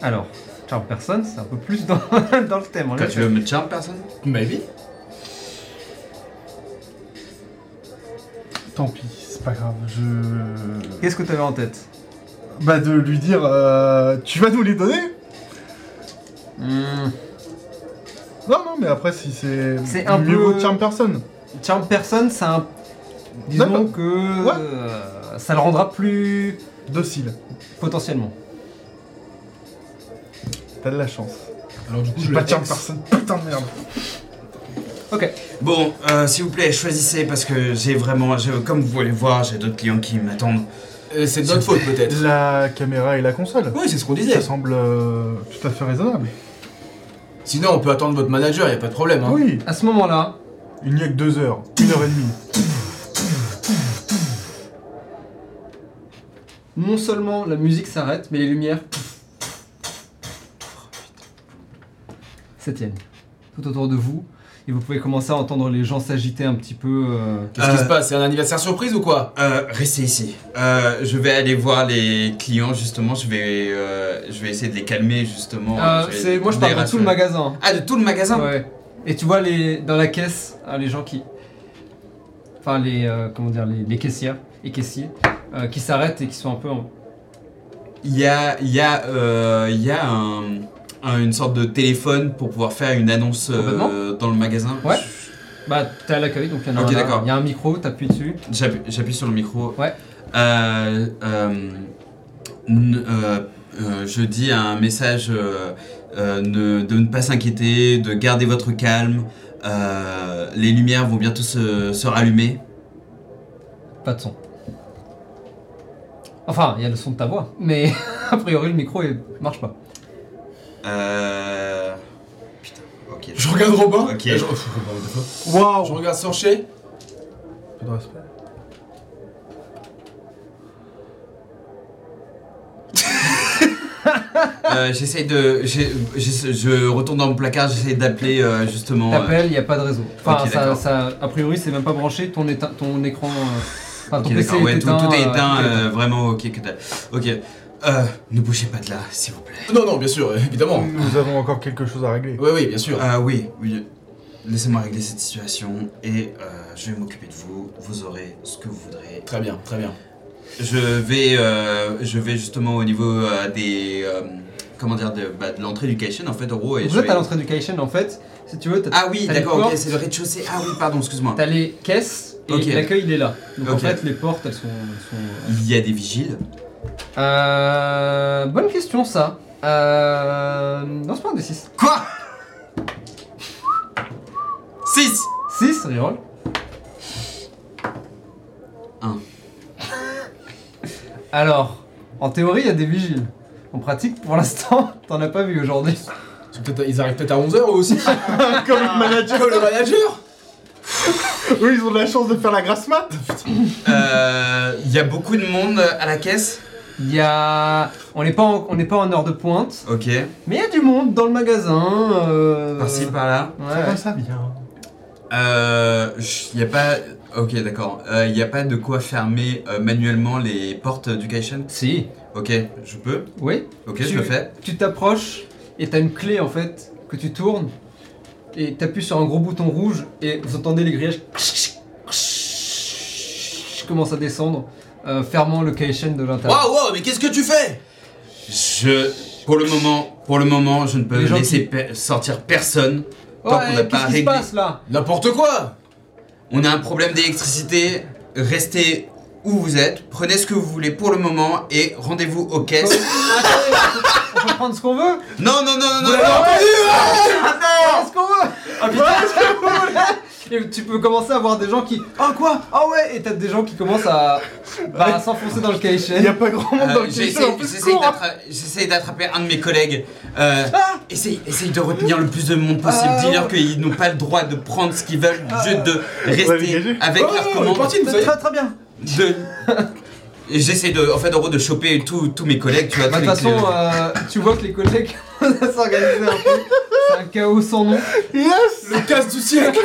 Speaker 1: Alors, charme personne, c'est un peu plus dans, dans le thème. en effet.
Speaker 4: veux me charme personne
Speaker 3: Maybe.
Speaker 5: Tant pis, c'est pas grave. Je.
Speaker 1: Qu'est-ce que tu avais en tête
Speaker 5: Bah, de lui dire. euh, tu vas nous les donner
Speaker 1: Hmm,
Speaker 5: Non, non, mais après, si c'est.
Speaker 1: C'est un
Speaker 5: mieux
Speaker 1: peu-
Speaker 5: vaut charme personne.
Speaker 1: Charme personne, c'est un. Disons
Speaker 5: D'accord.
Speaker 1: que.
Speaker 5: Ouais.
Speaker 1: euh, ça le rendra plus.
Speaker 5: Docile.
Speaker 1: potentiellement.
Speaker 5: T'as de la chance.
Speaker 3: Alors du coup
Speaker 5: J'ai
Speaker 3: je
Speaker 5: pas
Speaker 3: la
Speaker 5: de charme
Speaker 3: ex.
Speaker 5: personne. Putain de merde.
Speaker 1: Ok.
Speaker 4: Bon, euh, s'il vous plaît, choisissez parce que j'ai vraiment, je- comme vous pouvez le voir, j'ai d'autres clients qui m'attendent.
Speaker 3: Euh, C'est de notre faute peut-être.
Speaker 5: La caméra et la console.
Speaker 3: Oui c'est ce qu'on disait.
Speaker 5: Ça semble euh, tout à fait raisonnable.
Speaker 3: Sinon on peut attendre votre manager, y a pas de problème hein.
Speaker 5: Oui,
Speaker 1: À ce moment-là,
Speaker 5: il n'y a que deux heures, une heure et demie.
Speaker 1: non seulement la musique s'arrête, mais les lumières. s'éteignent. Tout autour de vous. Et vous pouvez commencer à entendre les gens s'agiter un petit peu. euh,
Speaker 3: Qu'est-ce qui
Speaker 4: Euh.
Speaker 3: se passe C'est un anniversaire surprise ou quoi
Speaker 4: Euh, restez ici. Euh, je vais aller voir les clients justement. Je vais, euh, je vais essayer de les calmer justement.
Speaker 1: Euh,
Speaker 4: vais
Speaker 1: c'est- moi, je
Speaker 4: les
Speaker 1: parle de tout le
Speaker 4: rassurer.
Speaker 1: magasin.
Speaker 4: Ah, de tout le magasin.
Speaker 1: Ouais. Et tu vois les, dans la caisse, hein, les gens qui. Enfin, les. euh, comment dire Les, les caissières et caissiers euh, qui s'arrêtent et qui sont un peu en.
Speaker 4: Il y a, il y a, euh, il y a un, un- une sorte de téléphone pour pouvoir faire une annonce euh,
Speaker 1: Complètement.
Speaker 4: dans le magasin.
Speaker 1: Ouais.
Speaker 4: Je-
Speaker 1: Bah, t'es à l'accueil, donc il y en a
Speaker 4: Ok,
Speaker 1: un-
Speaker 4: d'accord.
Speaker 1: Il y a un micro, t'appuies dessus.
Speaker 4: J'appuie j'appuie sur le micro.
Speaker 1: Ouais.
Speaker 4: Euh, euh, n- euh, euh, je dis un message euh, euh, ne- de ne pas s'inquiéter, de garder votre calme. Euh, les lumières vont bientôt se, se rallumer.
Speaker 1: Pas de son. Enfin, il y a le son de ta voix, mais a priori le micro il marche pas.
Speaker 4: Euh... Putain, ok.
Speaker 3: Je regarde Robin.
Speaker 4: Ok.
Speaker 3: Et Je, je
Speaker 5: Waouh
Speaker 3: regarde Sorcher.
Speaker 5: Peu de respect.
Speaker 4: Euh, j'essaye de... j'ai- j'essa- je retourne dans mon placard, j'essaye d'appeler euh, justement... euh,
Speaker 1: T'appelles, il n'y a pas de réseau. Enfin,
Speaker 4: Ok,
Speaker 1: ça,
Speaker 4: d'accord.
Speaker 1: ça, a priori, c'est même pas branché, ton, éteint- ton écran. euh, Enfin,
Speaker 4: Ok,
Speaker 1: ton PC
Speaker 4: d'accord, ouais,
Speaker 1: est
Speaker 4: tout,
Speaker 1: éteint.
Speaker 4: tout est
Speaker 1: euh,
Speaker 4: éteint,
Speaker 1: tout est
Speaker 4: euh, vraiment, ok, que dalle. Ok, euh, ne bougez pas de là, s'il vous plaît.
Speaker 3: Non, non, bien sûr, euh, évidemment.
Speaker 5: Nous avons encore quelque chose à régler.
Speaker 3: Oui, oui, bien sûr.
Speaker 4: Euh, oui, oui, laissez-moi régler cette situation et euh, je vais m'occuper de vous, vous aurez ce que vous voudrez.
Speaker 3: Très bien, très bien.
Speaker 4: Je vais, euh, je vais justement au niveau euh, des... euh, comment dire, de, bah, de l'entrée du caisson, en fait, en gros, et
Speaker 1: Vous
Speaker 4: je
Speaker 1: êtes
Speaker 4: vais-
Speaker 1: à l'entrée du Kaishen en fait, si tu veux, t'as
Speaker 4: Ah oui,
Speaker 1: T'as les
Speaker 4: d'accord, ok,
Speaker 1: portes.
Speaker 4: c'est le rez-de-chaussée. Ah oui, pardon, excuse-moi.
Speaker 1: t'as les caisses et
Speaker 4: Ok.
Speaker 1: l'accueil il est là. Donc en
Speaker 4: Ok.
Speaker 1: fait, les portes elles sont. elles sont-
Speaker 4: Il y a des vigiles.
Speaker 1: Euh, bonne question ça. Euh. Non, c'est pas un D6.
Speaker 4: Quoi 6
Speaker 1: 6, reroll.
Speaker 4: Un.
Speaker 1: Alors, en théorie, il y a des vigiles. En pratique, pour l'instant, t'en as pas vu aujourd'hui.
Speaker 3: Ils sont peut-être à- Ils arrivent peut-être à 11h aussi.
Speaker 5: Comme le manager
Speaker 3: Comme le manager
Speaker 5: Eux, ils ont de la chance de faire la grasse mat
Speaker 4: Euh, Il y a beaucoup de monde à la caisse.
Speaker 1: Il y a. On n'est pas, en- on n'est pas en heure de pointe,
Speaker 4: Ok.
Speaker 1: mais il y a du monde dans le magasin. Euh...
Speaker 4: Par-ci, par-là.
Speaker 1: Ouais,
Speaker 5: Ah,
Speaker 1: ouais.
Speaker 5: ça vient.
Speaker 4: Euh, Il n'y a pas... Ok, d'accord. Euh, Il n'y a pas de quoi fermer euh, manuellement les portes du Kaishen.
Speaker 1: Si,
Speaker 4: Ok, je peux.
Speaker 1: oui.
Speaker 4: Ok,
Speaker 1: Tu-
Speaker 4: je le fais.
Speaker 1: Tu t'approches et t'as une clé en fait que tu tournes et t'appuies sur un gros bouton rouge et vous entendez les grillages commencent à descendre, euh, fermant le Kaishen de l'intérieur.
Speaker 3: Waouh, waouh, mais qu'est-ce que tu fais
Speaker 4: Je... Pour le moment, pour le moment, je ne peux
Speaker 1: Les gens
Speaker 4: laisser
Speaker 1: qui-
Speaker 4: pe- sortir personne. Tant qu'on n'a
Speaker 1: Ouais,
Speaker 4: pas
Speaker 1: qu'est-ce qui se
Speaker 4: réglé.
Speaker 1: passe là
Speaker 3: N'importe quoi
Speaker 4: On a un problème d'électricité. Restez où vous êtes. Prenez ce que vous voulez pour le moment et rendez-vous aux caisses.
Speaker 1: Attends, on peut prendre ce qu'on veut
Speaker 4: Non, non, non, non, non,
Speaker 3: l'avez
Speaker 4: non.
Speaker 1: Prends ce qu'on veut Ah, Et tu peux commencer à voir des gens qui. Ah quoi Ah ouais Et t'as des gens qui commencent à, bah, à s'enfoncer dans le
Speaker 5: Il y a
Speaker 1: Kaishen.
Speaker 5: pas grand monde dans
Speaker 4: Euh,
Speaker 5: le
Speaker 4: J'essaie
Speaker 5: caisson, en plus,
Speaker 4: j'essaie
Speaker 5: cours, hein.
Speaker 4: d'attra- j'essaie d'attraper un de mes collègues. Euh, essaye, essaye de retenir le plus de monde possible.
Speaker 1: Ah,
Speaker 4: Dis-leur
Speaker 1: ouais.
Speaker 4: qu'ils n'ont pas le droit de prendre ce qu'ils veulent, juste de
Speaker 5: Ouais, mais
Speaker 4: rester
Speaker 5: j'ai-
Speaker 4: avec
Speaker 3: Oh,
Speaker 4: leur
Speaker 3: on est
Speaker 4: commande.
Speaker 3: parti, vous savez.
Speaker 1: Très très bien
Speaker 4: De... Et J'essaie de, en fait, en gros, de choper tous tous mes collègues. Tu vois,
Speaker 1: Bah,
Speaker 4: tous
Speaker 1: de
Speaker 4: les-
Speaker 1: toute façon, euh, tu vois que les collègues commencent à s'organiser un peu. C'est un chaos sans nom.
Speaker 5: Yes
Speaker 3: Le casse du siècle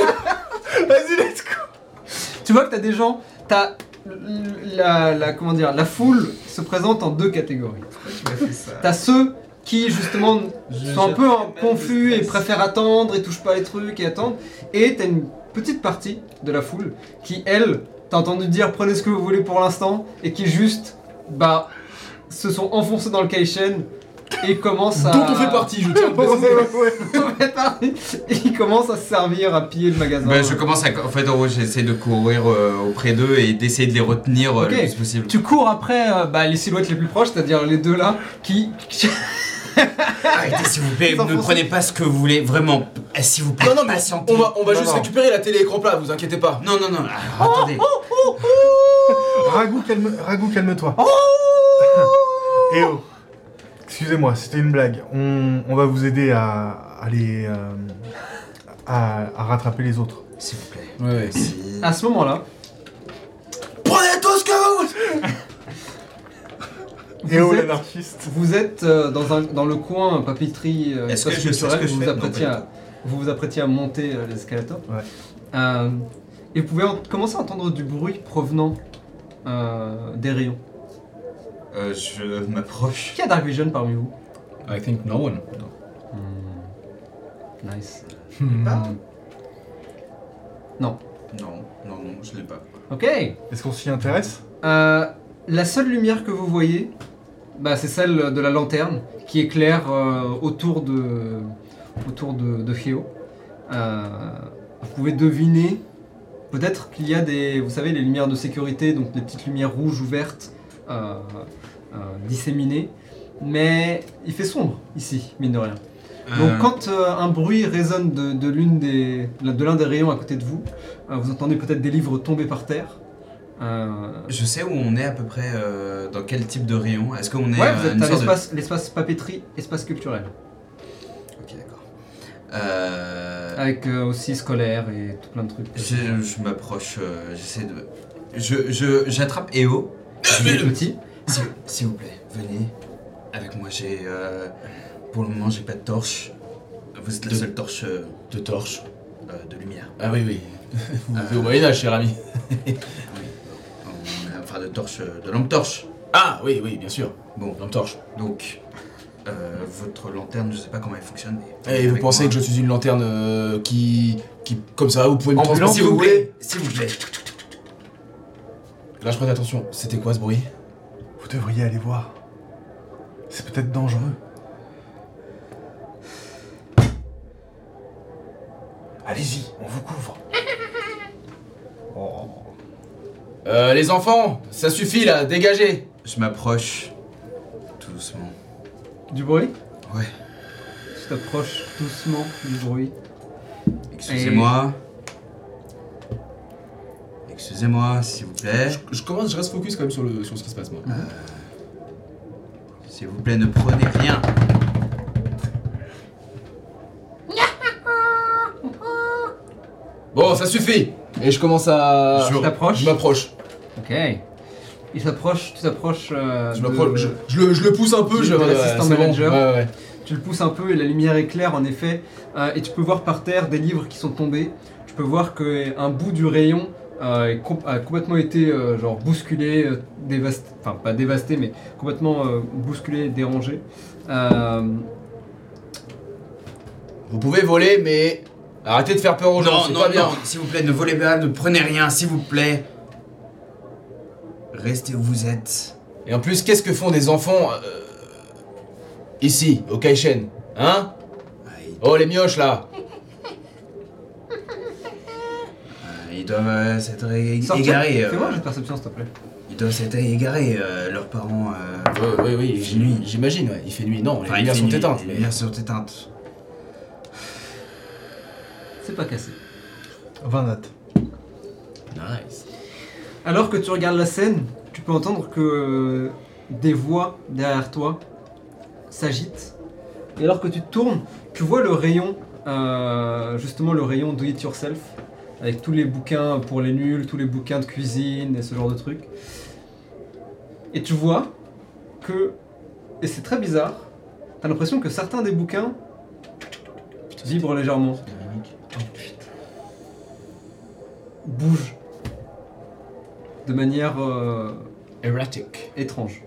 Speaker 5: Vas-y, let's go
Speaker 1: Tu vois que t'as des gens, t'as la, la comment dire, la foule se présente en deux catégories. T'as ceux qui justement sont un peu en- confus et préfèrent attendre et touchent pas les trucs et attendent, et t'as une petite partie de la foule qui elle t'as entendu dire prenez ce que vous voulez pour l'instant et qui juste bah se sont enfoncés dans le kaishen et commencent à
Speaker 3: Dont on fait partie, je tiens à le
Speaker 5: Ouais,
Speaker 3: préciser.
Speaker 5: ouais, ouais.
Speaker 1: On fait partie. et ils commencent à se servir à piller le magasin.
Speaker 4: Bah, je commence à, en fait, en gros, j'essaie de courir euh, auprès d'eux et d'essayer de les retenir euh,
Speaker 1: Ok.
Speaker 4: le plus possible.
Speaker 1: Tu cours après euh, bah, les silhouettes les plus proches, c'est-à-dire les deux là, qui...
Speaker 4: Arrêtez, s'il vous plaît,
Speaker 1: Ils en
Speaker 4: ne
Speaker 1: font-
Speaker 4: prenez pas ce que vous voulez, vraiment. eh, S'il vous plaît,
Speaker 3: Non, non, mais
Speaker 4: patientez.
Speaker 3: on va, on va
Speaker 5: Non,
Speaker 3: juste
Speaker 5: non.
Speaker 3: récupérer la télé écran plat, vous inquiétez pas.
Speaker 4: Non, non, non, alors, attendez.
Speaker 1: Oh,
Speaker 5: Ragout, calme, Ragout, calme-toi.
Speaker 4: Oh
Speaker 5: Eh oh Excusez-moi, c'était une blague. On, on va vous aider à, à les, euh, à, à rattraper les autres.
Speaker 4: S'il vous plaît.
Speaker 3: Ouais, ouais.
Speaker 1: À ce moment-là,
Speaker 3: Prenez tout ce que vous
Speaker 5: Et oh
Speaker 1: êtes-
Speaker 5: l'anarchiste.
Speaker 1: Vous êtes euh, dans, un, dans le coin papeterie euh,
Speaker 4: Est-ce que
Speaker 1: espace
Speaker 4: je sais ce
Speaker 1: culturel,
Speaker 4: que je
Speaker 1: vous,
Speaker 4: fais
Speaker 1: vous
Speaker 4: Non,
Speaker 1: apprêtiez
Speaker 4: pas du
Speaker 1: à, vous vous apprêtiez à monter euh, l'escalator.
Speaker 5: Ouais.
Speaker 1: Euh, et vous pouvez en- commencer à entendre du bruit provenant euh, des rayons.
Speaker 4: Euh, je m'approche.
Speaker 1: Qui a Dark Vision parmi vous
Speaker 3: I think no one.
Speaker 4: Hmm.
Speaker 1: Nice.
Speaker 4: Non, non, non, je l'ai pas.
Speaker 1: Ok
Speaker 5: Est-ce qu'on s'y intéresse
Speaker 1: Euh, la seule lumière que vous voyez, bah, c'est celle de la lanterne qui éclaire euh, autour de autour de, de Féo. Euh, vous pouvez deviner peut-être qu'il y a des, vous savez, les lumières de sécurité, donc des petites lumières rouges ou vertes euh, euh, disséminées. Mais il fait sombre ici, mine de rien.
Speaker 4: Euh,
Speaker 1: Donc quand euh, un bruit résonne de, de l'une des, de l'un des rayons à côté de vous, euh, vous entendez peut-être des livres tomber par terre. Euh,
Speaker 4: Je sais où on est à peu près, euh, dans quel type de rayon. Est-ce qu'on est
Speaker 1: Ouais,
Speaker 4: euh,
Speaker 1: vous êtes
Speaker 4: une
Speaker 1: à
Speaker 4: sorte de-
Speaker 1: l'espace, l'espace papeterie, espace culturel.
Speaker 4: Ok, d'accord. Euh,
Speaker 1: Avec euh, aussi scolaire et tout plein de trucs.
Speaker 4: Je, je m'approche, euh, j'essaie de. Je, je, j'attrape Eo. Je
Speaker 1: Les
Speaker 4: lui dis,
Speaker 1: petits.
Speaker 4: S'il, s'il vous plaît, venez avec moi. J'ai, euh, pour le moment, j'ai pas de torche. Vous êtes la
Speaker 3: De-
Speaker 4: seule torche euh,
Speaker 3: De torches.
Speaker 4: euh, de lumière.
Speaker 3: Ah oui, oui. Vous vivez au Moyen-Âge, cher ami.
Speaker 4: On a- Enfin, de torche, euh, de lampe torche.
Speaker 3: Ah oui, oui, bien sûr.
Speaker 4: Bon,
Speaker 3: Lampe torche.
Speaker 4: donc, euh, votre lanterne, je sais pas comment elle fonctionne. Mais
Speaker 3: Et Eh, vous
Speaker 4: avec
Speaker 3: pensez
Speaker 4: moi.
Speaker 3: que je suis une lanterne euh, qui, qui. Comme ça, vous pouvez me
Speaker 5: Ambulante,
Speaker 3: transporter
Speaker 4: S'il vous plaît, s'il vous plaît.
Speaker 3: Là, je prête attention. C'était quoi ce bruit
Speaker 5: Vous devriez aller voir. C'est peut-être dangereux. Allez-y, on vous couvre.
Speaker 3: Euh, les enfants, ça suffit là, dégagez
Speaker 4: Je m'approche tout doucement.
Speaker 1: Du bruit
Speaker 4: Ouais.
Speaker 1: Tu t'approches doucement du bruit.
Speaker 4: Excusez-moi. Excusez-moi, s'il vous plaît.
Speaker 3: je, je commence, je reste focus quand même sur, le, sur ce qui se passe, moi.
Speaker 4: S'il vous plaît, ne prenez rien.
Speaker 3: Bon, ça suffit Et je commence à.
Speaker 1: Tu
Speaker 3: Je
Speaker 1: t'approches
Speaker 3: m'approche.
Speaker 1: Ok. Il s'approche, tu t'approches. euh,
Speaker 3: Je
Speaker 1: de-
Speaker 3: m'approche. Je, je Ah, le, je le pousse un peu,
Speaker 1: Du-
Speaker 3: je.
Speaker 1: de l'assistant
Speaker 3: c'est bon.
Speaker 1: manager.
Speaker 3: Ouais, ouais.
Speaker 1: Tu le pousses un peu et la lumière éclaire en effet. Euh, et tu peux voir par terre des livres qui sont tombés. Tu peux voir qu'un bout du rayon euh, est com- a complètement été euh, genre bousculé, euh, dévasté, enfin pas dévasté, mais complètement euh, bousculé, dérangé. Euh,
Speaker 3: Vous pouvez voler, mais. Arrêtez de faire peur aux gens,
Speaker 4: Non,
Speaker 3: c'est
Speaker 4: non,
Speaker 3: pas bien.
Speaker 4: non, s'il vous plaît, ne volez pas, ne prenez rien, s'il vous plaît. Restez où vous êtes.
Speaker 3: Et en plus, qu'est-ce que font des enfants. euh, Ici, au Kaishen Hein
Speaker 4: Ah, ils,
Speaker 3: Oh, les mioches là
Speaker 4: ah, ils doivent euh, s'être ég-
Speaker 1: sortir-
Speaker 4: égarés. euh,
Speaker 1: Fais-moi un jeu de perception s'il te plaît.
Speaker 4: ils doivent s'être égarés, euh, leurs parents. euh,
Speaker 3: Oui, oui,
Speaker 4: Il
Speaker 3: oui,
Speaker 4: fait
Speaker 3: j'ai-
Speaker 4: nuit.
Speaker 3: J'imagine, ouais. Il fait nuit. Non,
Speaker 4: enfin,
Speaker 3: les
Speaker 4: il
Speaker 3: lumières
Speaker 4: fait
Speaker 3: sont
Speaker 4: nuit,
Speaker 3: éteintes.
Speaker 4: Les lumières sont éteintes.
Speaker 1: C'est pas cassé.
Speaker 5: 20 nattes.
Speaker 3: Nice.
Speaker 1: Alors que tu regardes la scène, tu peux entendre que euh, des voix derrière toi s'agitent. Et alors que tu te tournes, tu vois le rayon, euh, justement le rayon Do It Yourself, avec tous les bouquins pour les nuls, tous les bouquins de cuisine et ce genre de trucs. Et tu vois que, et c'est très bizarre, t'as l'impression que certains des bouquins vibrent légèrement, bougent de manière euh,
Speaker 3: Erratic.
Speaker 1: étrange.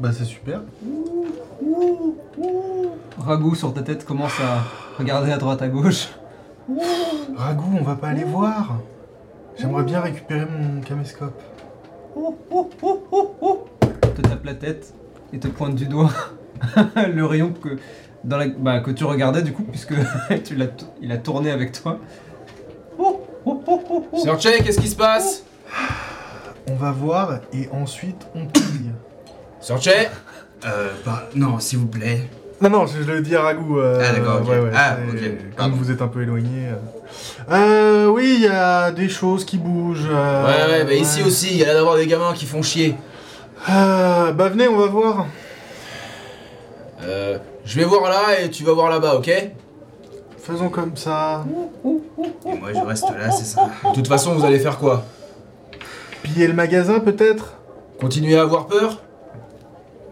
Speaker 5: Bah c'est super.
Speaker 1: Ragout sur ta tête commence à regarder à droite à gauche.
Speaker 5: Ragout, on va pas aller voir. J'aimerais bien récupérer mon caméscope.
Speaker 1: Te tape la tête et te pointe du doigt le rayon que, dans la- bah, que tu regardais du coup puisque tu l'as t- il a tourné avec toi.
Speaker 3: Sir Che, qu'est-ce qui se passe
Speaker 5: On va voir et ensuite on pille.
Speaker 3: Sir Che
Speaker 4: Euh, par- Non, s'il vous plaît.
Speaker 5: Non, non, je, je le dis à Ragout. euh,
Speaker 4: Ah, d'accord, ok.
Speaker 5: ouais, ouais,
Speaker 4: Ah,
Speaker 5: c'est-
Speaker 4: ok,
Speaker 5: Comme
Speaker 4: pardon.
Speaker 5: vous êtes un peu éloigné. Euh, oui, il y a des choses qui bougent.
Speaker 3: Ouais,
Speaker 5: euh,
Speaker 3: ouais, bah ici aussi, il y a l'air d'avoir des gamins qui font chier.
Speaker 5: Ah, bah venez, on va voir.
Speaker 3: Euh, je vais voir là et tu vas voir là-bas, ok
Speaker 5: Faisons comme ça.
Speaker 4: Et moi, je reste là, c'est ça.
Speaker 3: De toute façon, vous allez faire quoi
Speaker 5: Piller le magasin peut-être
Speaker 2: Continuez à avoir peur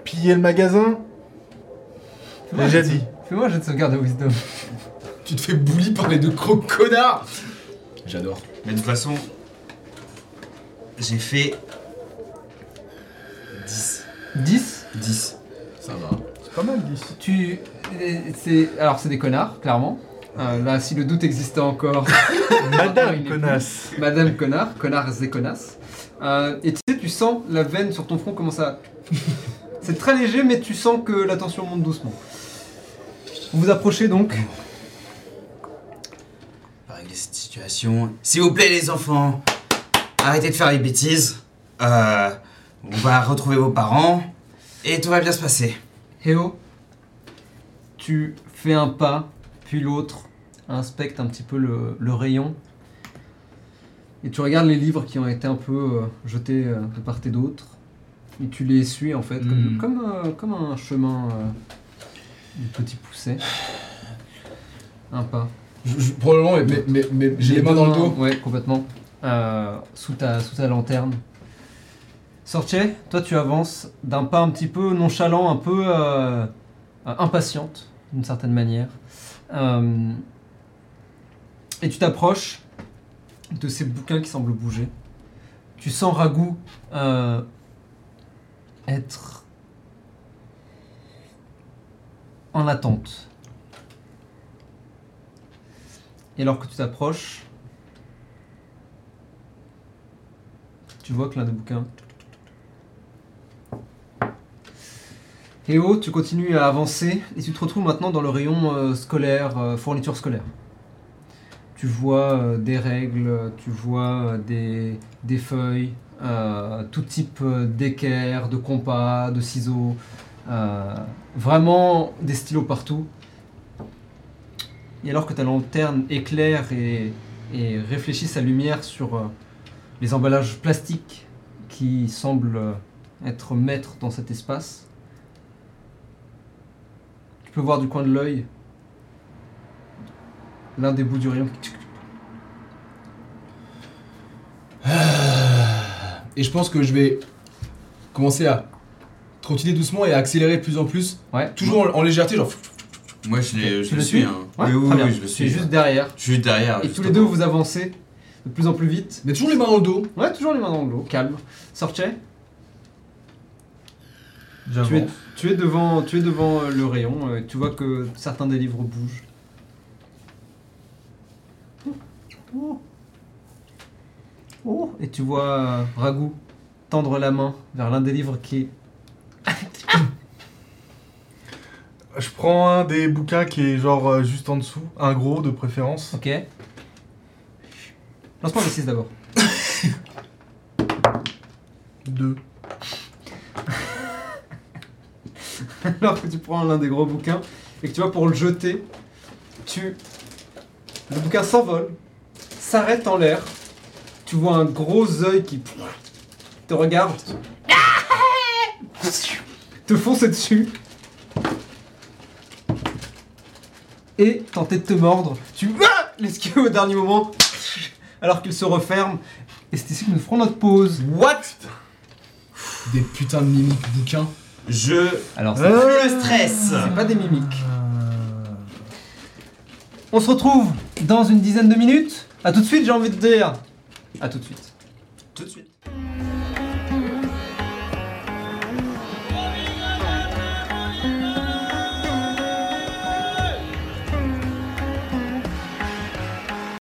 Speaker 5: Piller le magasin
Speaker 1: Fais-moi un
Speaker 5: Déjà
Speaker 1: jet de-
Speaker 5: dit.
Speaker 1: Fais-moi un jet de sauvegarde de wisdom.
Speaker 2: Tu te fais bully par les deux gros connards J'adore.
Speaker 4: Mais de toute façon, j'ai fait 10.
Speaker 1: 10.
Speaker 4: 10.
Speaker 2: Ça va.
Speaker 5: C'est pas mal 10.
Speaker 1: Tu. euh, c'est- Alors, c'est des connards, clairement. Euh, là, si le doute existait encore.
Speaker 5: Madame
Speaker 1: il est
Speaker 5: connasse.
Speaker 1: Madame Connard, Connard et Connasse. Euh, et tu sais, tu sens la veine sur ton front commencer à. C'est très léger, mais tu sens que la tension monte doucement. Vous vous approchez donc.
Speaker 4: On va régler cette situation. S'il vous plaît, les enfants, arrêtez de faire les bêtises. Euh, on va retrouver vos parents et tout va bien se passer.
Speaker 1: Héo, tu fais un pas, puis l'autre, inspecte un petit peu le, le rayon. Et tu regardes les livres qui ont été un peu euh, jetés euh, de part et d'autre. Et tu les suis en fait,
Speaker 2: Hmm.
Speaker 1: comme, comme, euh, comme un chemin euh, de petits poussets. Un pas.
Speaker 2: Je- je- probablement, mais, mais, mais- mais j'ai les mains
Speaker 1: deux
Speaker 2: dans le dos.
Speaker 1: Ouais, complètement. Euh, sous, ta, sous ta lanterne. Sortier, toi tu avances d'un pas un petit peu nonchalant, un peu euh, euh, impatiente, d'une certaine manière. Euh, et tu t'approches de ces bouquins qui semblent bouger. Tu sens Ragout euh, être en attente. Et alors que tu t'approches, tu vois que l'un des bouquins. Et oh, tu continues à avancer et tu te retrouves maintenant dans le rayon euh, scolaire, euh, fourniture scolaire. Tu vois euh, des règles, tu vois euh, des, des feuilles, euh, tout type euh, d'équerre, de compas, de ciseaux, euh, vraiment des stylos partout. Et alors que ta lanterne éclaire et, et réfléchit sa lumière sur euh, les emballages plastiques qui semblent euh, être maîtres dans cet espace, tu peux voir du coin de l'œil l'un des bouts du rayon. qui-
Speaker 2: Et je pense que je vais commencer à trottiner doucement et à accélérer de plus en plus.
Speaker 1: Ouais.
Speaker 2: Toujours en, en légèreté, genre.
Speaker 4: Moi, je, les- je
Speaker 1: Tu
Speaker 4: le
Speaker 1: le
Speaker 4: suis.
Speaker 1: suis
Speaker 4: hein.
Speaker 1: Ouais,
Speaker 4: oui, oui,
Speaker 1: très
Speaker 4: oui,
Speaker 1: bien.
Speaker 4: je le
Speaker 1: C'est
Speaker 4: suis. Ah,
Speaker 1: juste derrière.
Speaker 4: Je suis derrière.
Speaker 1: Et tous
Speaker 4: justement.
Speaker 1: les deux, vous avancez de plus en plus vite.
Speaker 2: Mais toujours les mains dans le dos.
Speaker 1: Ouais, toujours les mains dans l'eau, calme. Sortez.
Speaker 7: J'avance.
Speaker 1: Tu es, tu es devant, tu es devant euh, le rayon. euh, Tu vois que certains des livres bougent. Oh. Oh. Et tu vois euh, Ragout tendre la main vers l'un des livres qui est
Speaker 5: Je prends un des bouquins qui est genre euh, juste en dessous, un gros de préférence.
Speaker 1: ok. Lance-moi le 6 d'abord.
Speaker 5: Deux.
Speaker 1: Alors que tu prends l'un des gros bouquins et que tu vas pour le jeter, tu. Le bouquin s'envole, s'arrête en l'air. Tu vois un gros œil qui te regarde, te fonce dessus et tenter de te mordre. Tu Ah l'esquives au dernier moment alors qu'il se referme. Et c'est ici que nous ferons notre pause.
Speaker 4: What
Speaker 2: Des putains de mimiques bouquins.
Speaker 4: Je
Speaker 1: Alors
Speaker 5: Euh,
Speaker 4: le stress.
Speaker 1: C'est pas des mimiques. Euh. On se retrouve dans une dizaine de minutes. À tout de suite, j'ai envie de dire. À tout de suite.
Speaker 4: Tout de suite.